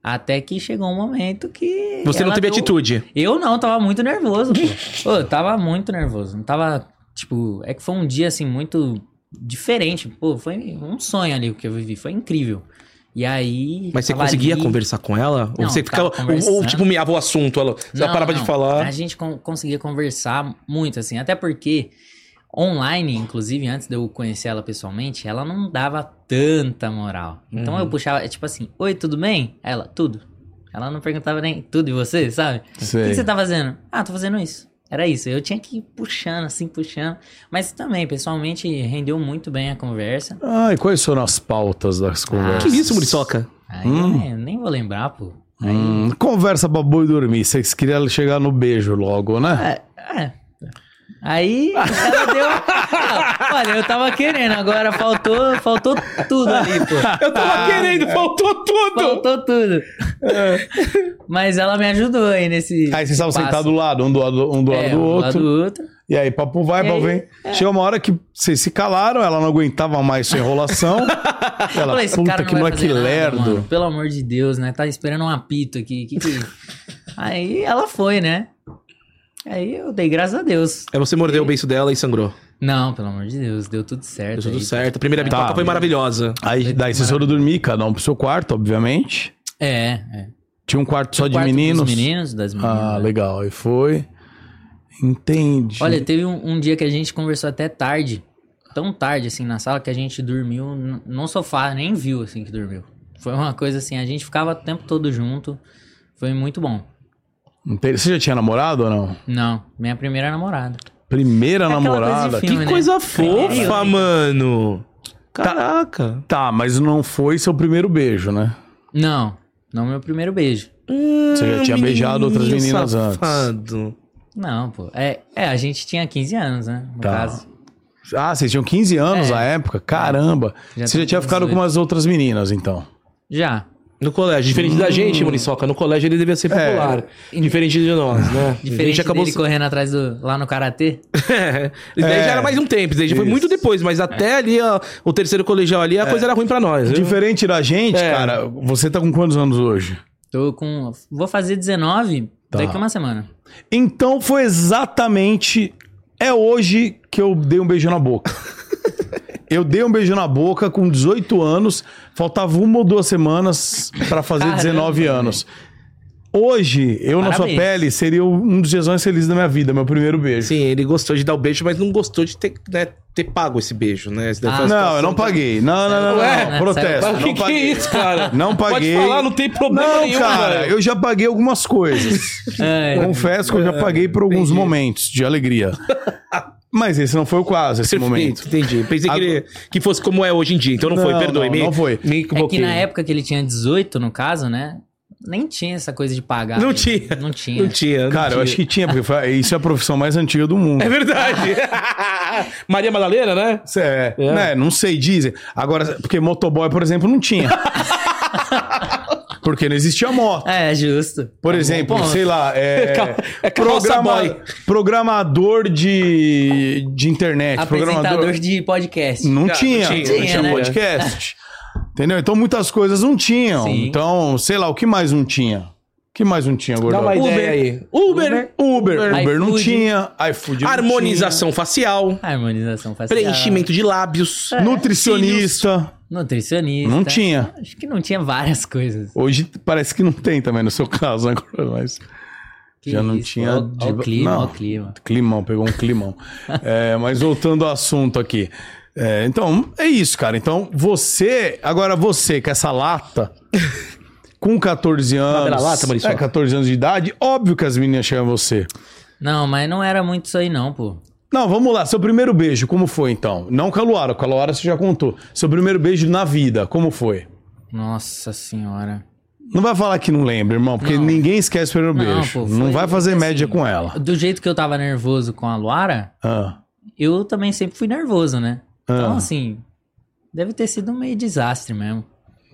S3: Até que chegou um momento que.
S2: Você não
S3: ela
S2: teve
S3: deu-
S2: atitude.
S3: Eu não, tava muito nervoso, pô. Pô, eu tava muito nervoso. Não tava, tipo, é que foi um dia assim muito diferente. Pô, foi um sonho ali o que eu vivi, foi incrível. E aí.
S2: Mas você
S3: tava
S2: conseguia
S3: ali-
S2: conversar com ela? ou
S3: Não,
S2: você ficava.
S3: tava
S2: Ou, ou, tipo,
S3: conversando.
S2: meava o assunto. Ela, ela
S3: Não,
S2: parava de
S3: não.
S2: falar.
S3: A gente con- conseguia conversar muito, assim, até porque online, inclusive, antes de eu conhecer ela pessoalmente, ela não dava tanta moral. Então
S2: Uhum.
S3: eu puxava, é tipo assim, oi, tudo bem? Ela, tudo. Ela não perguntava nem tudo e você, sabe? O que
S1: Sei.
S3: que, você tá fazendo? Ah, tô fazendo isso. Era isso. Eu tinha que ir puxando, assim, puxando. Mas também, pessoalmente, rendeu muito bem a conversa. Ah, Tá
S1: Ai, quais foram as pautas das conversas?
S2: Que isso, Muriçoca?
S3: Aí,
S1: Hum.
S3: é, nem vou lembrar, pô.
S1: Hum, conversa pra boi dormir. Vocês queriam chegar no beijo logo, né?
S3: É, é. Aí ela deu. *laughs* Não, Olha, eu tava querendo, agora faltou, faltou tudo ali, pô.
S2: Eu tava
S3: é.
S2: querendo, faltou tudo.
S3: Faltou tudo. Mas ela me ajudou aí nesse.
S1: Aí vocês estavam
S3: passo.
S1: sentados do lado, um do lado, um do, lado
S3: É,
S1: do
S3: um
S1: outro.
S3: lado do Tá outro.
S1: E aí, papo vai,
S3: E
S1: papo
S3: aí, é.
S1: vem. Chegou uma hora que vocês se calaram, ela não aguentava mais sua
S3: *laughs*
S1: enrolação. ela,
S3: Falei, esse
S1: puta,
S3: cara não
S1: que
S3: vai
S1: moleque
S3: fazer nada,
S1: lerdo.
S3: mano. Pelo amor de Deus, né? Tá esperando um apito aqui. que que- Aí ela foi, né? Aí eu dei graças a Deus.
S2: Aí É, você mordeu o beiço dela e sangrou.
S3: Não, pelo amor de Deus, deu tudo certo.
S2: Deu tudo
S3: aí.
S2: certo. A primeira
S1: Tá.
S2: bitoca foi maravilhosa.
S1: Aí, daí vocês foram dormir, cada um pro seu quarto, obviamente.
S3: É, é.
S1: Tinha um quarto só de
S3: Quarto dos
S1: meninos.
S3: meninos, das meninas.
S1: Ah,
S3: né?
S1: legal. Aí foi. Entendi.
S3: Olha, teve um, um dia que a gente conversou até tarde. Tão tarde, assim, na sala, que a gente dormiu n- no sofá, nem viu, assim, que dormiu. Foi uma coisa assim, a gente ficava o tempo todo junto. Foi muito bom.
S1: Entendi. Você já tinha namorado ou não?
S3: Não, minha primeira namorada.
S1: Primeira
S3: aquela coisa de
S1: namorada.
S3: filme.
S2: que
S3: né?
S2: coisa
S3: Caralho.
S2: fofa, mano. Caraca.
S1: Tá, mas não foi seu primeiro beijo, né?
S3: Não, não meu primeiro beijo.
S1: Você já
S2: Hum,
S1: tinha beijado outras meninas
S2: antes.
S3: Não, pô. É, é, a gente tinha 15 anos, né? No
S1: Tá.
S3: caso.
S1: Ah, vocês tinham 15 anos
S3: É.
S1: na época? Caramba.
S3: Já
S1: Você já
S3: tô
S1: tinha
S3: com
S1: ficado com
S3: 18.
S1: umas outras meninas, então.
S3: Já.
S2: No colégio. Hum. Diferente da gente, Muriçoca. No colégio ele devia ser popular. Diferente de nós, né? a
S3: Diferente
S2: gente acabou...
S3: dele correndo atrás do. lá no karatê.
S2: *laughs* É. Isso daí
S1: É.
S2: já era mais um tempo. Isso daí já foi
S1: Isso. É.
S2: muito depois. Mas até ali, ó, o terceiro colegial ali, a coisa era ruim pra nós. viu?
S1: Diferente da gente,
S2: É.
S1: cara, você tá com quantos anos hoje?
S3: Tô com. Vou fazer 19
S1: Tá.
S3: daqui uma semana.
S1: Então foi exatamente. É hoje que eu dei um beijo na
S2: *laughs*
S1: boca. eu dei um beijo na boca com 18 anos, faltava uma ou duas semanas pra fazer
S3: Caramba,
S1: 19
S3: velho.
S1: anos. Hoje, eu na sua
S3: Parabéns.
S1: pele, seria um dos dias mais felizes da minha vida, meu primeiro beijo.
S2: Sim, ele gostou de dar o beijo, mas não gostou de ter, né, ter pago esse beijo, né? Isso daí
S3: Ah.
S2: foi uma
S1: Não,
S2: situação-
S1: eu não paguei. Não, não, não, não.
S2: Ué,
S1: não. Protesto.
S2: Mas o que,
S1: Não
S2: que é
S1: paguei.
S2: isso, cara?
S1: *laughs* Não paguei.
S2: Pode falar, não tem problema
S1: Não,
S2: nenhum,
S1: cara,
S2: velho.
S1: eu já paguei algumas
S2: *laughs*
S1: coisas.
S3: É,
S1: Confesso que eu já paguei por alguns momentos de
S2: *laughs*
S1: alegria. Mas esse não foi o caso, esse
S2: Perfeito,
S1: momento.
S2: entendi. Pensei que,
S1: Agora-
S2: ele- que fosse como é hoje em dia, então não, foi,
S1: Não,
S2: perdoe.
S1: não,
S2: me,
S1: não foi.
S2: Me
S3: é
S2: equivoquei.
S3: que na época que ele tinha 18, no caso, né? Nem tinha essa coisa de pagar.
S2: Não
S3: ainda.
S2: tinha.
S3: Não tinha.
S2: Não tinha. não
S1: Cara, eu
S2: tinha.
S1: acho que tinha, porque foi- isso é a profissão mais antiga do mundo.
S2: É verdade.
S1: *laughs*
S2: Maria Madalena, né?
S1: Isso É,
S2: É.
S1: Né, não sei, dizem. Agora, porque motoboy, por exemplo, não
S2: *laughs*
S1: tinha. porque não existia moto.
S3: É, justo.
S1: Por
S3: É um
S1: exemplo,
S3: bom ponto.
S1: sei lá, é,
S2: Cal- *laughs* é calça
S1: programa-
S2: boy.
S1: programador de, de internet,
S3: *laughs* Apresentador
S1: programador
S3: de podcast.
S1: Não,
S2: Não
S1: tinha, não
S2: tinha,
S1: tinha,
S3: não tinha, né?
S1: podcast. Entendeu? Então muitas coisas não tinham.
S3: Sim.
S1: Então, sei lá, o que mais não tinha? O que mais não tinha,
S2: Dá
S1: gordão?
S2: uma
S1: Uber,
S2: ideia aí.
S1: Uber,
S3: Uber.
S1: Uber, Uber, não
S3: iFood.
S1: tinha, iFood não
S2: Harmonização facial,
S3: Harmonização facial.
S2: preenchimento de lábios.
S3: É.
S1: tinha. Nutricionista,
S3: Nutricionista.
S1: não tinha.
S3: Acho que não tinha várias coisas.
S1: Hoje parece que não tem também no seu caso, né? Gordão? Mas
S3: Que
S1: já não
S3: isso,
S1: tinha.
S3: Ó, ó o
S1: de-
S3: clima,
S1: não.
S3: ó o clima.
S1: Climão, pegou um
S3: *laughs*
S1: climão. É, mas voltando ao assunto aqui. É, então, é isso, cara. Então, você, agora você, com essa lata, com 14 anos.
S2: pela lata, Maurício?
S1: é, 14 anos de idade, óbvio que as meninas chegam a você.
S3: Não, mas não era muito isso aí, não, pô.
S1: Não, vamos lá, seu primeiro beijo, como foi então? Não com a Luara, com a Luara você já contou. Seu primeiro beijo na vida, como foi?
S3: Nossa senhora.
S1: Não vai falar que não lembra, irmão, porque
S3: Não.
S1: ninguém esquece o primeiro
S3: Não,
S1: beijo.
S3: pô,
S1: não
S3: foi-
S1: vai fazer
S3: assim,
S1: média com ela.
S3: Do jeito que eu tava nervoso com a Luara,
S1: Ah,
S3: eu também sempre fui nervoso, né? Então,
S1: Ah.
S3: assim, deve ter sido um meio desastre mesmo.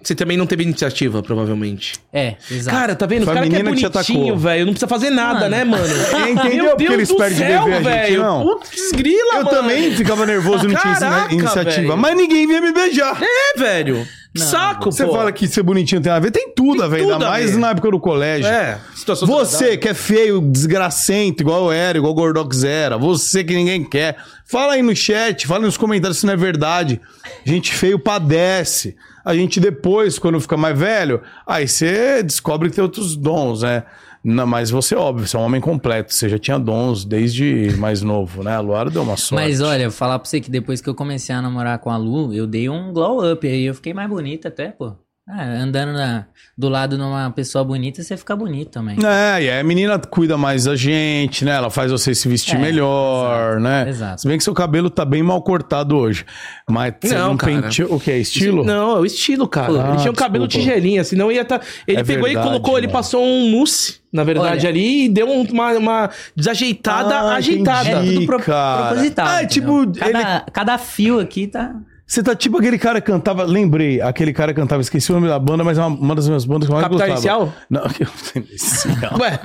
S2: Você também não teve iniciativa, provavelmente.
S3: É, exato.
S2: Cara, tá vendo?
S1: Foi a
S2: o cara que é
S1: menina que te
S2: bonitinho,
S1: atacou.
S2: velho. Não precisa fazer nada,
S3: Mano.
S1: *laughs*
S2: né, mano?
S1: Entendeu
S2: Meu
S1: porque
S2: Deus
S1: eles
S2: do
S1: perdem de
S2: céu,
S1: ver a gente,
S2: velho.
S1: não?
S2: Putz, grila,
S1: Eu
S2: mano.
S1: também ficava nervoso e não tinha inici-
S2: Caraca,
S1: iniciativa,
S2: velho.
S1: mas ninguém vinha me beijar.
S2: É, velho. Que
S3: Não,
S2: saco,
S1: Você
S2: pô.
S1: fala que ser bonitinho tem a ver, tem tudo a ver,
S2: tudo
S1: ainda
S2: a
S1: mais
S2: ver.
S1: na época do colégio.
S2: É, situação
S1: Você que é feio, desgracento, igual eu era, igual o Gordox era, você que ninguém quer, fala aí no chat, fala nos comentários se não é verdade. Gente feio padece. A gente depois, quando fica mais velho, aí você descobre que tem outros dons, né? Não, mas você, óbvio, você é um homem completo, você já tinha dons desde mais novo, né? A Luara deu uma sorte.
S3: Mas olha, vou falar pra você que depois que eu comecei a namorar com a Lu, eu dei um glow up aí, eu fiquei mais bonita até, pô. Ah, andando na- do lado de uma pessoa bonita, você fica bonito também.
S1: É, e aí a menina cuida mais da gente, né? Ela faz você se vestir
S3: É,
S1: melhor, né?
S3: exato.
S1: Se bem que seu cabelo tá bem mal cortado hoje. Mas você
S2: Não,
S1: não,
S2: cara.
S1: penteou. O que é? Estilo?
S2: Não, é o estilo, cara.
S1: Ah,
S2: ele tinha um cabelo
S1: desculpa.
S2: tigelinha, senão ia tá. Ele
S1: É
S2: pegou
S1: verdade,
S2: e colocou, ele
S1: né?
S2: passou um mousse, na verdade,
S3: Olha.
S2: ali e deu um- uma, uma desajeitada,
S1: Ah,
S2: ajeitada. É
S1: entendi. *laughs*
S3: tudo pro-
S1: cara.
S3: proposital.
S1: Ah, é
S3: entendeu?
S1: tipo,
S3: Cada, cada fio aqui tá.
S1: Você tá tipo aquele cara que cantava. Lembrei, aquele cara que cantava, esqueci o nome da banda, mas é uma, uma das minhas bandas que eu mais
S2: Capital
S1: gostava.
S2: Inicial?
S1: Não, *laughs* Capital Inicial.
S2: Ué,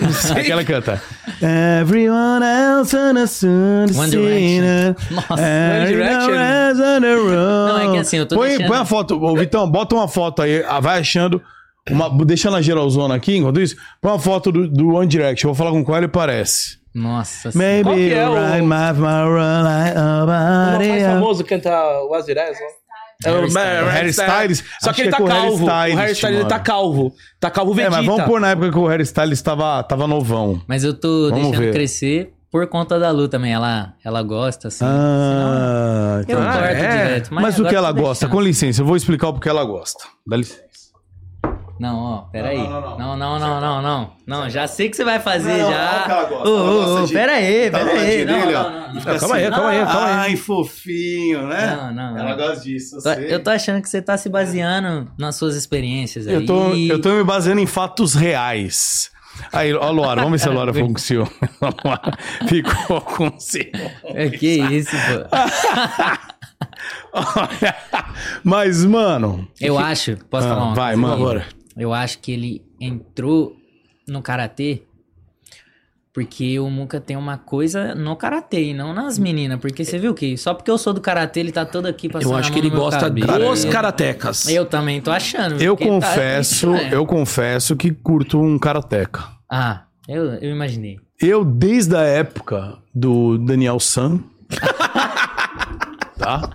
S2: não *laughs* sei.
S1: Aquela canta. Everyone else on a Sunday.
S3: One Direction. Nossa.
S1: Everyone
S2: Direction.
S1: else on the road.
S3: Não, é que assim, eu tô
S1: põe,
S3: deixando-
S1: põe a foto, ô, Vitão, bota uma foto aí, ah, vai achando. Uma, deixando a geralzona aqui, enquanto isso, põe uma foto do, do One Direction. Eu vou falar com qual ele parece.
S3: Nossa senhora.
S2: Qual
S1: Maybe
S2: que é
S1: you
S2: o-
S1: ride my, my run like a
S2: O
S1: body
S2: mais
S1: up.
S2: famoso canta o Azirás, né? É
S3: Harry
S1: O Harry Styles.
S2: Só
S1: Acho
S2: que
S1: que
S2: ele
S1: é
S2: tá
S1: com o Harry
S2: calvo. O
S1: Styles,
S2: Harry Styles ele tá
S1: mano.
S2: calvo. Tá calvo
S1: É,
S2: vegeta.
S1: mas vamos pôr na época que o Harry Styles tava, tava novão.
S3: Mas eu tô
S1: Vamos
S3: deixando
S1: ver.
S3: crescer por conta da Lu também. Ela, ela gosta, assim.
S1: Ah,
S3: eu
S1: entendi.
S3: corto
S2: é?
S3: direto. Mas,
S1: Mas, o
S3: agora
S1: que
S3: né? eu tô
S1: ela gosta?
S3: deixando.
S1: Com licença, eu vou explicar o porquê ela gosta. Dá licença.
S3: Não, ó, peraí.
S1: Não,
S3: Não,
S1: não, não,
S3: não, não, não, não, não. não, já sei que você vai fazer
S1: Não, olha o que ela
S3: já.
S1: gosta,
S3: Ô,
S1: ela gosta
S3: ô, ô,
S1: de- tá
S3: peraí, peraí. Não, não, não, não.
S2: Calma aí, calma aí, calma aí.
S1: Ai, fofinho, né?
S3: Não, não,
S1: Ela
S3: não.
S1: gosta disso, eu
S3: Tô-
S1: sei.
S3: Eu tô achando que você tá se baseando nas suas experiências aí.
S1: Eu tô, eu tô me baseando em fatos reais. Aí, ó, Luara, vamos ver se a Luara ficou com *laughs* ciúme. A Luara ficou com ciúme.
S3: É, que isso,
S1: Ah,
S3: pô.
S1: Olha, Mas, mano.
S3: Eu acho, posso
S1: Ah,
S3: falar uma
S1: vai,
S3: coisa
S1: mano.
S3: aqui? Eu acho que ele entrou no karatê porque o Muca tem uma coisa no karatê e não nas meninas. Porque você viu que só porque eu sou do karatê, ele tá todo aqui passando
S2: Eu
S3: a
S2: acho
S3: mão
S2: que ele
S3: no meu
S2: gosta
S3: cabelo.
S2: dos karatecas.
S3: Eu também tô achando. viu?
S1: Eu
S3: Porque tá-
S1: confesso,
S3: É.
S1: eu confesso que curto um karateca.
S3: Ah, eu, eu imaginei.
S1: Eu, desde a época do Daniel San, tá?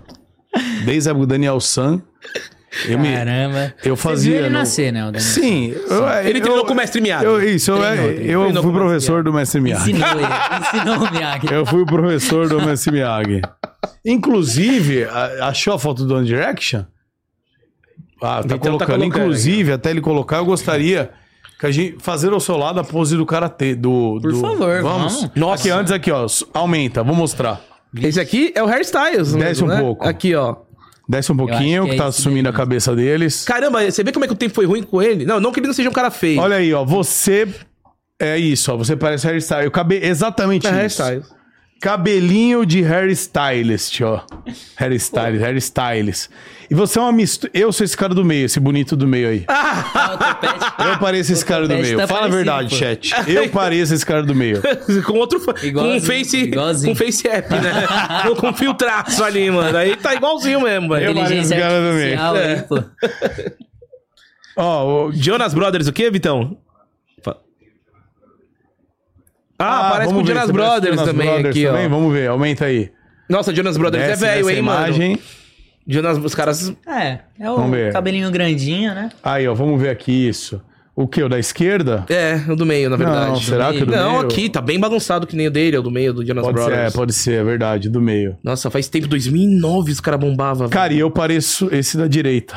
S1: Desde a época do Daniel San, eu, me,
S3: Caramba.
S1: eu
S3: Você viu
S1: fazia.
S3: ele
S1: no-
S3: nascer, né, o Daniel?
S1: Sim, eu,
S2: Ele
S1: eu-
S2: treinou com o mestre Miyagi.
S1: eu, Isso, eu,
S3: Treinou,
S1: eu,
S3: treinou.
S2: Treinou
S1: fui
S2: com o é.
S1: professor do Mestre Miyagi.
S3: Ensinou ele. Ensinou o Miyagi.
S1: Eu fui professor do Mestre Miyagi. Inclusive, a- achou a foto do One Direction? Ah, tá
S2: Então tá
S1: colocando.
S2: colocando.
S1: Inclusive, até ele colocar, eu gostaria que a gente fazer ao seu lado a pose do karatê. Do,
S3: Por
S1: do-
S3: favor, vamos.
S1: Nossa. Aqui, antes aqui, ó. s- Aumenta, vou mostrar.
S2: Esse aqui é o Harry Styles.
S1: Desce um
S2: né?
S1: pouco.
S2: Aqui, ó.
S1: Desce um
S3: Eu
S1: pouquinho,
S3: acho
S1: que,
S3: que é
S1: tá
S3: isso
S1: sumindo a
S3: mesmo.
S1: cabeça deles.
S2: Caramba, você vê como é que o tempo foi ruim com ele? Não, não que ele não seja um cara feio.
S1: Olha aí, ó. Você. É isso, ó. Você parece Harry Styles. Cabe... Exatamente
S2: é Harry
S1: isso.
S2: Styles.
S1: Cabelinho de Harry Stylist, ó. Harry Styles, Harry Styles. E você é uma mistura. Eu sou esse cara do meio, esse bonito do meio aí.
S3: Ah, o topete.
S1: Eu pareço
S2: *laughs*
S1: esse cara do
S3: Topete
S1: meio.
S3: tá
S1: Fala a
S3: parecido,
S1: verdade,
S3: pô.
S1: chat. Eu pareço esse cara do
S2: *laughs*
S1: meio.
S2: *laughs* com outro. fa- Com um
S3: Igualzinho,
S2: face.
S3: igualzinho.
S2: Com face app, né? *laughs* com, com filtraço ali, mano. Aí tá igualzinho mesmo, velho.
S1: Eu- pareço
S3: Inteligência
S1: o cara É. do meio.
S3: artificial aí, pô.
S1: Ó, o-
S2: Jonas Brothers, o quê, Vitão? Fa- Ah,
S1: Ah,
S2: parece com
S1: vamos
S2: o
S1: ver, você
S2: Jonas
S1: parece com o
S2: Brothers
S1: Jonas
S2: também
S1: Brothers
S2: aqui,
S1: também?
S2: ó.
S1: Vamos ver, aumenta aí.
S2: Nossa, Jonas Brothers
S1: Desce,
S2: é velho,
S1: desce a
S2: hein, mano?
S1: imagem.
S2: Jonas, os caras.
S3: É, é
S1: Vamos
S3: o
S1: ver.
S3: cabelinho grandinho, né?
S1: Aí, ó, vamos ver aqui isso. O que? O da esquerda?
S2: É, o do meio, na verdade.
S1: Não, será que o do
S2: Não,
S1: meio?
S2: aqui, tá bem bagunçado que nem o dele, é o do meio do Jonas
S1: Pode ser, é,
S2: Brothers.
S1: pode ser, é verdade, do meio.
S2: Nossa, faz tempo, 2009 os caras bombavam.
S1: Cara, e eu pareço esse da direita.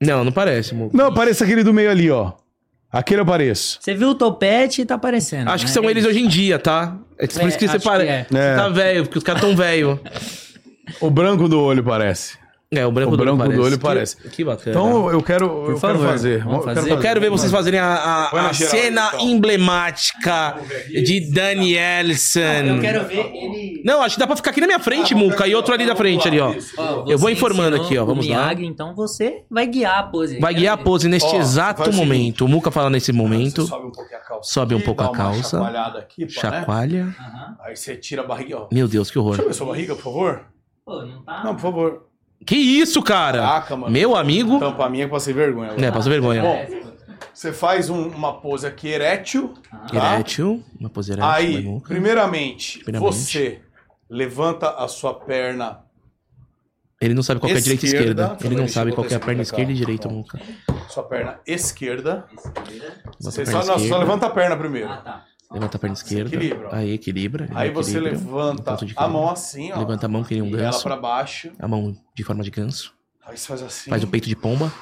S2: Não, não parece, amor.
S1: Não, eu pareço aquele do meio ali, ó. Aquele eu pareço.
S3: Você viu o topete e tá aparecendo.
S2: Acho que
S3: né?
S2: são eles hoje em dia, tá? É por
S3: É,
S2: isso que você
S3: acho que é.
S2: parece. Você
S1: É.
S2: tá velho, porque os caras tão velho.
S1: O branco do olho parece.
S2: É, o branco,
S1: O branco
S2: do olho
S1: do
S2: parece.
S1: olho
S2: Que, que bacana.
S1: Então eu quero, eu quero
S3: favor,
S1: fazer.
S3: vamos
S1: Eu
S3: fazer?
S2: eu quero ver vocês fazerem a, a-
S1: Põe na
S2: a
S1: geral,
S2: cena
S1: então.
S2: emblemática de Danielson.
S3: Ah, Eu quero
S2: Hum.
S3: ver ele.
S2: Não, acho que dá pra ficar aqui na minha frente,
S1: Ah,
S2: Muca, e outro ali da frente, ali, ó.
S3: Ó,
S2: Eu vou
S3: você
S2: informando
S3: ensinou
S2: aqui, ó,
S3: o
S2: vamos lá.
S3: Miyagi, Então você vai guiar a pose.
S2: Vai guiar a pose neste
S1: Ó,
S2: exato
S1: faz o
S2: momento. O Muca fala nesse
S1: Você
S2: momento.
S1: sobe um pouquinho a calça.
S2: Sobe um
S1: aqui,
S2: pouco
S1: dá
S2: a
S1: uma
S2: calça.
S1: chacoalhada aqui, pá, né?
S2: Chacoalha.
S3: Aham.
S1: Aí você tira a barriga, ó.
S2: Meu Deus, que
S1: Deixa eu
S2: horror.
S1: ver sua barriga, por favor.
S3: Pô, não tá.
S1: Não, por favor.
S2: Que isso, cara?
S1: Caraca, mano.
S2: Meu amigo.
S1: Tampa a minha que eu passei vergonha. agora.
S2: É, passa vergonha.
S1: Bom,
S3: tá
S1: você faz um- uma pose aqui erétil. tá?
S2: Erétil. Uma pose erétil. vai,
S1: Aí,
S2: Muca.
S1: primeiramente,
S2: Primeiramente.
S1: você levanta a sua perna.
S2: Ele não sabe qual que é a direita e
S1: Esquerda.
S2: esquerda. Ele não
S1: Deixa eu
S2: sabe qual
S1: botar
S2: que é a
S1: esse
S2: perna
S1: aqui pra
S2: esquerda e
S1: cá.
S2: direita,
S1: Pronto.
S2: Muca.
S1: Sua perna esquerda.
S2: Bota a
S1: Você
S2: perna
S1: só, não, só
S2: esquerda.
S1: levanta a perna primeiro.
S3: Ah, tá.
S2: Levanta a perna esquerda.
S1: equilibra, ó.
S2: Aí equilibra. ele
S1: Aí você
S2: equilibra, um
S1: levanta
S2: ponto
S1: a
S2: de equilíbrio.
S1: mão assim, ó.
S2: Levanta a mão que nem um
S1: ela
S2: ganso.
S1: pra baixo.
S2: A mão de forma de ganso.
S1: Aí você faz assim.
S2: Faz o peito de pomba.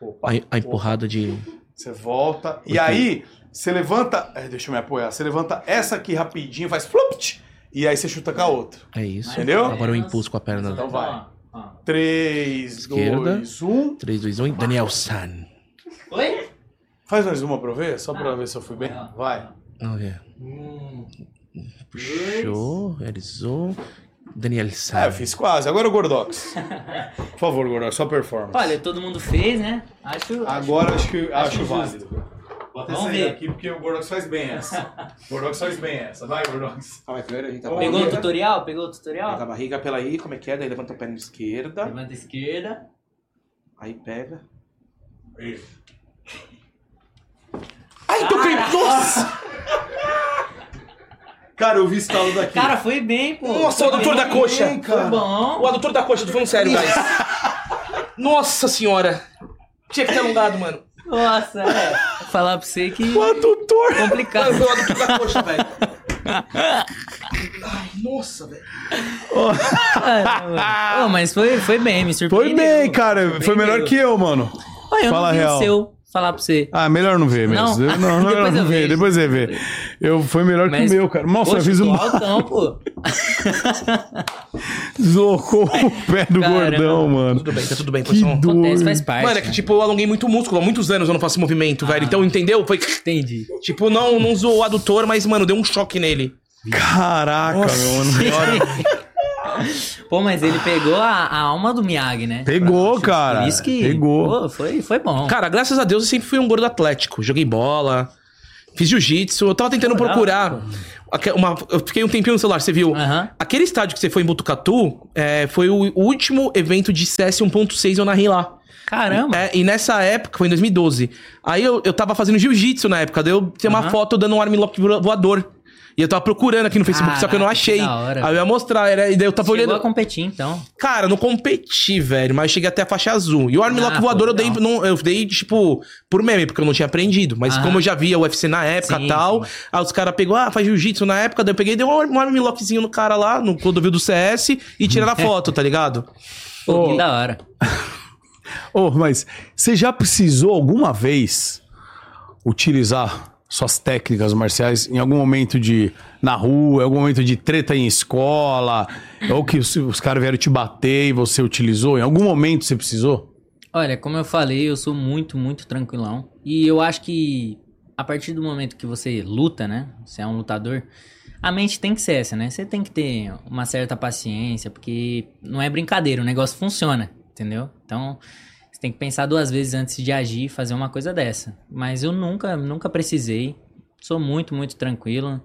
S1: Opa,
S2: A, a empurrada de.
S1: Você volta. E
S2: Porque-
S1: aí, você levanta. é, deixa eu me apoiar. Você levanta essa aqui rapidinho, faz flupt. E aí você chuta com a outra.
S2: É isso.
S1: Entendeu?
S2: Agora eu impulso com a perna.
S1: Então vai.
S3: Ó, ó.
S1: 3,
S2: Esquerda.
S1: 2, 1.
S2: 3, 2, 1. Daniel San.
S3: Oi?
S1: Faz mais uma pra eu ver, só pra eu ver se eu fui bem. Vai.
S2: Vamos ver. Hum.
S3: Um,
S2: Puxou, realizou. Daniel San.
S1: É, eu fiz quase. Agora o Gordox.
S3: *laughs*
S1: Por favor, Gordox, só performance.
S3: Olha, todo mundo fez, né? Acho.
S1: Agora acho que acho,
S3: justo.
S1: válido. Vou até
S3: Vamos
S1: sair
S3: ver.
S1: aqui porque o Gordox faz bem
S3: *laughs*
S1: essa. O Gordox faz bem essa. Vai, Gordox.
S4: Calma aí, primeiro a gente tá
S1: Pegou
S3: Pegou o
S1: Olha.
S3: tutorial? Pegou o
S4: Pega a
S3: tutorial?
S4: barriga pela aí, como é que é? Daí levanta a perna esquerda.
S3: Levanta a esquerda.
S4: Aí pega.
S1: Isso.
S4: Ai, toquei! Nossa!
S1: Cara, eu vi estalo daqui.
S3: Cara, foi bem, pô.
S2: Nossa, o
S3: Foi
S2: doutor
S3: bem,
S2: da coxa.
S3: Foi bom.
S2: O adutor da coxa, tô falando sério, guys. Nossa senhora. Tinha que ter alongado, mano.
S3: Nossa, é. Vou falar pra você que. é
S2: Adutor.
S3: Complicado.
S2: Mano, foi o adutor da coxa,
S3: *laughs*
S2: velho. Ai, nossa, velho.
S3: Caramba. Ô, mas foi, foi bem, me
S1: Foi
S3: surpreendeu.
S1: bem, cara. Foi melhor
S3: bem.
S1: que eu, mano.
S3: Olha, eu
S1: Fala
S3: não vi
S1: real.
S3: o seu. Falar pra você.
S1: Ah, melhor não ver mesmo.
S3: Não.
S1: Eu-
S3: *laughs*
S1: Não, não, melhor
S3: Depois
S1: não
S3: eu
S1: ver.
S3: vejo.
S1: Depois você vê. Eu, foi melhor que o
S3: Mas-
S1: meu, cara. Nossa,
S3: Poxa,
S1: eu fiz
S3: tô
S1: um.
S3: altão, pô.
S1: *laughs* Deslocou o pé do
S3: Caramba.
S1: gordão, mano.
S2: Tudo bem, tá tudo bem,
S1: Que
S2: pessoal.
S1: dor.
S3: Acontece, faz parte. né?
S2: Mano, é que tipo, eu alonguei muito músculo. Há muitos anos eu não faço movimento, velho. Então, entendeu? Foi...
S3: Entendi.
S2: Tipo, não, não zoou o adutor, mas, mano, deu um choque nele.
S1: Caraca, meu mano.
S3: Pô, mas ele pegou a, a alma do Miyagi, né?
S1: Pegou, cara.
S3: Por isso que.
S1: Pegou.
S3: Pô, foi, foi bom.
S2: Cara, graças a Deus eu sempre fui um gordo atlético. Joguei bola, fiz jiu-jitsu. Eu tava tentando
S3: Legal,
S2: procurar. aque- Uma, eu fiquei um tempinho no celular, você viu?
S3: Aham.
S2: Aquele estádio que você foi em Botucatu é, foi o último evento de CS 1.6 eu narrei lá.
S3: Caramba.
S2: É, e nessa época, foi em 2012. Aí eu, eu tava fazendo jiu-jitsu na época, daí eu tinha uma
S3: Aham.
S2: foto dando um armlock vo- voador. E eu tava procurando aqui no Facebook, só que eu não
S3: Caraca, Ah, que
S2: achei.
S3: da hora.
S2: Aí eu ia mostrar, era, e daí eu tava
S3: Chegou
S2: tá olhando.
S3: a competir, então.
S2: Cara, eu não competi, velho, mas eu cheguei até a faixa azul. E o Armlock
S3: Ah,
S2: voador
S3: pô,
S2: eu dei,
S3: legal.
S2: não, eu dei, tipo, por meme, porque eu não tinha aprendido. Mas
S3: Aham.
S2: como eu já via UFC na época
S3: Sim,
S2: e tal,
S3: sim.
S2: aí os caras pegou, ah, faz jiu-jitsu na época, daí eu peguei, dei um arm- um Armlockzinho no cara lá, no Clodovil do CS, e tiraram
S3: *laughs*
S2: a foto, tá ligado?
S3: Pô, que da hora.
S1: Ô, mas você já precisou alguma vez utilizar suas técnicas marciais em algum momento de na rua, em algum momento de treta em escola, ou que os, os caras vieram te bater e você utilizou? Em algum momento você precisou?
S3: Olha, como eu falei, eu sou muito, muito tranquilão. E eu acho que a partir do momento que você luta, né? Você é um lutador, a mente tem que ser essa, né? Você tem que ter uma certa paciência, porque não é brincadeira, o negócio funciona, entendeu? Então, você tem que pensar duas vezes antes de agir e fazer uma coisa dessa. Mas eu nunca, nunca precisei. Sou muito, muito tranquilo.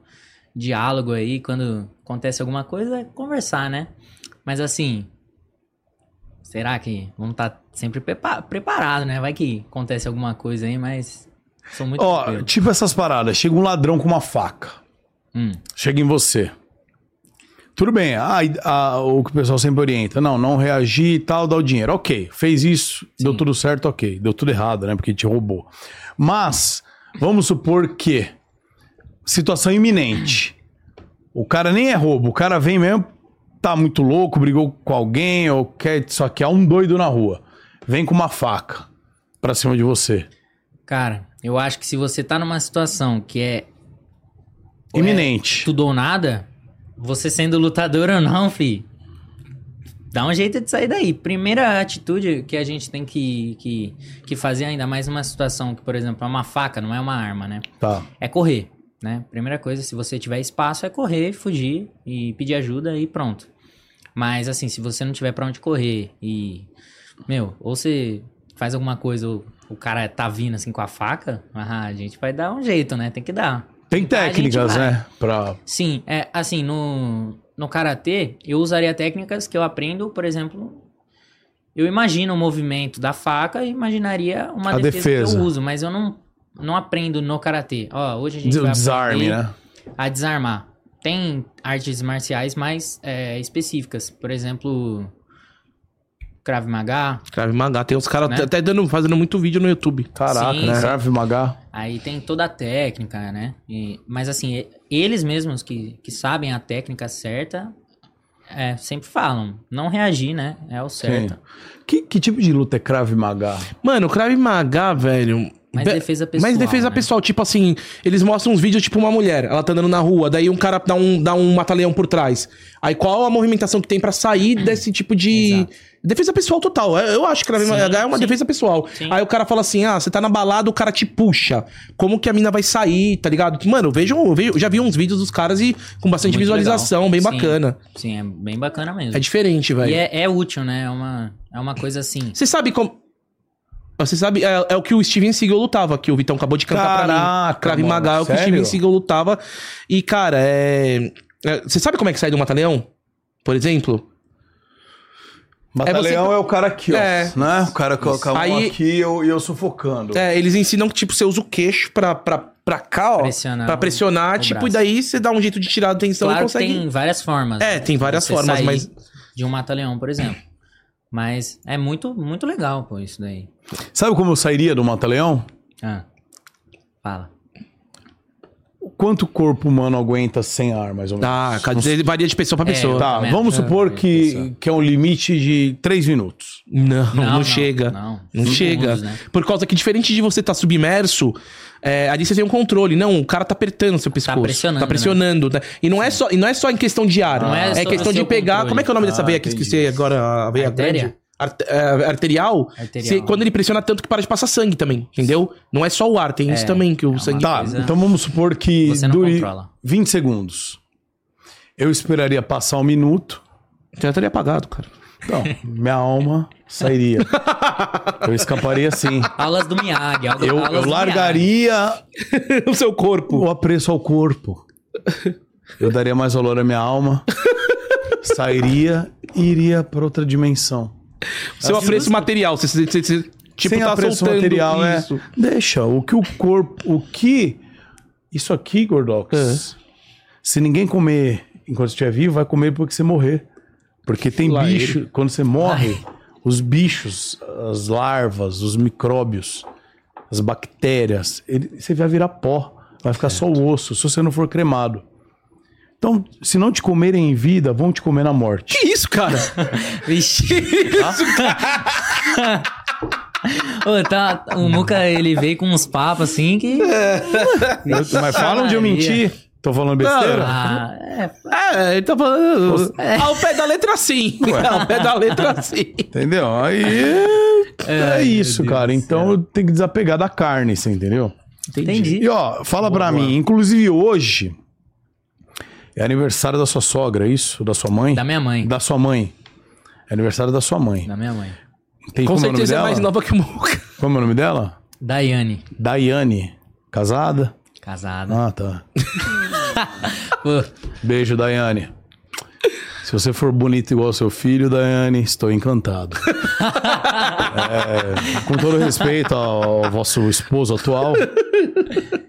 S3: Diálogo aí, quando acontece alguma coisa, é conversar, né? Mas assim, Será que vamos estar sempre prepa preparado, né? Vai que acontece alguma coisa aí, mas sou muito
S1: Ó,
S3: tranquilo.
S1: tipo essas paradas, chega um ladrão com uma faca.
S3: Hum.
S1: chega em você. Tudo bem, a- a- o que o pessoal sempre orienta, não, não reagir e tal, dá o dinheiro. Ok, fez isso, deu tudo certo, ok. Deu tudo errado, né? Porque te roubou. Mas, vamos supor que situação iminente. O cara nem é roubo, o cara vem mesmo, tá muito louco, brigou com alguém, ou quer só que é um doido na rua. Vem com uma faca pra cima de você.
S3: Cara, eu acho que se você tá numa situação que é
S1: Iminente.
S3: tudo ou nada, você sendo lutador ou não, fi, dá um jeito de sair daí. Primeira atitude que a gente tem que, que, que fazer, ainda mais numa situação que, por exemplo, é uma faca, não é uma arma, né?
S1: Tá.
S3: é correr, né? Primeira coisa, se você tiver espaço, é correr, fugir e pedir ajuda e pronto. Mas assim, se você não tiver pra onde correr e meu, ou você faz alguma coisa, ou o cara tá vindo assim com a faca, ah, a gente vai dar um jeito, né? Tem que dar.
S1: Tem
S3: Então a gente
S1: técnicas,
S3: vai.
S1: né? Pra.
S3: Sim, é assim, no, no karatê, eu usaria técnicas que eu aprendo, por exemplo, eu imagino o movimento da faca e imaginaria uma
S1: A
S3: defesa, que
S1: defesa.
S3: eu uso, mas eu não, não aprendo no karatê. Ó, hoje a gente
S1: des-
S3: vai
S1: Desarme,
S3: aprender
S1: né?
S3: a desarmar. Tem artes marciais mais é, específicas, por exemplo, Krav Maga,
S2: Crave Maga, tem uns caras
S3: Né?
S2: t- até dando, fazendo muito vídeo no YouTube.
S1: Caraca,
S3: Sim,
S1: né?
S3: sim.
S1: Krav Maga.
S3: aí tem toda a técnica, né? E- mas assim, e- eles mesmos que, que sabem a técnica certa, É, sempre falam. Não reagir, né? É o certo.
S1: Que, que tipo de luta é Krav Maga?
S2: Mano, o Krav Maga, velho.
S3: Mas
S2: Be-
S3: defesa pessoal.
S2: Mas defesa
S3: né?
S2: pessoal, tipo assim, eles mostram uns vídeos, tipo uma mulher, ela tá andando na rua, daí um cara dá um, dá um mata-leão por trás. Aí qual a movimentação que tem pra sair desse tipo de.
S3: Exato.
S2: Defesa pessoal total. Eu eu acho que Krav
S3: Sim,
S2: Maga é uma
S3: sim.
S2: defesa pessoal.
S3: Sim.
S2: Aí o cara fala assim: ah, você tá na balada, o cara te puxa. Como que a mina vai sair, tá ligado? Mano, vejam, eu vejo- já vi uns vídeos dos caras e com bastante
S3: Muito
S2: visualização,
S3: legal.
S2: bem
S3: Sim.
S2: bacana.
S3: Sim, é bem bacana mesmo.
S2: É diferente, velho.
S3: e é, é útil, né? É uma, é uma coisa assim.
S2: Você sabe como. Você sabe, é, é o que o Steven Seagal lutava, que o Vitão acabou de cantar pra
S1: Caraca,
S2: mim. Krav
S1: mano,
S2: Maga é o que o
S1: sério?
S2: Steven Seagal lutava. E, cara, é. é, Você sabe como é que sai do Mataleão? Por exemplo?
S1: Batalhão é, o cara aqui, ó.
S2: É.
S1: Né? O cara coloca a mão
S2: Aí-
S1: aqui e eu, e eu sufocando.
S2: É, eles ensinam que, tipo, você usa o queixo pra, pra, pra cá, ó.
S3: Pressionar
S2: pra
S3: o-
S2: pressionar,
S3: o
S2: tipo,
S3: braço.
S2: e daí você dá um jeito de tirar a tensão e
S3: claro que
S2: consegue.
S3: tem várias formas.
S2: É,
S3: né?
S2: tem várias
S3: Você
S2: formas,
S3: sair
S2: mas.
S3: De um mata-leão, por exemplo. Mas é muito, muito legal, pô, isso daí.
S1: Sabe como eu sairia do Mata-Leão?
S3: Ah, fala.
S1: Quanto corpo humano aguenta sem ar, mais ou menos?
S2: Ah, cada- varia de pessoa pra
S3: É,
S2: pessoa.
S1: Tá,
S3: também
S1: vamos
S3: acho.
S1: supor que,
S3: Isso.
S1: que é um limite de 3 minutos.
S2: Não, não, chega.
S3: Não,
S2: Não
S3: Segundos,
S2: chega.
S3: né?
S2: Por causa que, diferente de você estar submerso, é, ali você tem um controle. Não, o cara tá apertando seu pescoço.
S3: pressionando,
S2: Tá pressionando. né? E, não é só, e não é só em questão de ar.
S3: Não é
S2: é
S3: só no
S2: questão de
S3: seu
S2: pegar.
S3: controle.
S2: Como é que é o nome dessa
S1: Ah,
S2: veia que eu
S1: entendi.
S2: esqueci agora? A veia
S3: Artéria?
S2: grande? Arte- é, arterial?
S3: Arterial.
S2: Você- quando ele pressiona tanto que para de passar sangue também, entendeu? Não é só o ar, tem isso também, que o
S3: é uma
S2: sangue.
S1: Tá,
S3: coisa-
S1: então vamos supor que
S3: Você não
S1: dure
S3: controla.
S1: 20 segundos. Eu esperaria passar um minuto.
S2: Tem artéria apagado, cara. *laughs*
S1: Então, minha alma sairia. Eu escaparia sim.
S3: Aulas do Miyagi. Aulas,
S1: Eu,
S3: aulas
S1: eu
S3: do
S1: largaria
S2: o seu corpo.
S1: o apreço ao corpo. Eu daria mais valor à minha alma. Sairia e iria pra outra dimensão.
S3: É
S2: Seu apreço material. Você, você, você- você, tipo,
S1: Sem
S2: tá
S1: apreço
S2: soltando
S1: material, é.
S2: isso.
S1: Deixa, o que o corpo. O que. Isso aqui, Gordox. Se ninguém comer enquanto estiver vivo, vai comer depois que você morrer. Porque tem
S2: Lá
S1: bicho. Quando você morre, os bichos, as larvas, os micróbios, as bactérias, ele- você vai virar pó. Vai ficar só o osso, se você não for cremado. Então, se não te comerem em vida, vão te comer na morte.
S2: Que isso,
S3: *laughs*
S2: cara?
S3: Miyagi. *laughs* Vixe. Ô, tá, o Muca, ele veio com uns papos assim que...
S2: É.
S1: Mas falam de eu mentir. Tô falando besteira?
S3: Ah, é,
S2: É, ele tá falando. Ao pé da letra sim. Ao pé da letra sim.
S1: Entendeu? Aí é, é isso, cara. Então eu tenho que desapegar da carne, você entendeu?
S3: entendi.
S1: E ó, fala pra mim, inclusive hoje é aniversário da sua sogra, é isso? Da sua mãe?
S3: Da minha mãe.
S1: Da sua mãe. É aniversário da sua mãe.
S3: Da minha mãe.
S1: Tem
S2: Com
S1: como é o nome
S2: certeza é
S1: dela?
S2: mais nova que o Muca.
S1: Como é o nome dela?
S3: Daiane,
S1: Daiane. Casada?
S3: casada.
S1: Ah, tá.
S3: Pô,
S1: *laughs* Beijo, Daiane. Se você for bonito igual seu filho, Daiane, estou encantado. É, com todo respeito ao vosso esposo atual.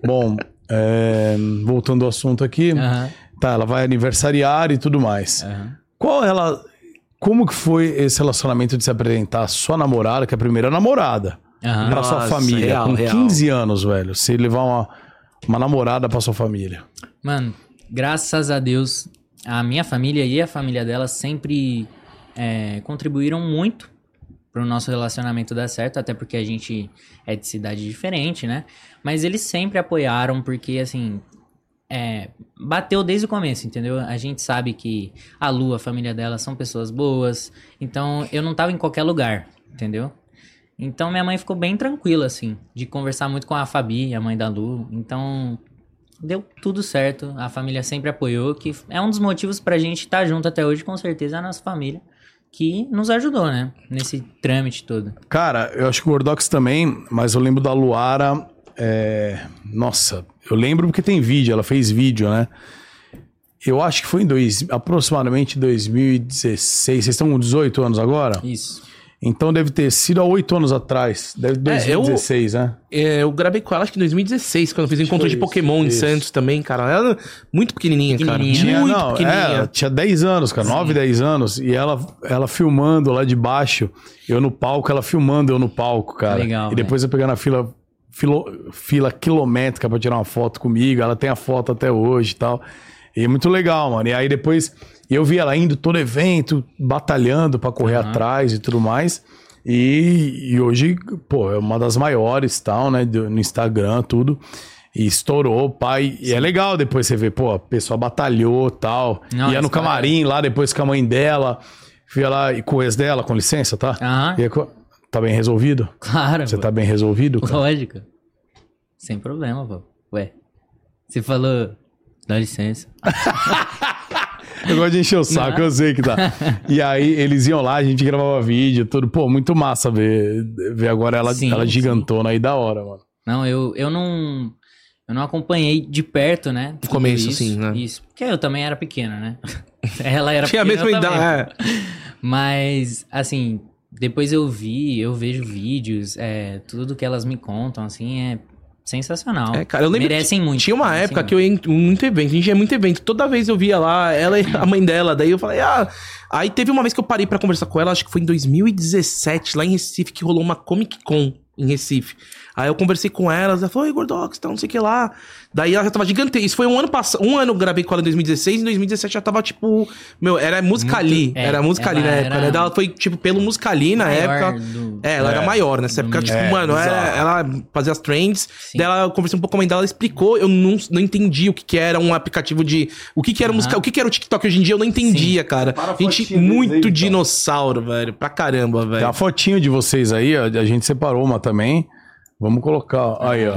S1: Bom, é, voltando ao assunto aqui.
S3: aham.
S1: Tá, ela vai aniversariar e tudo mais.
S3: Aham.
S1: Qual ela. Como que foi esse relacionamento de se apresentar à sua namorada, que é a primeira namorada,
S3: aham.
S1: pra sua
S2: Nossa,
S1: família?
S2: real,
S1: com
S2: real.
S1: 15 anos, velho. Você levar uma, uma namorada pra sua família.
S3: Mano, graças a Deus, a minha família e a família dela sempre é, contribuíram muito pro nosso relacionamento dar certo, até porque a gente é de cidade diferente, né? Mas eles sempre apoiaram, porque assim. é, bateu desde o começo, entendeu? A gente sabe que a Lu, a família dela, são pessoas boas. Então eu não tava em qualquer lugar, entendeu? Então minha mãe ficou bem tranquila, assim, de conversar muito com a Fabi, a mãe da Lu. Então deu tudo certo. A família sempre apoiou, que é um dos motivos pra gente estar junto até hoje, com certeza, é a nossa família, que nos ajudou, né? Nesse trâmite todo.
S1: Cara, eu acho que o Gordox também, mas eu lembro da Luara. é, Nossa, eu lembro porque tem vídeo, ela fez vídeo, né? Eu acho que foi em dois, aproximadamente 2016. Vocês estão com 18 anos agora?
S3: Isso.
S1: Então deve ter sido há 8 anos atrás. Deve
S2: É, eu-
S1: 2016, né?
S2: É, eu gravei com ela acho que em 2016, quando eu fiz o encontro de
S1: isso,
S2: Pokémon em
S1: isso.
S2: Santos também, cara. Ela era muito pequenininha,
S3: Pequenininha.
S2: cara. Muito
S1: não, é,
S2: pequenininha.
S1: tinha 10 anos, cara, 9, 10 anos. E ela, ela filmando lá de baixo, eu no palco, ela filmando eu no palco, cara.
S3: Legal,
S1: E depois eu pegar na fila, filo- fila quilométrica pra tirar uma foto comigo. Ela tem a foto até hoje e tal. E é muito legal, mano. E aí depois eu vi ela indo todo evento, batalhando pra correr
S3: Aham.
S1: atrás e tudo mais. E, e hoje, pô, é uma das maiores tal, né? do- No Instagram, tudo. E estourou, pai. E é legal depois você ver, pô, a pessoa batalhou tal.
S3: Não,
S1: Ia no
S3: isso é-
S1: camarim lá depois com a mãe dela. Fui lá e com o ex dela, com licença, tá?
S3: Aham,
S1: E aí, co- tá bem resolvido?
S3: Ah, claro.
S1: Você
S3: pô.
S1: tá bem
S3: *laughs*
S1: resolvido? cara?
S3: Lógico. Sem problema, pô. Ué. Você falou. Dá licença.
S1: Eu gosto de encher o saco, eu sei que tá. E aí eles iam lá, a gente gravava vídeo, tudo. Pô, muito massa ver, ver agora ela,
S3: Sim,
S1: ela
S3: sim.
S1: gigantona aí da hora, mano.
S3: Não, eu, eu não. Eu não acompanhei de perto, né? tudo
S2: começo,
S3: isso,
S2: sim, né?
S3: Isso. Porque eu também era pequena, né? *laughs* Ela era
S2: Tinha a
S3: pequena.
S2: mesma
S3: eu também.
S2: idade. é.
S3: Mas, assim, depois eu vi, eu vejo vídeos, é, tudo que elas me contam, assim, é sensacional.
S2: É, cara, eu lembro
S3: Merecem muito. assim,
S2: Tinha uma época que eu ia em muito evento, a gente ia em muito evento. Toda vez eu via lá ela e a mãe dela. Daí eu falei, ah. Aí teve uma vez que eu parei pra conversar com ela, acho que foi em 2017, lá em Recife, que rolou uma Comic Con em Recife. Aí eu conversei com ela, ela falou, Oi, Gordox, tal, não sei o que lá. Daí ela já tava gigantesca. Isso foi um ano passado. Um ano eu gravei com ela em 2016, em 2017 já tava, tipo. Meu, era Muscali.
S3: Muito- é,
S2: era Muscali na
S3: ela
S2: época.
S3: era-
S2: né? Daí Ela foi, tipo, pelo Muscali na época. É, ela
S1: É.
S2: era maior nessa época.
S3: Hum.
S2: Tipo,
S1: É,
S2: mano, era-
S1: bizarro.
S2: ela fazia as trends. Daí ela, eu conversei um pouco com a mãe dela, ela explicou. Eu não, não entendi o que, que era um aplicativo de. O que, que era
S3: Aham.
S2: música. O que, que era o TikTok hoje em dia, eu não entendia, cara.
S4: Para a
S2: Gente,
S4: fotinha deles
S2: muito
S4: aí, então.
S2: dinossauro, velho. Pra caramba,
S1: Tem
S2: velho.
S1: uma fotinho de vocês aí, ó, a gente separou uma também. Vamos colocar, ó. aí, ó.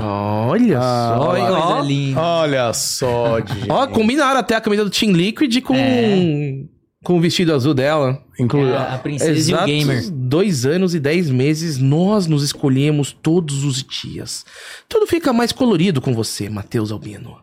S2: Olha
S1: Ah,
S2: só,
S1: olha
S2: ó.
S3: Coisa linda.
S1: Olha
S3: *laughs*
S1: só, gente.
S2: Ó, combinaram até a camisa do Team Liquid com. Com o vestido azul dela.
S1: Inclu-
S3: É, a princesa e o gamer.
S2: dois anos e dez meses, nós nos escolhemos todos os dias. Tudo fica mais colorido com você, Matheus Albino.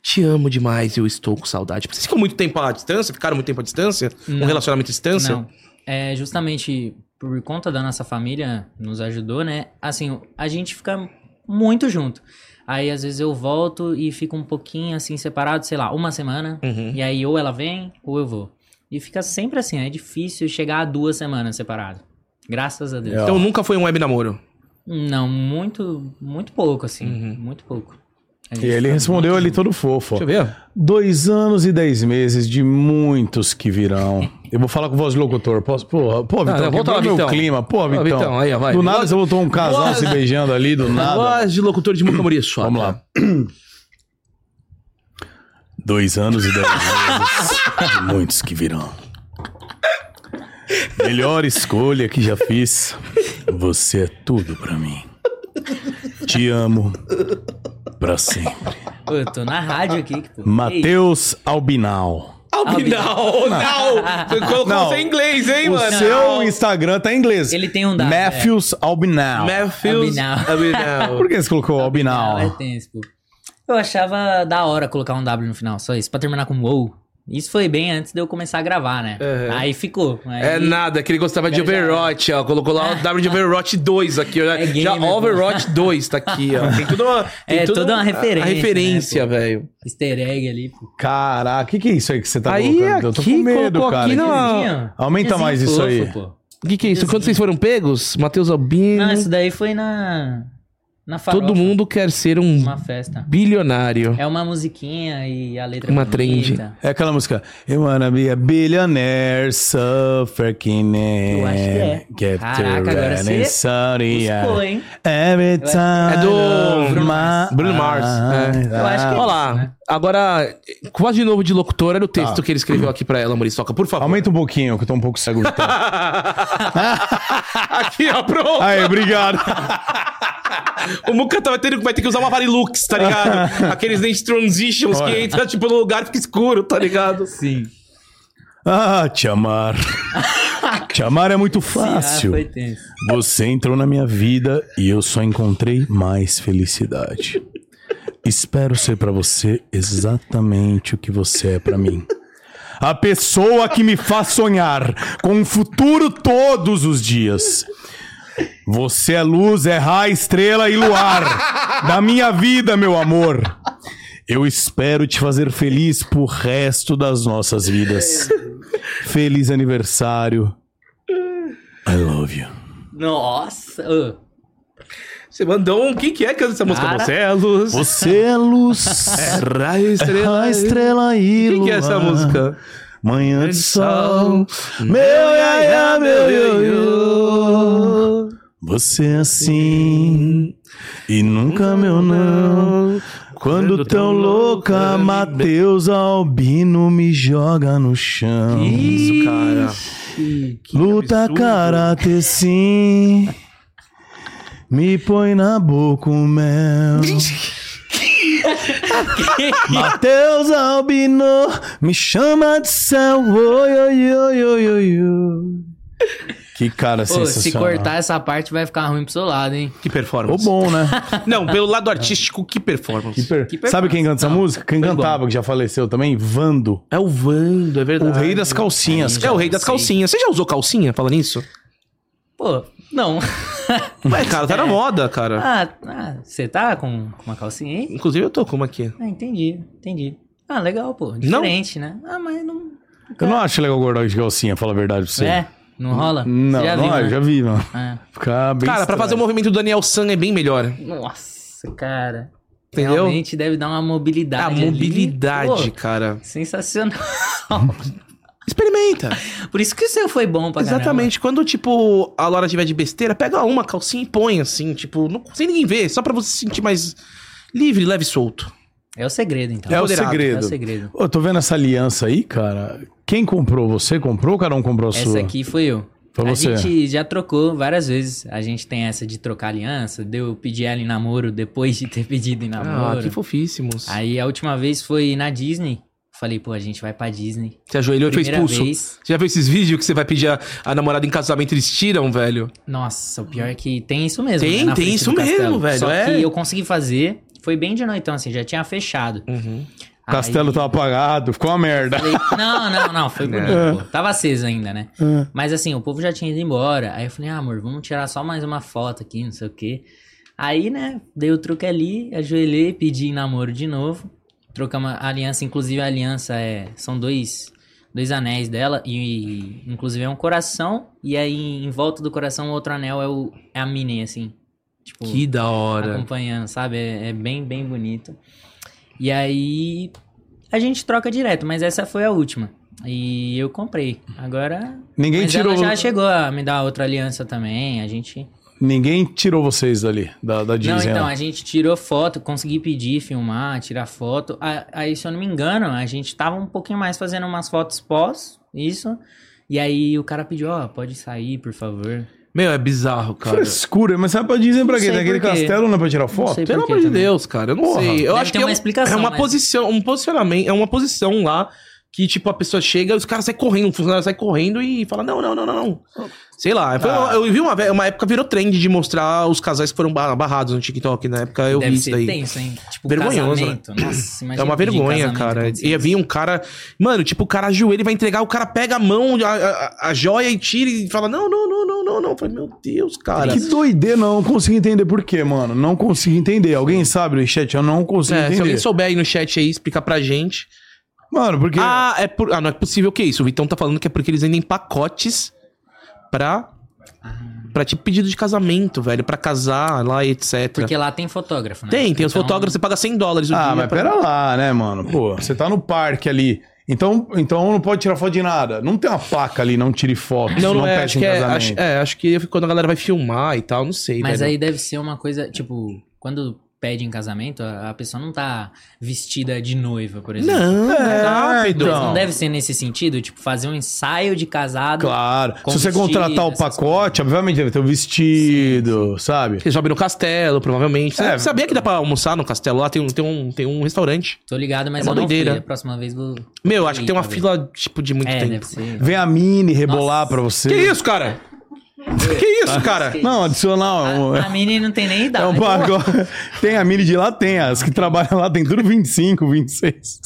S2: Te amo demais e eu estou com saudade. Vocês ficam muito tempo à distância? Ficaram muito tempo à distância? Um
S3: Não.
S2: relacionamento à distância?
S3: Não. É justamente por conta da nossa família nos ajudou, né? Assim, a gente fica muito junto. Aí às vezes eu volto e fico um pouquinho assim separado, sei lá, uma semana.
S2: Uhum.
S3: E aí ou ela vem ou eu vou. E fica sempre assim, é difícil chegar a duas semanas separado. Graças a Deus.
S1: É.
S2: Então nunca foi um web namoro.
S3: Não, muito, muito pouco assim,
S2: Uhum.
S3: muito pouco. A
S1: E
S3: gente
S1: ele
S3: fica
S1: respondeu
S3: muito
S1: ali
S3: junto.
S1: todo fofo. ó.
S2: Deixa eu ver.
S1: Dois anos e dez meses de muitos que virão. Eu vou falar com voz de locutor. Posso? Porra, pô, Vitão,
S2: não, volta
S1: quebrou
S2: lá,
S1: meu
S2: Vitão.
S1: clima. Pô, Vitão.
S2: Vitão, aí, ó, vai.
S1: Do nada
S2: Voz-
S1: você botou um casal
S2: voz-
S1: se beijando ali, do nada.
S2: Voz de locutor de Muca Muriçoca.
S1: Vamos lá. Dois anos e dez meses de muitos que virão. Melhor escolha que já fiz. Você é tudo pra mim. Te amo pra sempre.
S3: assim, Pô, eu tô na rádio aqui, pô. Ei,
S1: Matheus Albinal.
S2: Albinal, não!
S3: *laughs*
S2: Você colocou
S1: Não.
S2: você em inglês, hein,
S1: O
S2: mano?
S1: seu Instagram tá em inglês.
S3: Ele tem um dado,
S1: Matthews Albinal.
S2: Matthews
S3: Albinal.
S2: Albinal.
S1: Por que você colocou Albinal?
S3: Não, é tenso, pô. Eu achava da hora colocar um W no final, só isso, pra terminar com wow. Isso foi bem antes de eu começar a gravar, né?
S2: Uhum.
S3: Aí ficou. Aí...
S2: É nada, que ele gostava de
S3: Já- já-
S2: Overwatch, ó. Colocou
S3: *laughs*
S2: lá o W de Overwatch 2 aqui, ó.
S3: gamer,
S2: já
S3: pô. *laughs*
S2: Overwatch 2 tá aqui, ó. Tem tudo uma, tem
S3: É,
S2: tudo um-
S3: toda uma
S2: a-
S3: referência, né,
S2: A referência, velho.
S3: Easter egg ali, pô.
S1: Caraca, o que, que é isso aí que você tá
S2: Aí,
S1: colocando? Eu tô
S2: aqui,
S1: com medo,
S2: colocou
S1: cara.
S2: aqui na-
S3: Desenho.
S1: Ah, Aumenta
S3: Desenho
S1: mais isso
S3: fofo,
S1: aí.
S3: pô.
S2: O que, que é isso? Quando vocês foram pegos, Matheus Albino,
S3: Não, isso daí foi na. Na farofa.
S2: todo mundo quer ser um
S3: Uma festa.
S2: bilionário.
S3: É uma musiquinha e a letra é
S2: Uma
S3: bonita.
S2: trend.
S1: É aquela música You wanna be a billionaire so freaking
S3: Eu acho que é.
S1: Get
S3: Caraca,
S1: to
S3: agora
S1: running
S3: você
S1: sorry
S3: Buscou, hein?
S1: Every
S3: acho-
S1: time
S2: É do
S1: of
S2: Bruno
S1: my
S3: Mars.
S2: Bruno Mars,
S3: ah,
S2: né?
S1: eyes.
S3: Eu acho que
S2: Olha lá, é né? agora, quase de novo de locutor, era o texto
S1: Tá.
S2: que ele escreveu aqui pra ela, Muriçoca, por favor. *laughs*
S1: Aumenta um pouquinho, que eu tô um pouco cego de
S3: *laughs*
S1: tempo.
S2: aqui, ó, pronto.
S1: Aí, obrigado.
S2: O Muca tá- vai ter, vai ter que usar uma Varilux,
S1: *laughs*
S2: tá ligado? Aqueles lentes transitions
S1: Olha.
S2: que entra, tipo, no lugar e fica escuro, tá ligado?
S3: Sim.
S1: Ah, te
S3: *laughs*
S1: amar. te amar é muito fácil.
S3: ah, foi tenso.
S1: Você entrou na minha vida e eu só encontrei mais felicidade. Espero ser pra você exatamente o que você é pra mim. A pessoa que me faz sonhar com um futuro todos os dias. Você é luz, é raio, estrela e luar da minha vida, meu amor. Eu espero te fazer feliz pro resto das nossas vidas. Feliz aniversário. I love you.
S3: Nossa! ô.
S2: Você mandou um. Quem que é que canta essa música?
S3: Cara.
S2: Mocelos.
S1: Você é luz, *laughs*
S2: Rai
S1: estrela, É a estrela e
S2: Quem que é essa
S1: luar.
S2: música?
S1: Manhã de sol, meu iaia, meu ioiô. Você é assim, e nunca meu não. Quando tão louca, Matheus Albino me joga no chão.
S2: Isso, cara.
S1: Luta
S2: absurdo.
S1: karatê sim. Me põe na boca o mel. Matheus Albino me chama de céu. Oi, oi, oi, oi, oi, oi. Que cara
S3: Pô,
S1: sensacional.
S3: se cortar essa parte vai ficar ruim pro seu lado, hein?
S2: Que
S1: Ô,
S2: performance.
S1: bom, né?
S2: Não, pelo lado artístico, que performance.
S1: Que per-
S3: Que per-
S1: Sabe quem canta essa
S3: Não,
S1: música? Quem
S2: foi
S1: cantava, que já faleceu também? Vando.
S2: É o Vando, é
S1: O
S2: verdade.
S1: rei das calcinhas.
S2: É
S1: cara.
S2: o rei das
S3: Sim.
S2: calcinhas. Você já usou calcinha falando isso?
S3: Pô,
S2: *laughs*
S3: não.
S2: Ué,
S1: *laughs*
S2: cara,
S1: É.
S2: tá na moda, cara.
S3: Ah, ah, você tá com com uma calcinha aí?
S2: Inclusive eu tô com uma aqui.
S3: Ah, entendi, entendi. Ah, legal, pô. Diferente, né? Ah, mas não.
S1: Eu não acho legal o gordão de calcinha, fala a verdade pra você.
S3: É? Não rola?
S1: Não,
S3: Você já
S1: não,
S3: viu,
S1: eu
S3: né?
S1: já vi, mano.
S3: Ah.
S1: Fica bem
S2: Cara, pra fazer o
S1: estranho.
S2: movimento do Daniel San é bem melhor.
S3: Nossa, cara.
S2: Entendeu?
S3: Realmente deve dar uma mobilidade.
S2: A
S3: ali.
S2: mobilidade,
S3: Pô,
S2: cara.
S3: sensacional.
S2: Experimenta.
S3: Por isso que o seu foi bom pra caramba.
S2: Exatamente. Quando, tipo, a Laura tiver de besteira, pega uma calcinha e põe, assim, tipo, não, sem ninguém ver, só pra você se sentir mais livre, leve e solto.
S3: É o segredo, então.
S1: É o
S2: Moderado,
S3: É o
S1: segredo.
S3: segredo.
S1: Eu tô vendo essa aliança aí, cara. Quem comprou? Você comprou ou cada um comprou a
S3: Essa
S1: sua?
S3: aqui foi eu.
S1: Foi
S3: a
S1: você.
S3: gente já trocou várias vezes. A gente tem essa de trocar aliança, de eu pedir ela em namoro depois de ter *laughs* pedido em namoro.
S2: Ah, que fofíssimos.
S3: Aí a última vez foi na Disney. Falei, pô, a gente vai pra Disney.
S2: Você ajoelhou e foi
S3: Primeira
S2: expulso.
S3: vez.
S2: Você já viu esses vídeos que você vai pedir a, a namorada em casamento e eles tiram, velho?
S3: Nossa, o pior é que tem isso mesmo.
S2: Tem,
S3: né, na
S2: tem
S3: frente
S2: isso
S3: do
S2: mesmo,
S3: castelo.
S2: velho,
S3: Só
S2: é.
S3: que eu consegui fazer. Foi bem de noitão, assim, já tinha fechado.
S2: Uhum.
S1: O castelo tava apagado, ficou uma merda.
S3: Falei, não, não, não, foi
S1: *laughs*
S3: bonito.
S1: É.
S3: pô. Tava aceso ainda, né?
S1: É.
S3: Mas assim, o povo já tinha ido embora. Aí eu falei, ah, amor, vamos tirar só mais uma foto aqui, não sei o quê. Aí, né, dei o truque ali, ajoelhei, pedi namoro de novo. Trocamos a aliança, inclusive a aliança é. São dois, dois anéis dela, e inclusive é um coração, e aí em volta do coração o outro anel é, o, é a Minnie, assim. Tipo,
S2: Que da hora.
S3: acompanhando, sabe? É, é bem, bem bonito. E aí a gente troca direto, mas essa foi a última. E eu comprei. Agora.
S1: Ninguém
S3: mas
S1: tirou.
S3: ela já chegou a me dar outra aliança também. A gente.
S1: Ninguém tirou vocês dali, da, da Disney.
S3: Não, então,
S1: né?
S3: a gente tirou foto, consegui pedir, filmar, tirar foto. A- Aí, se eu não me engano, a gente tava um pouquinho mais fazendo umas fotos pós, isso. E aí o cara pediu, ó, pode sair, por favor.
S2: Meu, é bizarro, cara.
S1: Frescura, mas sabe pra Disney pra
S3: Não
S1: quê?
S3: sei
S1: Daquele
S3: por quê.
S1: castelo não é pra tirar foto?
S3: sei.
S2: Pelo
S3: por quê
S2: amor de
S3: também.
S2: Deus, cara. Eu não
S1: Porra.
S2: sei. Eu
S3: Deve
S2: acho
S3: ter
S2: que é,
S3: uma
S2: um-
S3: explicação,
S2: é uma
S3: né?
S2: posição, um posicionamento, é uma posição lá que, tipo, a pessoa chega, os caras saem correndo, um funcionário sai correndo e fala, não, não, não, não, não. Sei lá. Foi
S3: Ah.
S2: uma- eu vi uma, ve- uma época virou trend de mostrar os casais que foram ba- barrados no TikTok. Na época eu
S3: Deve
S2: vi isso
S3: ser
S2: daí.
S3: tenso, hein? Tipo,
S2: Vergonhoso,
S3: casamento. Nossa,
S2: É
S3: imagina
S2: uma
S3: pedir em
S2: vergonha,
S3: casamento
S2: cara.
S3: quando você-
S2: E havia um cara. Mano, tipo, o cara ajoelha e vai entregar, o cara pega a mão, a, a, a joia e tira e fala: Não, não, não, não, não, não. Eu falei, meu Deus, cara.
S1: Que doideira, não consigo entender por quê, mano. Não consigo entender. Alguém sabe do chat? Eu não consigo
S2: É, se
S1: entender.
S2: alguém souber aí no chat aí, explicar pra gente.
S1: Mano, porque.
S2: Ah, é por... ah, não é possível que isso. O Vitão tá falando que é porque eles vendem pacotes pra. Pra tipo pedido de casamento, velho. Pra casar lá e etc.
S3: Porque lá tem fotógrafo, né?
S2: Tem, tem os
S3: Então,
S2: fotógrafos, você paga 100 dólares o
S1: Ah,
S2: dia.
S1: mas
S2: pra-
S1: pera lá, né, mano? Pô, você tá no parque ali. Então, então não pode tirar foto de nada. Não tem uma placa ali, não tire foto.
S2: Não, não, é,
S1: peça
S2: acho
S1: em
S2: que é,
S1: casamento.
S2: acho, é, acho que quando a galera vai filmar e tal, não sei,
S3: Mas
S2: velho.
S3: aí deve ser uma coisa, tipo, quando pede em casamento, a a pessoa não tá vestida de noiva, por exemplo.
S2: Não, é
S1: É,
S2: rápido.
S3: Mas
S1: então.
S3: não deve ser nesse sentido, tipo, fazer um ensaio de casado.
S1: Claro.
S3: Com
S1: Se você
S3: vestido,
S1: contratar o
S3: essas
S1: pacote, obviamente deve ter o vestido, sabe?
S2: Você sobe no castelo, provavelmente. Você
S1: É.
S2: sabia que dá pra almoçar no castelo? Lá tem um, tem um, tem um restaurante.
S3: Tô ligado, mas
S2: É uma
S3: eu não
S2: doideira.
S3: fui. A próxima vez vou...
S2: Meu, acho que tem uma
S3: Eita,
S2: fila, tipo, de muito
S3: É,
S2: tempo.
S3: deve ser.
S1: Vem a mini rebolar pra você.
S2: Que isso, cara? que isso, cara?
S1: Não, adicional. é um-
S3: A, a Mini não tem nem idade.
S1: É um pagode. Tem a mini de lá, tem. As que trabalham lá tem tudo 25, 26.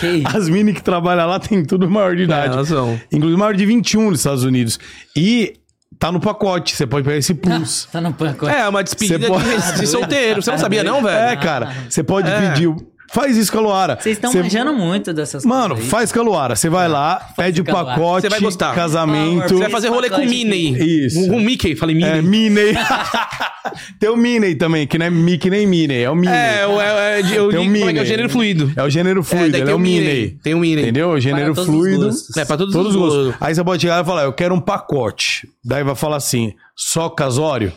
S3: Que isso?
S1: As mini que trabalham lá tem tudo maior de
S2: É,
S1: idade.
S2: razão.
S1: Inclusive maior de 21 nos Estados Unidos. E tá no pacote, você pode pegar esse plus.
S3: Tá no pacote.
S2: É, uma despedida
S1: Você pode-
S2: de, de solteiro. Você não sabia, não,
S1: É,
S2: velho?
S1: cara, você pode pedir o Faz isso com a Luara.
S2: É,
S3: Vocês estão
S1: Cê-
S3: manjando muito dessas
S1: Mano,
S3: coisas. aí.
S1: faz com a Luara. Você vai lá, pede o
S3: com a Luara.
S1: pacote,
S2: Você vai gostar. Ah,
S1: casamento.
S2: Você vai fazer rolê com o Minnie.
S1: Isso.
S2: Com o Mickey. Falei
S1: É,
S2: Minnie.
S1: Miney. *laughs* Tem o Miney também, que não é Mickey nem Miney, é o Miney.
S2: É,
S1: É,
S2: o- é, é, de- eu
S1: Tem o
S2: digo como é que é
S1: Minnie.
S2: o gênero fluido.
S1: o gênero fluido,
S2: daí
S1: ele
S2: tem
S1: é o
S2: o Minnie,
S1: Miney.
S2: tem o Minnie.
S1: Entendeu? O gênero
S3: todos os
S1: fluido.
S3: gostos.
S2: É, pra todos,
S1: Todos os
S2: gostos.
S1: gostos. Aí você pode chegar e falar, eu quero um pacote. Daí vai falar assim, só casório?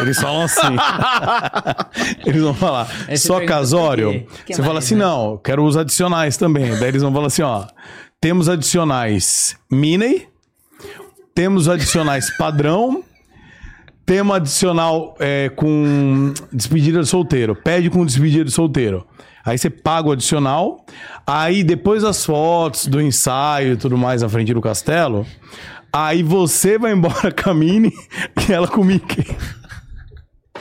S1: Eles falam
S2: *laughs*
S1: assim. *laughs* eles vão falar,
S3: Aí você
S1: só
S3: pergunta, por
S1: casório?
S3: quê? Que
S1: Você fala
S3: mais,
S1: assim,
S3: né?
S1: não, eu quero os adicionais também. Daí eles vão falar assim, ó, temos adicionais Miney, temos adicionais padrão, temos adicional é, com despedida de solteiro. Pede com despedida de solteiro. Aí você paga o adicional. Aí depois das fotos, do ensaio e tudo mais na frente do castelo, aí você vai embora *laughs* com a Mini e ela com o Mickey.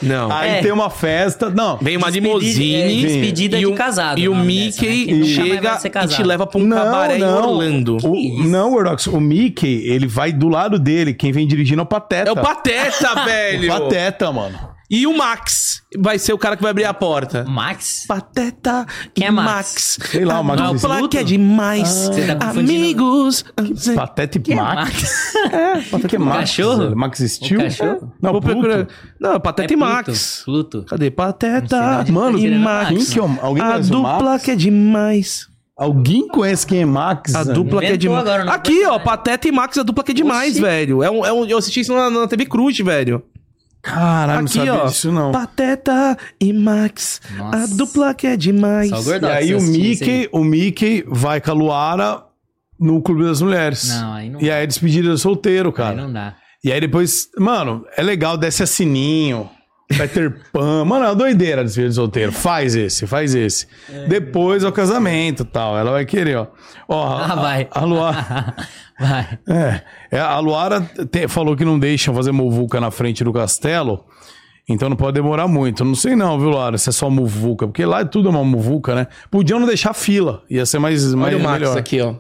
S2: Não.
S1: Aí
S3: É.
S1: tem uma festa. Não.
S2: Vem uma
S3: Despedida-
S2: limousine.
S3: é, despedida
S2: e
S3: de
S2: o-
S3: casado,
S2: E o
S3: o nome dessa, né?
S2: Mickey
S3: Que nunca mais
S2: chega
S3: vai ser
S2: e te
S3: casado.
S2: leva pra um
S1: Não,
S2: cabaré
S1: não.
S2: em Orlando.
S1: O- não, Ordox. O Mickey, ele vai do lado dele. Quem vem dirigindo é o Pateta.
S2: É
S1: *laughs*
S2: o Pateta, velho.
S1: Pateta, mano.
S2: E o Max vai ser o cara que vai abrir a porta.
S3: Max?
S2: Pateta
S3: Quem
S2: e
S3: é
S2: Max.
S3: Max?
S1: Sei lá, o Max
S2: Não,
S1: Luto?
S2: placa é demais.
S3: você tá confundindo.
S2: Amigos.
S1: Pateta e
S3: Quem é
S1: Max. É,
S3: Max?
S1: Pateta e Max.
S3: cachorro?
S1: Max Steel? É.
S3: O cachorro?
S1: Não,
S2: Vou
S1: Pluto.
S2: procurar. Não, Pateta
S3: É
S2: e Max.
S3: Pluto. Pluto.
S2: Cadê? Pateta
S3: Não sei de onde
S1: Mano,
S2: e
S3: tirando
S2: Max.
S1: Quem que é o- Alguém
S2: A
S1: conhece o Max?
S2: dupla que é demais.
S1: Alguém conhece quem é Max?
S2: A
S1: Zani?
S2: dupla que é
S3: Inventou
S2: demais.
S3: agora, não
S2: Aqui,
S3: pode
S2: ó,
S3: ser.
S2: Pateta e Max, a dupla que é demais,
S3: Oxi.
S2: velho. É um, é um- eu assisti isso na, na TV Cruz, velho.
S1: Caralho, Ah, não
S2: Aqui,
S1: sabia
S2: ó. Tá-
S1: disso não.
S2: Pateta e Max, a
S3: Nossa.
S2: dupla que é demais.
S3: Só o
S1: E
S3: gordão.
S1: aí
S3: Você
S1: o
S3: assistiu isso
S1: Mickey, o Mickey vai com a Luara no Clube das Mulheres.
S3: Não, aí não
S1: E aí é despedida de solteiro,
S3: Aí
S1: cara.
S3: não dá. *laughs*
S1: E aí depois, mano, é legal, desce a sininho,
S3: *laughs*
S1: Peter Pan. Mano, é uma doideira despedida de solteiro. Faz esse, faz esse. Depois é o casamento e tal. Ela vai querer, ó. Ó, a-
S3: Ah, vai.
S1: A
S3: *laughs*
S1: Luara...
S3: Vai.
S1: É, é, a Luara te- falou que não deixam fazer muvuca na frente do castelo, então não pode demorar muito. Não sei não, viu, Luara, se é só muvuca, porque lá tudo é uma muvuca, né? Podiam não deixar fila, ia ser mais, mais
S2: Olha o Max
S1: é melhor.
S2: aqui, ó.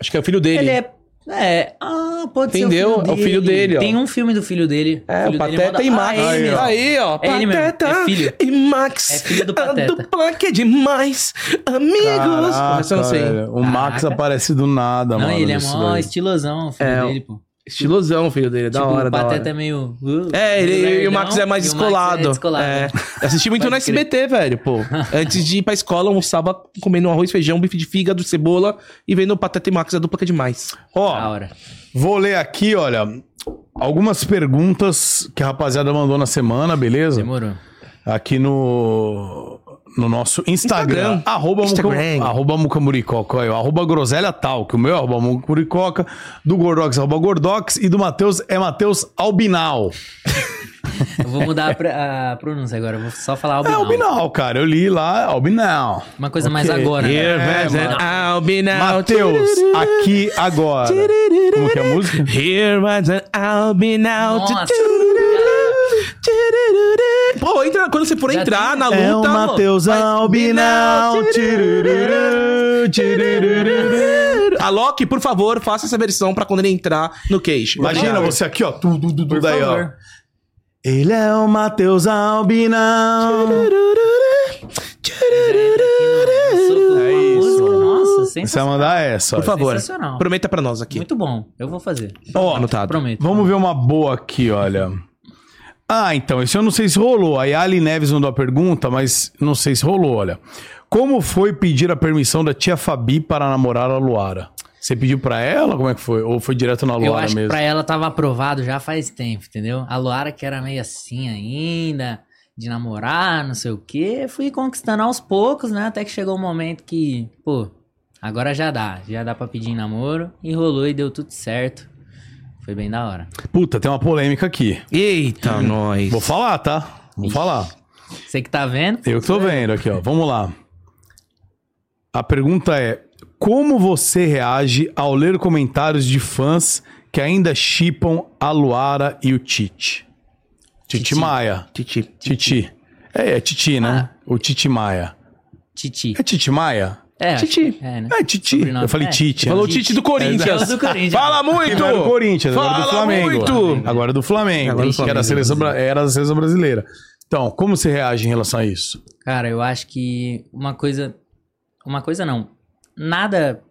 S2: Acho que é o filho dele.
S3: Ele é. É. Ah, pode
S2: Entendeu?
S3: ser.
S2: É o filho dele, ó.
S3: Tem um filme do filho dele.
S2: É, o
S3: filho dele é
S2: Pateta
S3: mó da-
S2: e Max.
S3: Ah, é ele
S1: Aí,
S2: aí,
S1: ó.
S3: mesmo.
S2: ó.
S3: É ele mesmo, é
S2: Pateta
S3: filho.
S2: e Max.
S3: É filho do
S2: A
S3: Pateta.
S2: dupla que é demais. Amigos.
S1: Caraca,
S2: Essa eu não sei.
S1: velho, o Max
S3: Caraca.
S1: aparece do nada,
S3: Não,
S1: mano.
S3: ele é
S1: nisso
S3: mó
S1: daí.
S3: estilosão, o filho
S2: É,
S3: dele, pô.
S2: Estilosão, filho dele. Da
S3: Tipo,
S2: hora,
S3: o
S2: da
S3: Pateta
S2: hora.
S3: é meio.
S2: É, ele,
S3: meio
S2: e o Max
S3: lerdão,
S2: é mais
S3: e o Max
S2: descolado.
S3: É descolado.
S2: É. Eu assisti muito no
S3: Pode crer.
S2: SBT, velho, pô. Antes de ir pra escola, almoçava comendo arroz, feijão, bife de fígado, cebola e vendo Pateta e Max, a dupla que é demais.
S3: Da
S1: Ó,
S3: hora.
S1: vou ler aqui, olha, algumas perguntas que a rapaziada mandou na semana, beleza?
S3: Demorou.
S1: aqui no, no nosso Instagram.
S2: Instagram.
S1: Arroba,
S2: Instagram.
S1: Muca, arroba Mucamuricoca. olha, Arroba Groselha Tal, que o meu é arroba Mucamuricoca. Do Gordox, arroba Gordox. E do Matheus é Matheus Albinal.
S3: Eu vou mudar a, pra- a pronúncia agora. eu Vou só falar
S1: É
S3: Albinal.
S1: Albinal, cara. Eu li lá, Albinal.
S3: Uma coisa mais
S1: Ok.
S3: agora. né?
S1: Here,
S3: É,
S1: man.
S3: mano.
S2: I'll be
S1: É,
S2: now.
S1: Matheus, aqui agora. Como que é a música?
S2: Here was an I'll be now.
S3: Nossa.
S2: Pô, entra, quando você for
S3: Já
S2: entrar
S3: tem-
S2: na luta.
S1: É o Matheus
S2: vai-
S1: Albinal. Tirururu, tirururu.
S2: A Loki, por favor, faça essa versão pra quando ele entrar no queixo.
S1: Imagina você aqui, ó. Tu, tu, tu, tu,
S3: Por
S1: daí, ó.
S3: favor.
S1: Ele é o Matheus Albinal.
S3: É isso. Nossa,
S1: Você vai
S3: sensacional.
S1: mandar essa.
S2: Por favor,
S3: Sensacional.
S2: prometa pra nós aqui.
S3: Muito bom. Eu vou fazer.
S1: Ó,
S2: Anotado.
S3: Prometo.
S1: vamos ver uma boa aqui, olha. Ah, então, isso eu não sei se rolou. A Yali Neves mandou a pergunta, mas não sei se rolou, olha. Como foi pedir a permissão da tia Fabi para namorar a Luara? Você pediu pra ela? Como é que foi? Ou foi direto na
S3: Eu
S1: Luara
S3: acho que
S1: mesmo?
S3: pra ela tava aprovado já faz tempo, entendeu? A Luara que era meio assim ainda, de namorar, não sei o quê. Fui conquistando aos poucos, né? Até que chegou o momento que, pô, agora já dá. Já dá pra pedir em namoro. E rolou e deu tudo certo. Foi bem da hora.
S1: Puta, tem uma polêmica aqui.
S2: Eita, nós.
S1: Hum. Vou falar, tá? Vou falar.
S3: Você que tá vendo,
S1: Eu que tô vendo aqui, ó. Vamos lá. A pergunta é: como você reage ao ler comentários de fãs que ainda chipam a Luara e o Tite? Titi
S3: Titi.
S1: Maia.
S2: Titi.
S1: Titi. É, é Titi, né?
S2: Ah.
S1: O Titi Maia.
S3: Titi.
S1: É Titi Maia?
S3: É, acho
S2: Titi.
S3: que- É, né?
S1: É Titi.
S3: Sobrenome.
S1: Eu falei
S3: É.
S1: Tite.
S2: Falou
S1: né?
S2: Tite do
S3: Eu
S2: Corinthians.
S3: do Corinthians.
S2: Fala muito!
S1: Era do Corinthians, agora
S2: Fala
S1: do Flamengo.
S2: muito!
S1: Agora do Flamengo.
S2: Agora do
S1: que era, a
S2: Flamengo.
S1: seleção, bra- era a seleção brasileira. Então, como você reage em relação a isso?
S3: Cara, eu acho que uma coisa Uma coisa não. Nada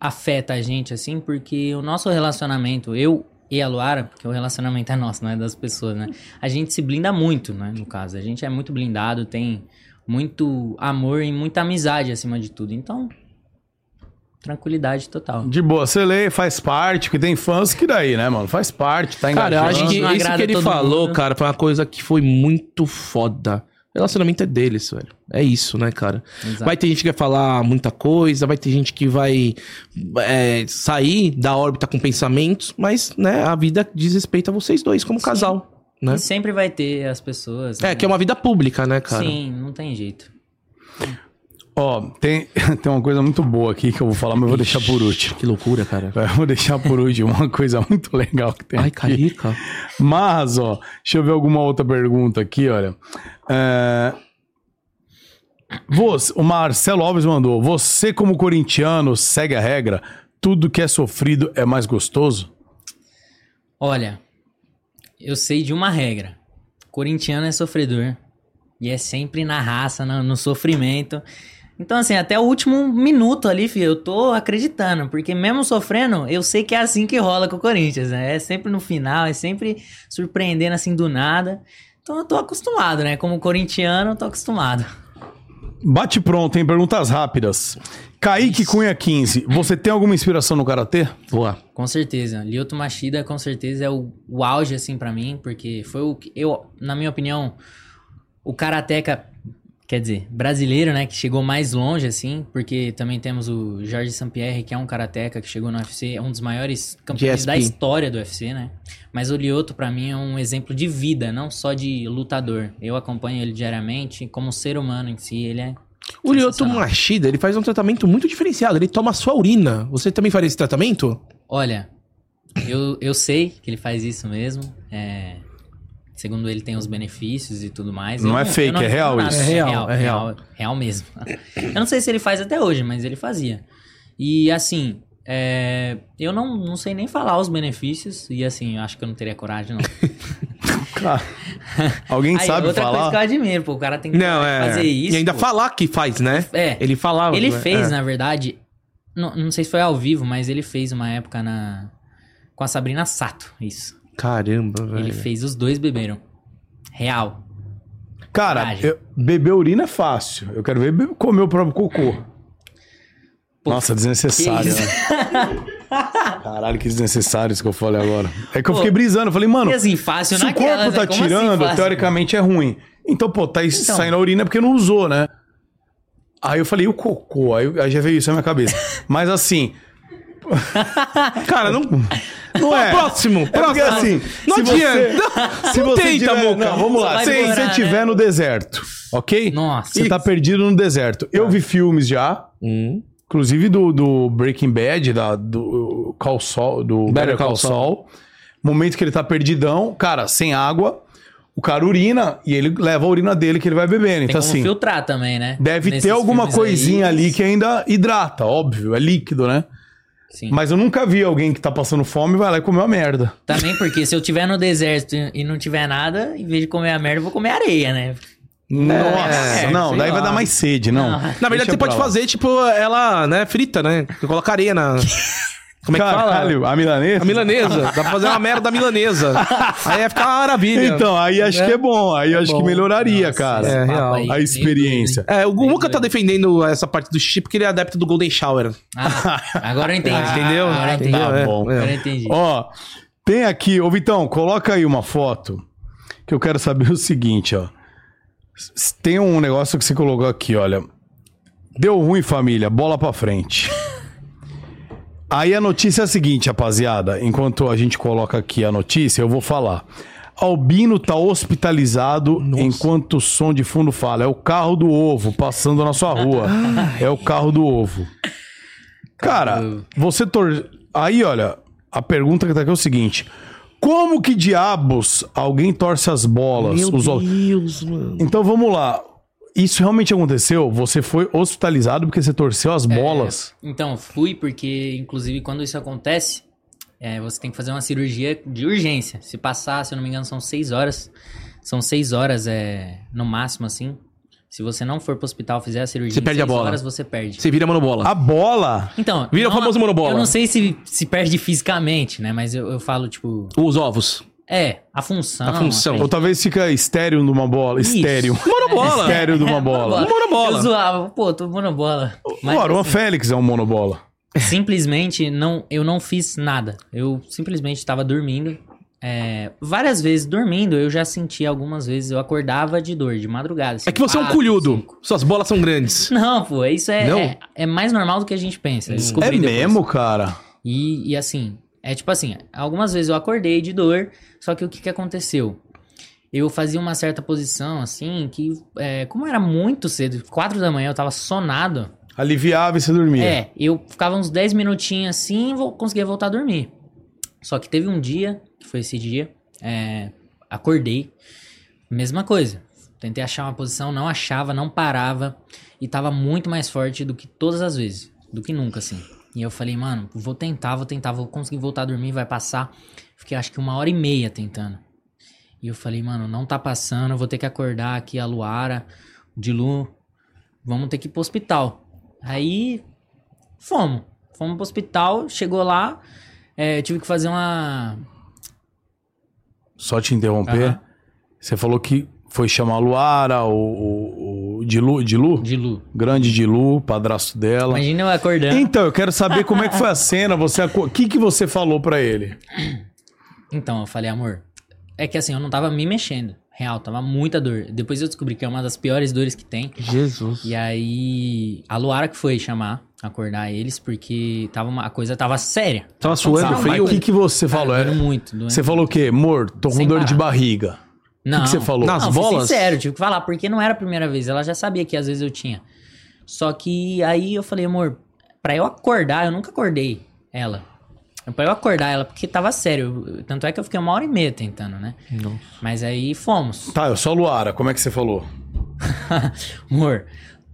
S3: afeta a gente, assim, porque o nosso relacionamento, eu e a Luara, porque o relacionamento é nosso, não é das pessoas, né? A gente se blinda muito, né? No caso, a gente é muito blindado, tem muito amor e muita amizade acima de tudo. Então, tranquilidade total.
S1: De boa, você lê, faz parte, porque tem fãs que daí, né, mano? Faz parte, tá
S2: Cara, eu
S1: engajando.
S2: acho que
S3: Não
S2: isso
S3: agrada
S2: que ele
S3: todo
S2: falou,
S3: mundo.
S2: cara, foi uma coisa que foi muito foda. O relacionamento é deles, velho. É isso, né, cara?
S3: Exato.
S2: Vai ter gente que vai falar muita coisa, vai ter gente que vai é, sair da órbita com pensamentos, mas, né, a vida diz respeito a vocês dois como casal, né?
S3: E sempre vai ter as pessoas.
S2: É, que é uma vida pública, né, cara?
S3: Sim, não tem jeito.
S1: Ó, tem, *laughs* tem uma coisa muito boa aqui que eu vou falar, mas eu vou deixar por último.
S2: Que loucura, cara.
S1: Eu vou deixar por último uma coisa muito legal que tem
S2: Ai,
S1: aqui.
S2: carica.
S1: Mas, ó, deixa eu ver alguma outra pergunta aqui, olha. É... Você, o Marcelo Alves mandou: Você, como corintiano, segue a regra, tudo que é sofrido é mais gostoso?
S3: Olha, eu sei de uma regra. Corintiano é sofredor. E é sempre na raça, na- no, sofrimento. Então, assim, até o último minuto ali, filho, eu tô acreditando. Porque mesmo sofrendo, eu sei que é assim que rola com o Corinthians, né? É sempre no final, é sempre surpreendendo assim do nada. Então eu tô acostumado, né? Como corintiano, eu tô acostumado.
S1: Bate pronto, hein? Perguntas rápidas. Kaique Cunha 15, você tem alguma inspiração no Karatê?
S2: Boa.
S3: Com certeza. Lyoto Machida, com certeza, é o, o auge, assim, pra mim, porque foi o que eu, na minha opinião, o karateca, quer dizer, brasileiro, né, que chegou mais longe, assim, porque também temos o Jorge Sampierre, que é um karateca que chegou no UFC, é um dos maiores campeões
S2: GSP.
S3: da história do UFC, né? Mas o Lyoto, pra mim, é um exemplo de vida, não só de lutador. Eu acompanho ele diariamente, como ser humano em si, ele é.
S2: O Lyoto
S3: sensacional.
S2: Machida, ele faz um tratamento muito diferenciado. Ele toma sua urina. Você também faria esse tratamento?
S3: Olha, eu, eu sei que ele faz isso mesmo. é, segundo ele, tem os benefícios e tudo mais.
S1: Não
S3: Eu
S1: é fake,
S3: eu
S1: é real
S3: nada.
S1: isso.
S2: É real, é
S3: é real. Real, mesmo. Eu não sei se ele faz até hoje, mas ele fazia. E assim, é, eu não, não sei nem falar os benefícios. E assim, eu acho que eu não teria coragem, não.
S1: Cara, *laughs* alguém
S3: Aí,
S1: sabe
S3: outra coisa
S1: falar? é.
S3: que eu admiro, pô. O cara tem que fazer isso.
S2: E ainda
S3: pô.
S2: falar que faz, né?
S3: É.
S2: Ele falava.
S3: Ele
S2: né?
S3: fez,
S2: É.
S3: na verdade, não, não sei se foi ao vivo, mas ele fez uma época na com a Sabrina Sato, isso.
S2: Caramba, velho.
S3: Ele fez, os dois beberam. Real.
S1: Cara,
S3: Coragem.
S1: eu- beber urina é fácil. Eu quero ver be- comer o próprio cocô.
S3: Pô,
S1: Nossa, desnecessário,
S3: que
S1: né?
S3: *laughs*
S1: Caralho, que desnecessário isso que eu falei agora. É que eu
S3: Pô,
S1: fiquei brisando. Eu falei, mano,
S3: e assim, fácil
S1: se o corpo
S3: naquelas,
S1: tá
S3: né? Como assim
S1: tirando,
S3: fácil?
S1: teoricamente é ruim. Então, pô, tá
S3: Então.
S1: saindo a urina porque não usou, né? Aí eu falei, e o cocô? Aí, eu- aí já veio isso na minha cabeça. Mas assim,
S2: Cara, não.
S1: não é.
S2: Próximo,
S1: É porque
S2: próximo.
S1: assim,
S2: Não
S1: se
S2: adianta.
S1: Você, *laughs* se
S2: Não
S1: você
S2: tenta,
S1: tiver,
S2: Boca.
S1: não, vamos lá.
S3: Vai
S1: Se
S3: morar,
S1: você
S3: né?
S1: estiver no deserto, ok?
S3: Nossa.
S1: Você tá
S3: Isso.
S1: perdido no deserto. Eu vi filmes já,
S2: Hum.
S1: inclusive do, do Breaking Bad, da, do Call Saul, do Better Call Saul. Momento que ele tá perdidão, cara, sem água, o cara urina e ele leva a urina dele que ele vai bebendo.
S3: Tem
S1: então,
S3: como
S1: assim,
S3: filtrar também, né?
S1: deve
S3: Nesses
S1: ter alguma
S3: filmes aí.
S1: coisinha ali que ainda hidrata, óbvio, é líquido, né?
S3: Sim.
S1: Mas eu nunca vi alguém que tá passando fome e vai lá e comer uma merda.
S3: Também porque se eu tiver no deserto e e não tiver nada, em vez de comer a merda, eu vou comer areia, né?
S1: Nossa,
S2: é,
S1: não,
S2: sei
S1: daí vai
S2: lá.
S1: dar mais sede, não.
S3: Não.
S2: Na verdade,
S1: Deixa
S2: você
S1: pra
S2: pode
S1: lá.
S2: fazer, tipo, ela, né, frita, né? Coloca areia na. Como é que fala?
S1: Caralho, a milanesa?
S2: A milanesa. Dá pra fazer uma merda da milanesa. Aí ia ficar uma maravilha.
S1: Então, aí acho
S2: Né?
S1: que é bom, aí acho que
S2: bom.
S1: melhoraria,
S3: Nossa,
S1: cara.
S3: esse
S2: É,
S3: papo
S2: real.
S3: aí,
S1: a
S3: meio
S1: experiência.
S2: É, o Muca tá defendendo essa parte do chip porque ele é adepto do Golden Shower.
S3: doido. Ah, agora
S1: *laughs*
S3: eu entendi.
S2: Ah, entendeu?
S3: Agora eu entendi.
S2: Entendeu? É,
S1: Tá bom.
S2: é.
S3: Agora eu entendi.
S1: Ó, tem aqui, ô Vitão, coloca aí uma foto que eu quero saber *laughs* o seguinte, ó. S- Tem um negócio que você colocou aqui, olha. Deu ruim, família, bola pra frente. *laughs* Aí a notícia é a seguinte, rapaziada. Enquanto a gente coloca aqui a notícia, eu vou falar. Albino tá hospitalizado enquanto o som de fundo fala. É o carro do ovo passando na sua rua. é o carro do ovo. Cara, você tor... Aí, olha, a pergunta que tá aqui é o seguinte. Como que diabos alguém torce as bolas? os ovos?
S2: Deus, mano.
S1: Então vamos lá. Isso realmente aconteceu? Você foi hospitalizado porque você torceu
S3: É.
S1: as bolas?
S3: Então, fui porque, inclusive, quando isso acontece, é, você tem que fazer uma cirurgia de urgência. Se passar, se eu não me engano, são seis horas. São seis horas, é, no máximo, assim. Se você não for pro hospital, fizer a cirurgia,
S2: Você
S3: em
S2: perde a
S3: seis
S2: bola.
S3: horas você perde.
S2: Você vira monobola.
S1: A bola.
S3: Então,
S2: Vira o
S3: não-
S2: famoso monobola.
S3: Eu não sei se se perde fisicamente, né? Mas eu, eu falo, tipo.
S2: Os ovos.
S3: É, a função. assim.
S2: A função.
S3: perde-
S1: Ou talvez fica estéreo numa bola.
S3: Isso. *laughs*
S1: Estéreo.
S2: Monobola.
S1: Estéreo de
S3: É,
S1: uma bola.
S2: É, Monobola.
S3: Eu zoava, pô, tô monobola.
S1: O Aron
S3: assim,
S1: Félix é um monobola.
S3: simplesmente não, eu não fiz nada. Eu simplesmente estava dormindo. É, várias vezes dormindo, eu já senti algumas vezes, eu acordava de dor, de madrugada. assim,
S2: É que você é um
S3: quatro,
S2: culhudo.
S3: cinco.
S2: Suas bolas são grandes.
S3: Não, pô, isso é,
S2: Não?
S3: é, é mais normal do que a gente pensa. eu
S1: É
S3: descobri depois.
S1: mesmo, cara?
S3: E, e assim, é tipo assim, algumas vezes eu acordei de dor, só que o que, que aconteceu? Eu fazia uma certa posição, assim, que é, como era muito cedo, quatro da manhã eu tava sonado,
S1: Aliviava e você dormia.
S3: é, eu ficava uns 10 minutinhos assim e vou- conseguia voltar a dormir. Só que teve um dia, que foi esse dia, é, acordei, mesma coisa. Tentei achar uma posição, não achava, não parava. E tava muito mais forte do que todas as vezes, do que nunca, assim. E eu falei, mano, vou tentar, vou tentar, vou conseguir voltar a dormir, vai passar. Fiquei acho que uma hora e meia tentando. E eu falei, mano, não tá passando, eu vou ter que acordar aqui a Luara, o Dilu, vamos ter que ir pro hospital. Aí fomos. Fomos pro hospital, chegou lá, é, eu tive que fazer uma.
S1: Só te interromper.
S3: Aham.
S1: Você falou que foi chamar a Luara, o, o, o Dilu, Dilu?
S3: de Lu.
S1: Grande Dilu, padrasto dela.
S3: Imagina eu acordando.
S1: Então, eu quero saber como é que foi a cena. Você, aco- o que, que você falou pra ele?
S3: Então, eu falei, amor, é que assim, eu não tava me mexendo. Real, tava muita dor. Depois eu descobri que é uma das piores dores que tem.
S2: Jesus.
S3: E aí, a Luara que foi chamar, acordar eles, porque tava uma, a coisa tava séria.
S2: Tava suando
S3: Não,
S1: Mas
S2: frio.
S1: o que, que você falou?
S3: Doendo
S1: Era-
S3: muito. Doendo.
S1: Você falou o quê? Amor, tô com
S3: Sem
S1: dor
S3: parar.
S1: de barriga. O
S3: Não.
S1: que, que você falou?
S2: Nas
S3: não, fui
S2: bolas?
S3: sincero, tive que falar, porque não era a primeira vez. Ela já sabia que às vezes eu tinha. Só que aí eu falei, amor, pra eu acordar, eu nunca acordei ela. Pra eu acordar ela, porque tava sério. Eu- Tanto é que eu fiquei uma hora e meia tentando, né? Mas aí fomos. *laughs*
S1: Tá, eu sou a Luara. Como é que você falou?
S3: amor,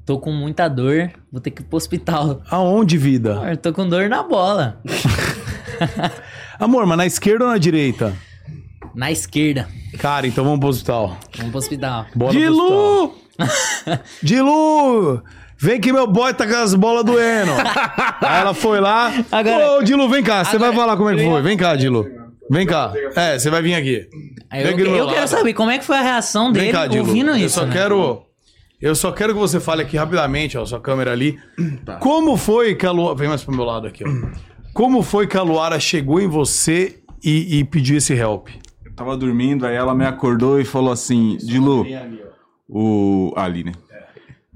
S3: tô com muita dor, vou ter que ir pro hospital.
S1: Aonde, vida?
S3: Amor, tô com dor na bola.
S1: Amor, mas na esquerda ou na direita?
S3: Na esquerda.
S1: Cara, então vamos pro hospital.
S3: Vamos pro hospital.
S1: Bora pro hospital.
S2: Dilu!
S1: *laughs* Dilu! Vem que meu boy tá com as bolas
S3: *laughs*
S1: doendo. Aí ela foi lá.
S3: Agora-
S1: Ô, Dilu, vem cá. Você
S3: Agora-
S1: vai falar como é que foi. Vem cá, Dilu. Vem cá. É, você vai vir aqui.
S3: Aí
S1: Vem
S3: eu
S1: aqui do
S3: eu
S1: meu
S3: quero
S1: lado.
S3: saber como é que foi a reação
S1: Vem
S3: dele
S1: cá, Dilu.
S3: ouvindo
S1: eu
S3: isso.
S1: só
S3: né?
S1: quero... Eu só quero que você fale aqui rapidamente, ó, sua câmera ali. Como foi que a Luara... Vem mais pro meu lado aqui, ó. Como foi que a Luara chegou em você e, e pediu esse help?
S5: Eu tava dormindo, aí ela me acordou e falou assim: Dilu, o. Ali, né?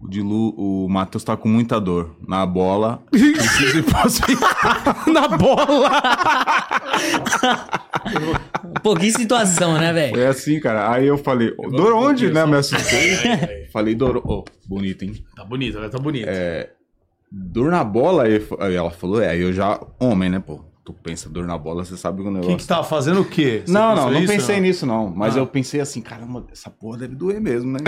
S5: O Dilu, o Matheus tá com muita dor na bola. Precisa ir *laughs* pro hospital. Tá
S2: Na bola!
S3: Pô, que Um situação, né, velho?
S5: Foi assim, cara. Aí eu falei: "Ô, Dor onde, né? Me assustei. *laughs* falei: Dor. Ô, bonito, hein?
S1: *laughs* Tá bonita, ela tá bonita.
S5: Dor na bola? Aí fa- aí ela falou: É, aí eu já. Homem, né, pô? Tu pensa dor na bola, você sabe que o negócio.
S1: Quem que tava fazendo o quê? Você
S5: Não,
S1: pensou
S5: não, não
S1: isso,
S5: pensei
S1: não?
S5: nisso, não. Mas
S1: Ah.
S5: eu pensei assim, caramba, essa porra deve doer mesmo, *laughs* né?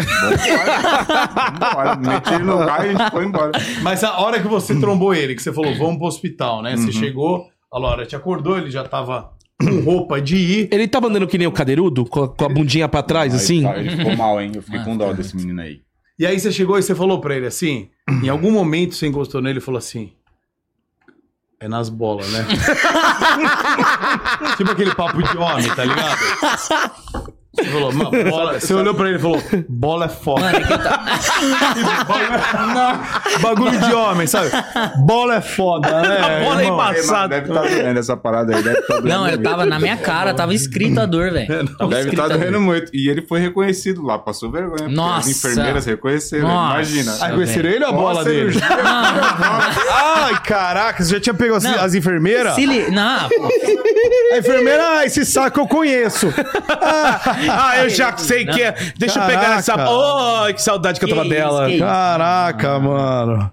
S5: Vambora, vambora. Meti ele no carro e a gente foi embora.
S1: Mas a hora que você trombou ele, que você falou, vamos pro hospital, né? Você chegou, a Laura te acordou, ele já tava com roupa de ir.
S2: Ele tava andando que nem o cadeirudo, com a, com a bundinha pra trás,
S5: Aí,
S2: assim?
S5: tá, ele ficou mal, hein? Eu fiquei
S3: Mano,
S5: com dó
S3: ficou
S5: desse menino aí.
S1: E aí você chegou e você falou pra ele assim, em algum momento você encostou nele e falou assim, é nas bolas, né? *laughs* tipo aquele papo de homem, tá ligado? Você falou, "Mano, bola... Você olhou pra ele e falou, bola é foda. *laughs* Bagulho de homem, sabe? Bola é foda, né?
S2: A bola é
S1: irmão?
S2: embaçada.
S5: Ei, mano, deve estar doendo essa parada aí, é deve estar doendo.
S3: Não, eu
S5: muito.
S3: tava na minha cara, tava escrito a dor, velho. Tava
S5: Deve tá
S3: escrito
S5: estar
S3: a dor.
S5: doendo muito. E ele foi reconhecido lá, passou vergonha. porque
S3: Nossa.
S5: As enfermeiras reconheceram,
S3: Nossa.
S5: imagina.
S1: Ah, conheceram ele ou a
S5: Nossa,
S1: bola dele?
S5: cirurgia.
S1: *laughs* Ai, caraca, você já tinha pego as,
S3: Não.
S1: as enfermeiras?
S3: Se li... Não, pô,
S1: A enfermeira, ah, esse saco eu conheço.
S2: Ah, eu já sei que é. Deixa eu pegar essa.
S1: Caraca.
S2: Oh, que saudade que eu
S3: Que
S2: tava
S3: isso,
S2: dela.
S3: que isso.
S1: Caraca, mano.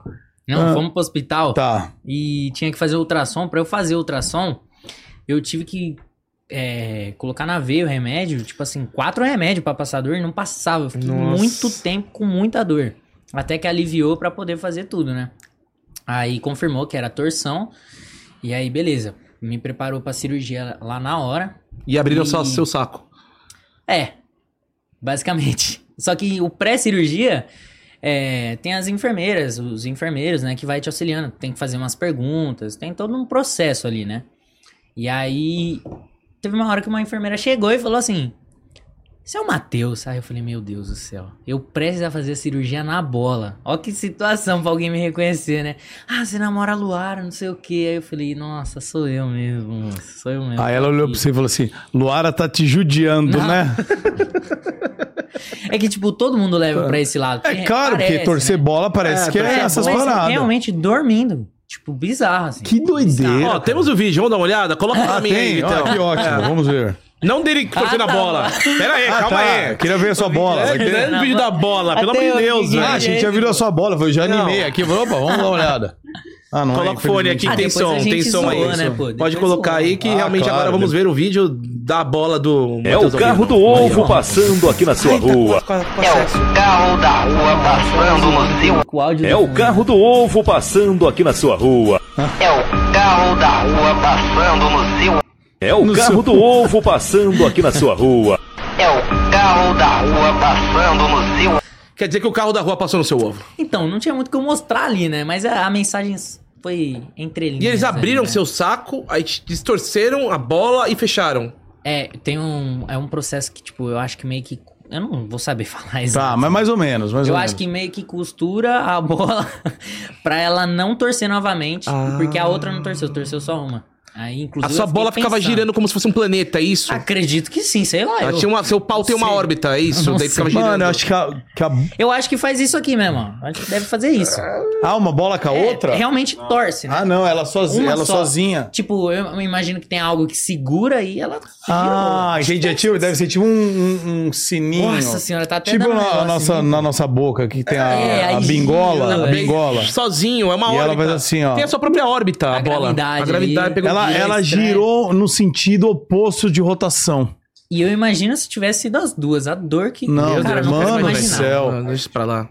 S3: não fomos pro hospital
S1: Tá.
S3: e tinha que fazer ultrassom. Pra eu fazer ultrassom, eu tive que é, colocar na veia o remédio, tipo assim, quatro remédios pra passar dor e não passava. Eu fiquei
S2: Nossa.
S3: muito tempo com muita dor. Até que aliviou pra poder fazer tudo, né? Aí confirmou que era torção. E aí, beleza. Me preparou pra cirurgia lá na hora.
S2: E abriram só
S3: E-
S2: seu saco.
S3: *laughs* É, basicamente. Só que o pré-cirurgia é, tem as enfermeiras, os enfermeiros, né, que vai te auxiliando, tem que fazer umas perguntas, tem todo um processo ali, né? E aí teve uma hora que uma enfermeira chegou e falou assim: "Você é o Matheus?" Aí eu falei: "Meu Deus do céu. Eu prestes a fazer cirurgia na bola. Ó que situação pra alguém me reconhecer, né? Ah, você namora a Luara, não sei o quê". Aí eu falei: "Nossa, sou eu mesmo. moça, Sou eu mesmo".
S1: Aí ela olhou
S3: E-
S1: pra você e falou assim: Luara tá te judiando,
S3: Não. *laughs*
S1: né?
S3: É que tipo todo mundo leva pra esse lado.
S1: É claro, porque
S3: parece,
S1: torcer
S3: né?
S1: bola parece
S2: É,
S1: que é
S3: É,
S1: essas
S3: mas
S1: paradas.
S3: Realmente dormindo. Tipo, bizarro, assim.
S1: Que doideira.
S2: Ó,
S1: cara.
S2: temos o vídeo, vamos dar uma olhada? Coloca
S3: é
S2: pra
S1: Ah,
S2: mim aí,
S1: tem?
S3: então.
S2: Vitão.
S1: Ó, que ótimo, vamos ver.
S2: Não dele torcendo a
S3: tá.
S2: bola. Pera aí,
S1: Ah,
S2: É. calma
S1: tá.
S2: aí.
S1: Queria ver a sua bola.
S2: É,
S1: Vai ter-
S2: né, o vídeo da bola, pelo
S3: Até
S2: amor de
S3: eu
S2: Deus,
S3: liguei.
S2: velho.
S1: Ah, a gente já virou a sua bola. Eu falei, já
S2: Não.
S1: animei aqui. Eu falei, Opa, vamos dar uma olhada. Ah, não
S2: Coloca o fone
S1: infelizmente,
S2: aqui,
S3: Ah,
S2: tem
S3: depois a
S2: som,
S3: gente
S2: tem som
S3: zoou,
S2: aí.
S3: né, pô?
S2: Pode
S3: Depois
S2: colocar
S3: zoou.
S2: aí que
S1: Ah,
S2: realmente
S1: claro.
S2: agora vamos ver o vídeo da bola do.
S6: É o carro do ovo passando aqui na sua
S3: tá
S6: rua.
S7: É Carro da rua passando no seu.
S3: O um áudio
S6: É
S3: do
S6: o
S3: fundo.
S6: carro do ovo passando aqui na sua rua.
S7: É o carro da rua passando no seu.
S6: É o carro do ovo passando aqui na sua rua.
S7: É o carro da rua passando no seu.
S2: Quer dizer que o carro da rua passou no seu ovo.
S3: Então, não tinha muito o que eu mostrar ali, né? Mas a, a mensagem s- foi entre linhas.
S2: E eles abriram
S3: ali, né?
S2: seu saco, aí te distorceram a bola e fecharam.
S3: É, tem um. É um processo que, tipo, eu acho que meio que. Eu não vou saber *laughs* falar isso.
S1: Tá, mas mais ou menos. Mais
S3: Eu
S1: ou
S3: acho
S1: menos.
S3: que meio que costura a bola *laughs* pra ela não torcer novamente,
S1: Ah.
S3: porque a outra não torceu, torceu só uma. Aí,
S2: A
S3: inclusive.
S2: sua
S3: eu fiquei
S2: bola ficava
S3: pensando.
S2: girando Tá como se fosse um planeta, é isso?
S3: Acredito que sim, sei lá.
S2: Ela
S3: Ah, Eu,
S2: tinha uma- seu pau tem uma
S3: sei.
S2: órbita, é isso?
S3: Eu não
S2: Daí ficava
S3: sei.
S2: girando.
S1: Mano, eu acho que a, que a-
S3: eu acho que faz isso aqui mesmo, ó. Acho que deve fazer isso.
S1: Ah, uma bola com a
S3: É,
S1: outra?
S3: realmente torce, né?
S1: Ah, não, ela, sozinha-
S3: Uma
S1: ela
S3: só.
S1: sozinha.
S3: Tipo, eu eu imagino que tem algo que segura e ela. tá
S1: Ah, gente, é tipo, deve ser tipo um, um- um sininho.
S3: Nossa senhora, tá até
S1: Tipo
S3: dando um
S1: na,
S3: negócio
S1: nossa,
S3: em mim.
S1: na nossa boca, que tem a,
S3: É,
S1: a
S3: aí
S1: bingola.
S3: gira, né?
S1: A
S3: velho.
S1: bingola.
S2: Sozinho, é uma
S1: E ela
S2: órbita.
S3: tá-
S1: faz assim, ó.
S2: Tem a sua própria órbita, a,
S3: A
S2: bola.
S3: gravidade
S2: a gravidade
S3: ali.
S2: pegou
S1: Ela,
S2: É
S1: ela
S3: estranho.
S1: girou no sentido oposto de rotação.
S3: E eu imagino se tivesse sido as duas, a dor que.
S1: Não,
S3: eu, cara, não
S1: mano
S3: quero
S1: do
S3: imaginar.
S1: céu.
S2: Não, deixa isso pra lá.
S1: Não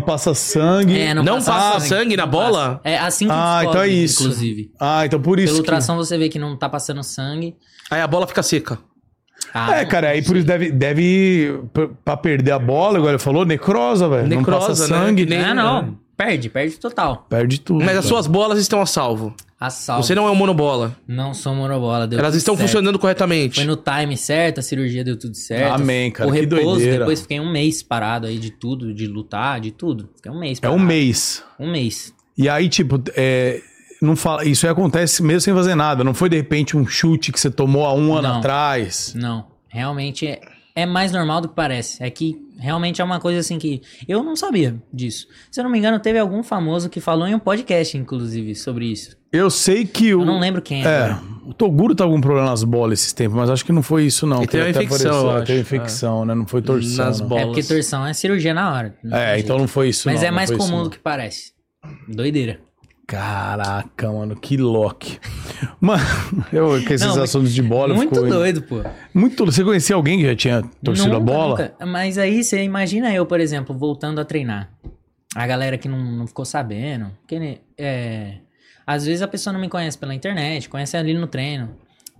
S1: passa sangue.
S3: É, não,
S2: Não passa sangue na
S3: não
S2: bola?
S3: passa. É assim que
S1: Ah, então é
S3: descobre,
S1: isso.
S3: Inclusive.
S1: Ah, então por isso.
S3: Pela
S1: que-
S3: ultrassom você vê que não tá passando sangue.
S2: Aí a bola fica seca.
S3: Ah,
S1: É, cara, aí por isso deve, deve pra- pra perder a bola, agora ele falou, necrosa, velho. Não
S2: Necrosa,
S1: passa
S2: né?
S1: sangue,
S2: Que nem-
S3: Ah, não. Perde, perde total.
S1: perde tudo.
S2: Mas as
S1: velho.
S2: suas bolas estão a salvo.
S3: A salva.
S2: Você não é um monobola.
S3: Não sou monobola. deu
S2: Elas
S3: tudo
S2: estão
S3: certo.
S2: funcionando corretamente.
S3: Foi no time certo, a cirurgia deu tudo certo.
S1: Amém, cara,
S3: O
S1: que
S3: repouso,
S1: doideira.
S3: depois fiquei um mês parado aí de tudo, de lutar, de tudo. Fiquei um mês
S1: É
S3: parado.
S1: um mês.
S3: Um mês.
S1: E aí, tipo, é, não fala, isso aí acontece mesmo sem fazer nada. Não foi de repente um chute que você tomou há um ano
S3: Não.
S1: atrás.
S3: Não, realmente é, é mais normal do que parece. É que realmente é uma coisa assim que eu não sabia disso. Se eu não me engano, teve algum famoso que falou em um podcast, inclusive, sobre isso.
S1: Eu sei que o.
S3: Eu não lembro quem
S1: É,
S3: agora.
S1: o Toguro tava com problema nas bolas esses tempos, mas acho que não foi isso, não.
S2: Ele teve
S1: Ele
S2: uma
S1: até
S2: infecção,
S1: apareceu,
S2: eu acho.
S1: Teve infecção, né? Não foi torção.
S2: Nas
S1: não.
S2: bolas.
S3: É porque torção é cirurgia na hora. não
S1: É,
S3: tem
S1: então
S3: jeito.
S1: não foi isso,
S3: Mas
S1: não,
S3: é
S1: não
S3: mais
S1: foi isso,
S3: comum
S1: não.
S3: do que parece. Doideira.
S1: Caraca, mano, que lock. *laughs* Mano, eu com esses
S3: Não, mas
S1: assuntos de bola eu
S3: Muito
S1: fico-
S3: doido, pô.
S1: Muito doido. Você conhecia alguém que já tinha torcido a
S3: Nunca,
S1: bola?
S3: nunca. Mas aí você imagina eu, por exemplo, voltando a treinar. A galera que não, não ficou sabendo. Que, nem- é, às vezes a pessoa não me conhece pela internet, conhece ali no treino.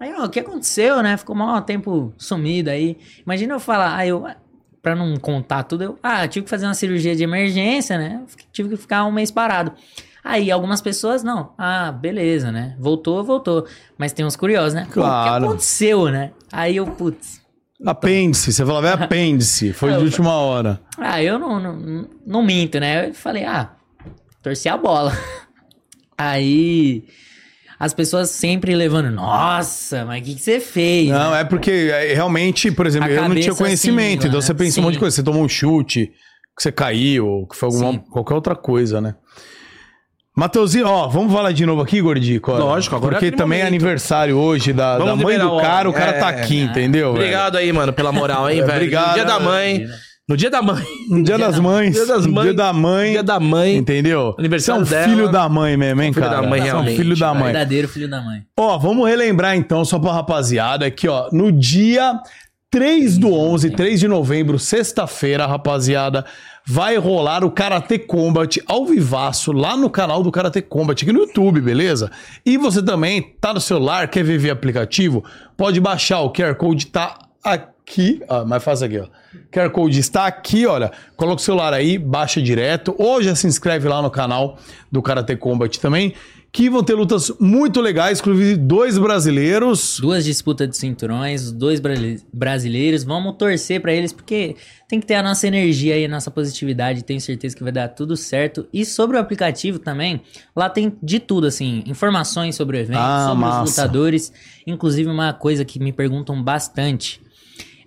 S3: Aí, ó, o que aconteceu, né? Ficou mal tempo sumido aí. Imagina eu falar, aí eu. Pra não contar tudo, eu. Ah, tive que fazer uma cirurgia de emergência, né? Fiquei- Tive que ficar um mês parado. Aí algumas pessoas, não. Ah, beleza, né? Voltou, voltou. Mas tem uns curiosos, né? Pô, O
S1: Claro.
S3: que aconteceu, né? Aí eu, putz.
S1: Apêndice. Você
S3: *laughs*
S1: falava, é apêndice. Foi
S3: É,
S1: de última hora.
S3: Ah, eu não, não, não minto, né? Eu falei, ah, torci a bola. *laughs* Aí as pessoas sempre levando, nossa, mas o que, que você fez?
S1: Não, é porque é, realmente, por exemplo,
S3: né?
S1: eu
S3: A
S1: não tinha
S3: cabeça
S1: conhecimento.
S3: assim,
S1: então
S3: né?
S1: você pensa um monte de
S3: Sim.
S1: coisa. Você tomou um chute, que você caiu, que foi alguma,
S3: Sim.
S1: qualquer outra coisa, né? Mateuzinho, ó, vamos falar de novo aqui, Gordico? ó.
S2: Lógico, agora é
S1: Porque
S2: aquele
S1: também é
S2: momento.
S1: aniversário hoje da, da
S2: Vamos
S1: mãe
S2: liberar
S1: do
S2: o
S1: cara, o
S2: homem.
S1: cara tá
S2: É.
S1: aqui, entendeu? velho?
S2: Obrigado aí, mano, pela moral,
S1: *laughs*
S2: hein, velho.
S1: obrigado,
S2: No dia da
S1: né?
S2: mãe. No dia da mãe.
S1: Um dia, das mães.
S2: Dia das
S1: um
S2: mães.
S1: Dia da mãe.
S2: dia da mãe.
S1: Entendeu?
S2: Aniversário
S1: Você é um
S2: dela.
S1: filho da mãe mesmo, hein,
S2: Filho da
S1: cara?
S2: mãe,
S1: Você é um
S2: realmente,
S1: filho da mãe.
S3: Verdadeiro filho da mãe.
S1: Ó, vamos relembrar então, só pra rapaziada, aqui, ó, no dia 3 do 11, 3 de novembro, sexta-feira, rapaziada, vai rolar o Karate Combat ao vivaço lá no canal do Karate Combat, aqui no YouTube, beleza? E você também tá no celular, quer ver via aplicativo? Pode baixar, o QR Code tá aqui aqui, ó, mas faz aqui, ó. QR Code está aqui, olha. Coloca o celular aí, baixa direto. Ou já se inscreve lá no canal do Karate Combat também, que vão ter lutas muito legais, inclusive dois brasileiros.
S3: Duas disputas de cinturões, dois brasile- brasileiros. Vamos torcer pra eles, porque tem que ter a nossa energia aí, a nossa positividade. Tenho certeza que vai dar tudo certo. E sobre o aplicativo também, lá tem de tudo, assim, informações sobre o evento,
S1: Ah,
S3: sobre os
S1: massa.
S3: lutadores. Inclusive, uma coisa que me perguntam bastante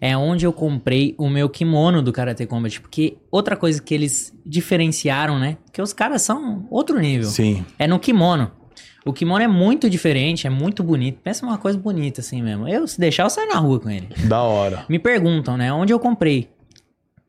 S3: é onde eu comprei o meu kimono do Karate Combat. Porque outra coisa que eles diferenciaram, né? Porque os caras são outro nível.
S1: Sim.
S3: É no kimono. O kimono é muito diferente, é muito bonito. Pensa uma coisa bonita assim mesmo. Eu, se deixar, eu saio na rua com ele.
S1: Da hora.
S3: Me perguntam, né? Onde eu comprei?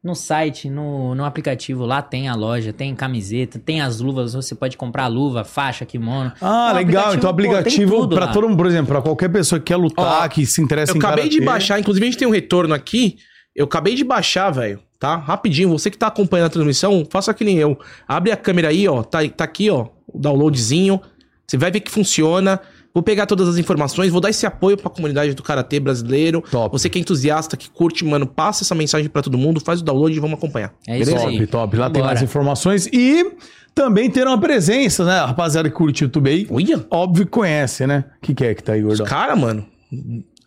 S3: No site, no, no aplicativo, lá tem a loja, tem camiseta, tem as luvas, você pode comprar luva, faixa, kimono.
S1: Ah,
S3: O
S1: legal. Então,
S3: Um pô, tem
S1: aplicativo
S3: tudo
S1: pra
S3: lá.
S1: todo mundo, por exemplo, pra qualquer pessoa que quer lutar,
S2: Ó,
S1: que se interessa
S2: Eu
S1: em
S2: acabei de
S1: karatê.
S2: baixar, inclusive a gente tem um retorno aqui. Eu acabei de baixar, velho, tá? Rapidinho, você que tá acompanhando a transmissão, faça que nem eu. Abre a câmera aí, ó, tá, tá aqui, ó, o downloadzinho. Você vai ver que funciona. Vou pegar todas as informações, vou dar esse apoio pra comunidade do Karatê brasileiro.
S1: Top.
S2: Você que é entusiasta, que curte, mano, passa essa mensagem pra todo mundo, faz o download e vamos acompanhar.
S3: É isso
S1: top,
S3: aí.
S1: top. Lá tem
S3: Vambora.
S1: mais informações e também terão uma presença, né? A rapaziada que curte o YouTube aí,
S2: Olha,
S1: óbvio que conhece, né? O que, que é que tá aí,
S2: os
S1: gordão?
S2: cara, mano.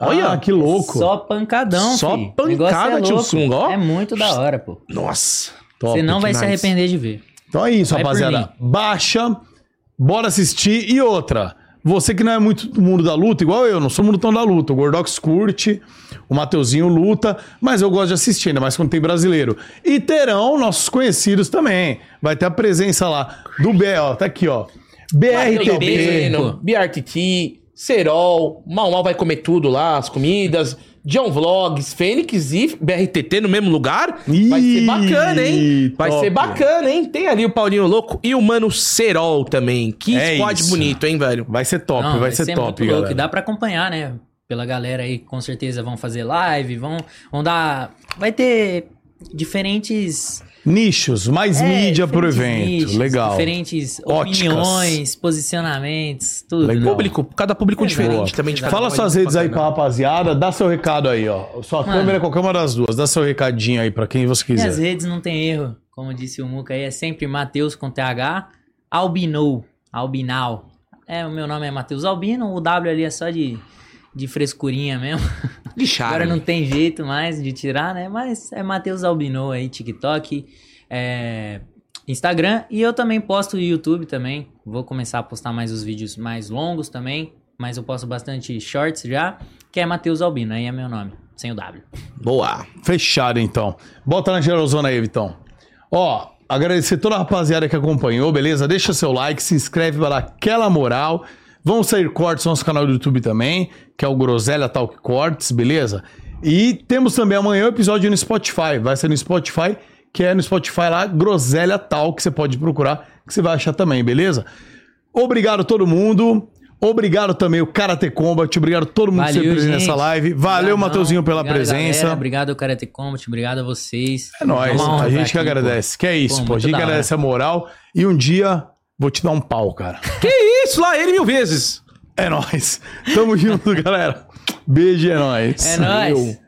S1: Olha,
S2: Olha.
S1: que louco.
S3: Só pancadão,
S2: Só
S3: fi. O negócio
S2: pancada, tio
S3: louco.
S2: Sunga, ó.
S3: É muito da hora, pô.
S2: Nossa.
S1: Top
S3: você não vai se
S2: demais.
S3: arrepender de ver.
S1: Então é isso,
S3: Vai por
S1: rapaziada. Baixa, bora assistir. E outra, você que não é muito do mundo da luta, igual eu, não sou mundo tão da luta. O Gordox curte, o Mateuzinho luta, mas eu gosto de assistir, ainda mais quando tem brasileiro. E terão nossos conhecidos também. Vai ter a presença lá do B, ó, tá aqui, ó.
S2: Matheus
S1: BRTB.
S3: Beno.
S2: Beno, BRTT, Serol, Mal Mal vai comer tudo lá, as comidas, John Vlogs, Fênix e BRTT no mesmo lugar. Vai
S1: Ih,
S2: ser bacana, hein? Vai
S1: top.
S2: ser bacana, hein? Tem ali o Paulinho Louco e o Mano Serol também. Que
S1: É
S2: squad
S1: isso.
S2: bonito, hein, velho?
S1: Vai ser top,
S3: Não, é
S1: vai, ser, top,
S3: louco. E
S1: galera.
S3: dá pra acompanhar, né? Pela galera aí, com certeza vão fazer live, vão, vão dar. Vai ter diferentes.
S1: Nichos, mais
S3: é,
S1: mídia pro
S3: diferentes
S1: evento.
S3: nichos,
S1: Legal.
S3: Diferentes
S1: Óticas.
S3: opiniões, posicionamentos, tudo.
S1: Legal.
S2: Público, cada público diferente também. De cada
S1: Fala
S2: um,
S1: suas
S2: mas
S1: redes aí pra
S2: bacana.
S1: rapaziada, dá seu recado aí, ó. Sua
S3: Mano.
S1: câmera, qualquer uma das duas, dá seu recadinho aí pra quem você
S3: Minhas
S1: quiser.
S3: redes não tem erro. Como disse o Muca aí, é sempre Matheus com TH, Albinou, Albinal. É, o meu nome é Matheus Albino, o W ali é só de, de frescurinha mesmo.
S2: De charme.
S3: Agora não tem jeito mais de tirar, né? Mas é Matheus Albinou aí, TikTok, é, Instagram. E eu também posto no YouTube também. Vou começar a postar mais os vídeos mais longos também. Mas eu posto bastante shorts já, que é Matheus Albino, aí é meu nome, sem o W.
S2: Boa.
S1: Fechado, então. Bota na geralzona aí, Vitão. Ó, agradecer toda a rapaziada que acompanhou, beleza? Deixa seu like, se inscreve para dar aquela moral. Vão sair cortes no nosso canal do YouTube também, que é o Groselha Talk Cortes, beleza? E temos também amanhã o episódio no Spotify. Vai ser no Spotify, que é no Spotify lá, Groselha Talk, que você pode procurar, que você vai achar também, beleza? Obrigado todo mundo. Obrigado também o Karate Combat. Obrigado todo mundo que esteve
S3: Valeu,
S1: presente
S3: gente.
S1: nessa live. Valeu,
S3: Obrigadão.
S1: Mateuzinho, pela
S3: Obrigado,
S1: presença.
S3: galera. Obrigado, Karate Combat. Obrigado a vocês.
S1: É nóis,
S3: Uma honra
S1: a
S3: estar
S1: gente que
S3: aqui, pô.
S1: agradece. Que é isso,
S3: Pô,
S1: pô. A
S3: muito
S1: gente que
S3: da hora.
S1: agradece a moral. E um dia vou te dar um pau, cara.
S2: Isso lá, ele mil vezes.
S1: *laughs* É nóis. Tamo junto, galera. Beijo, é nóis.
S3: É nóis.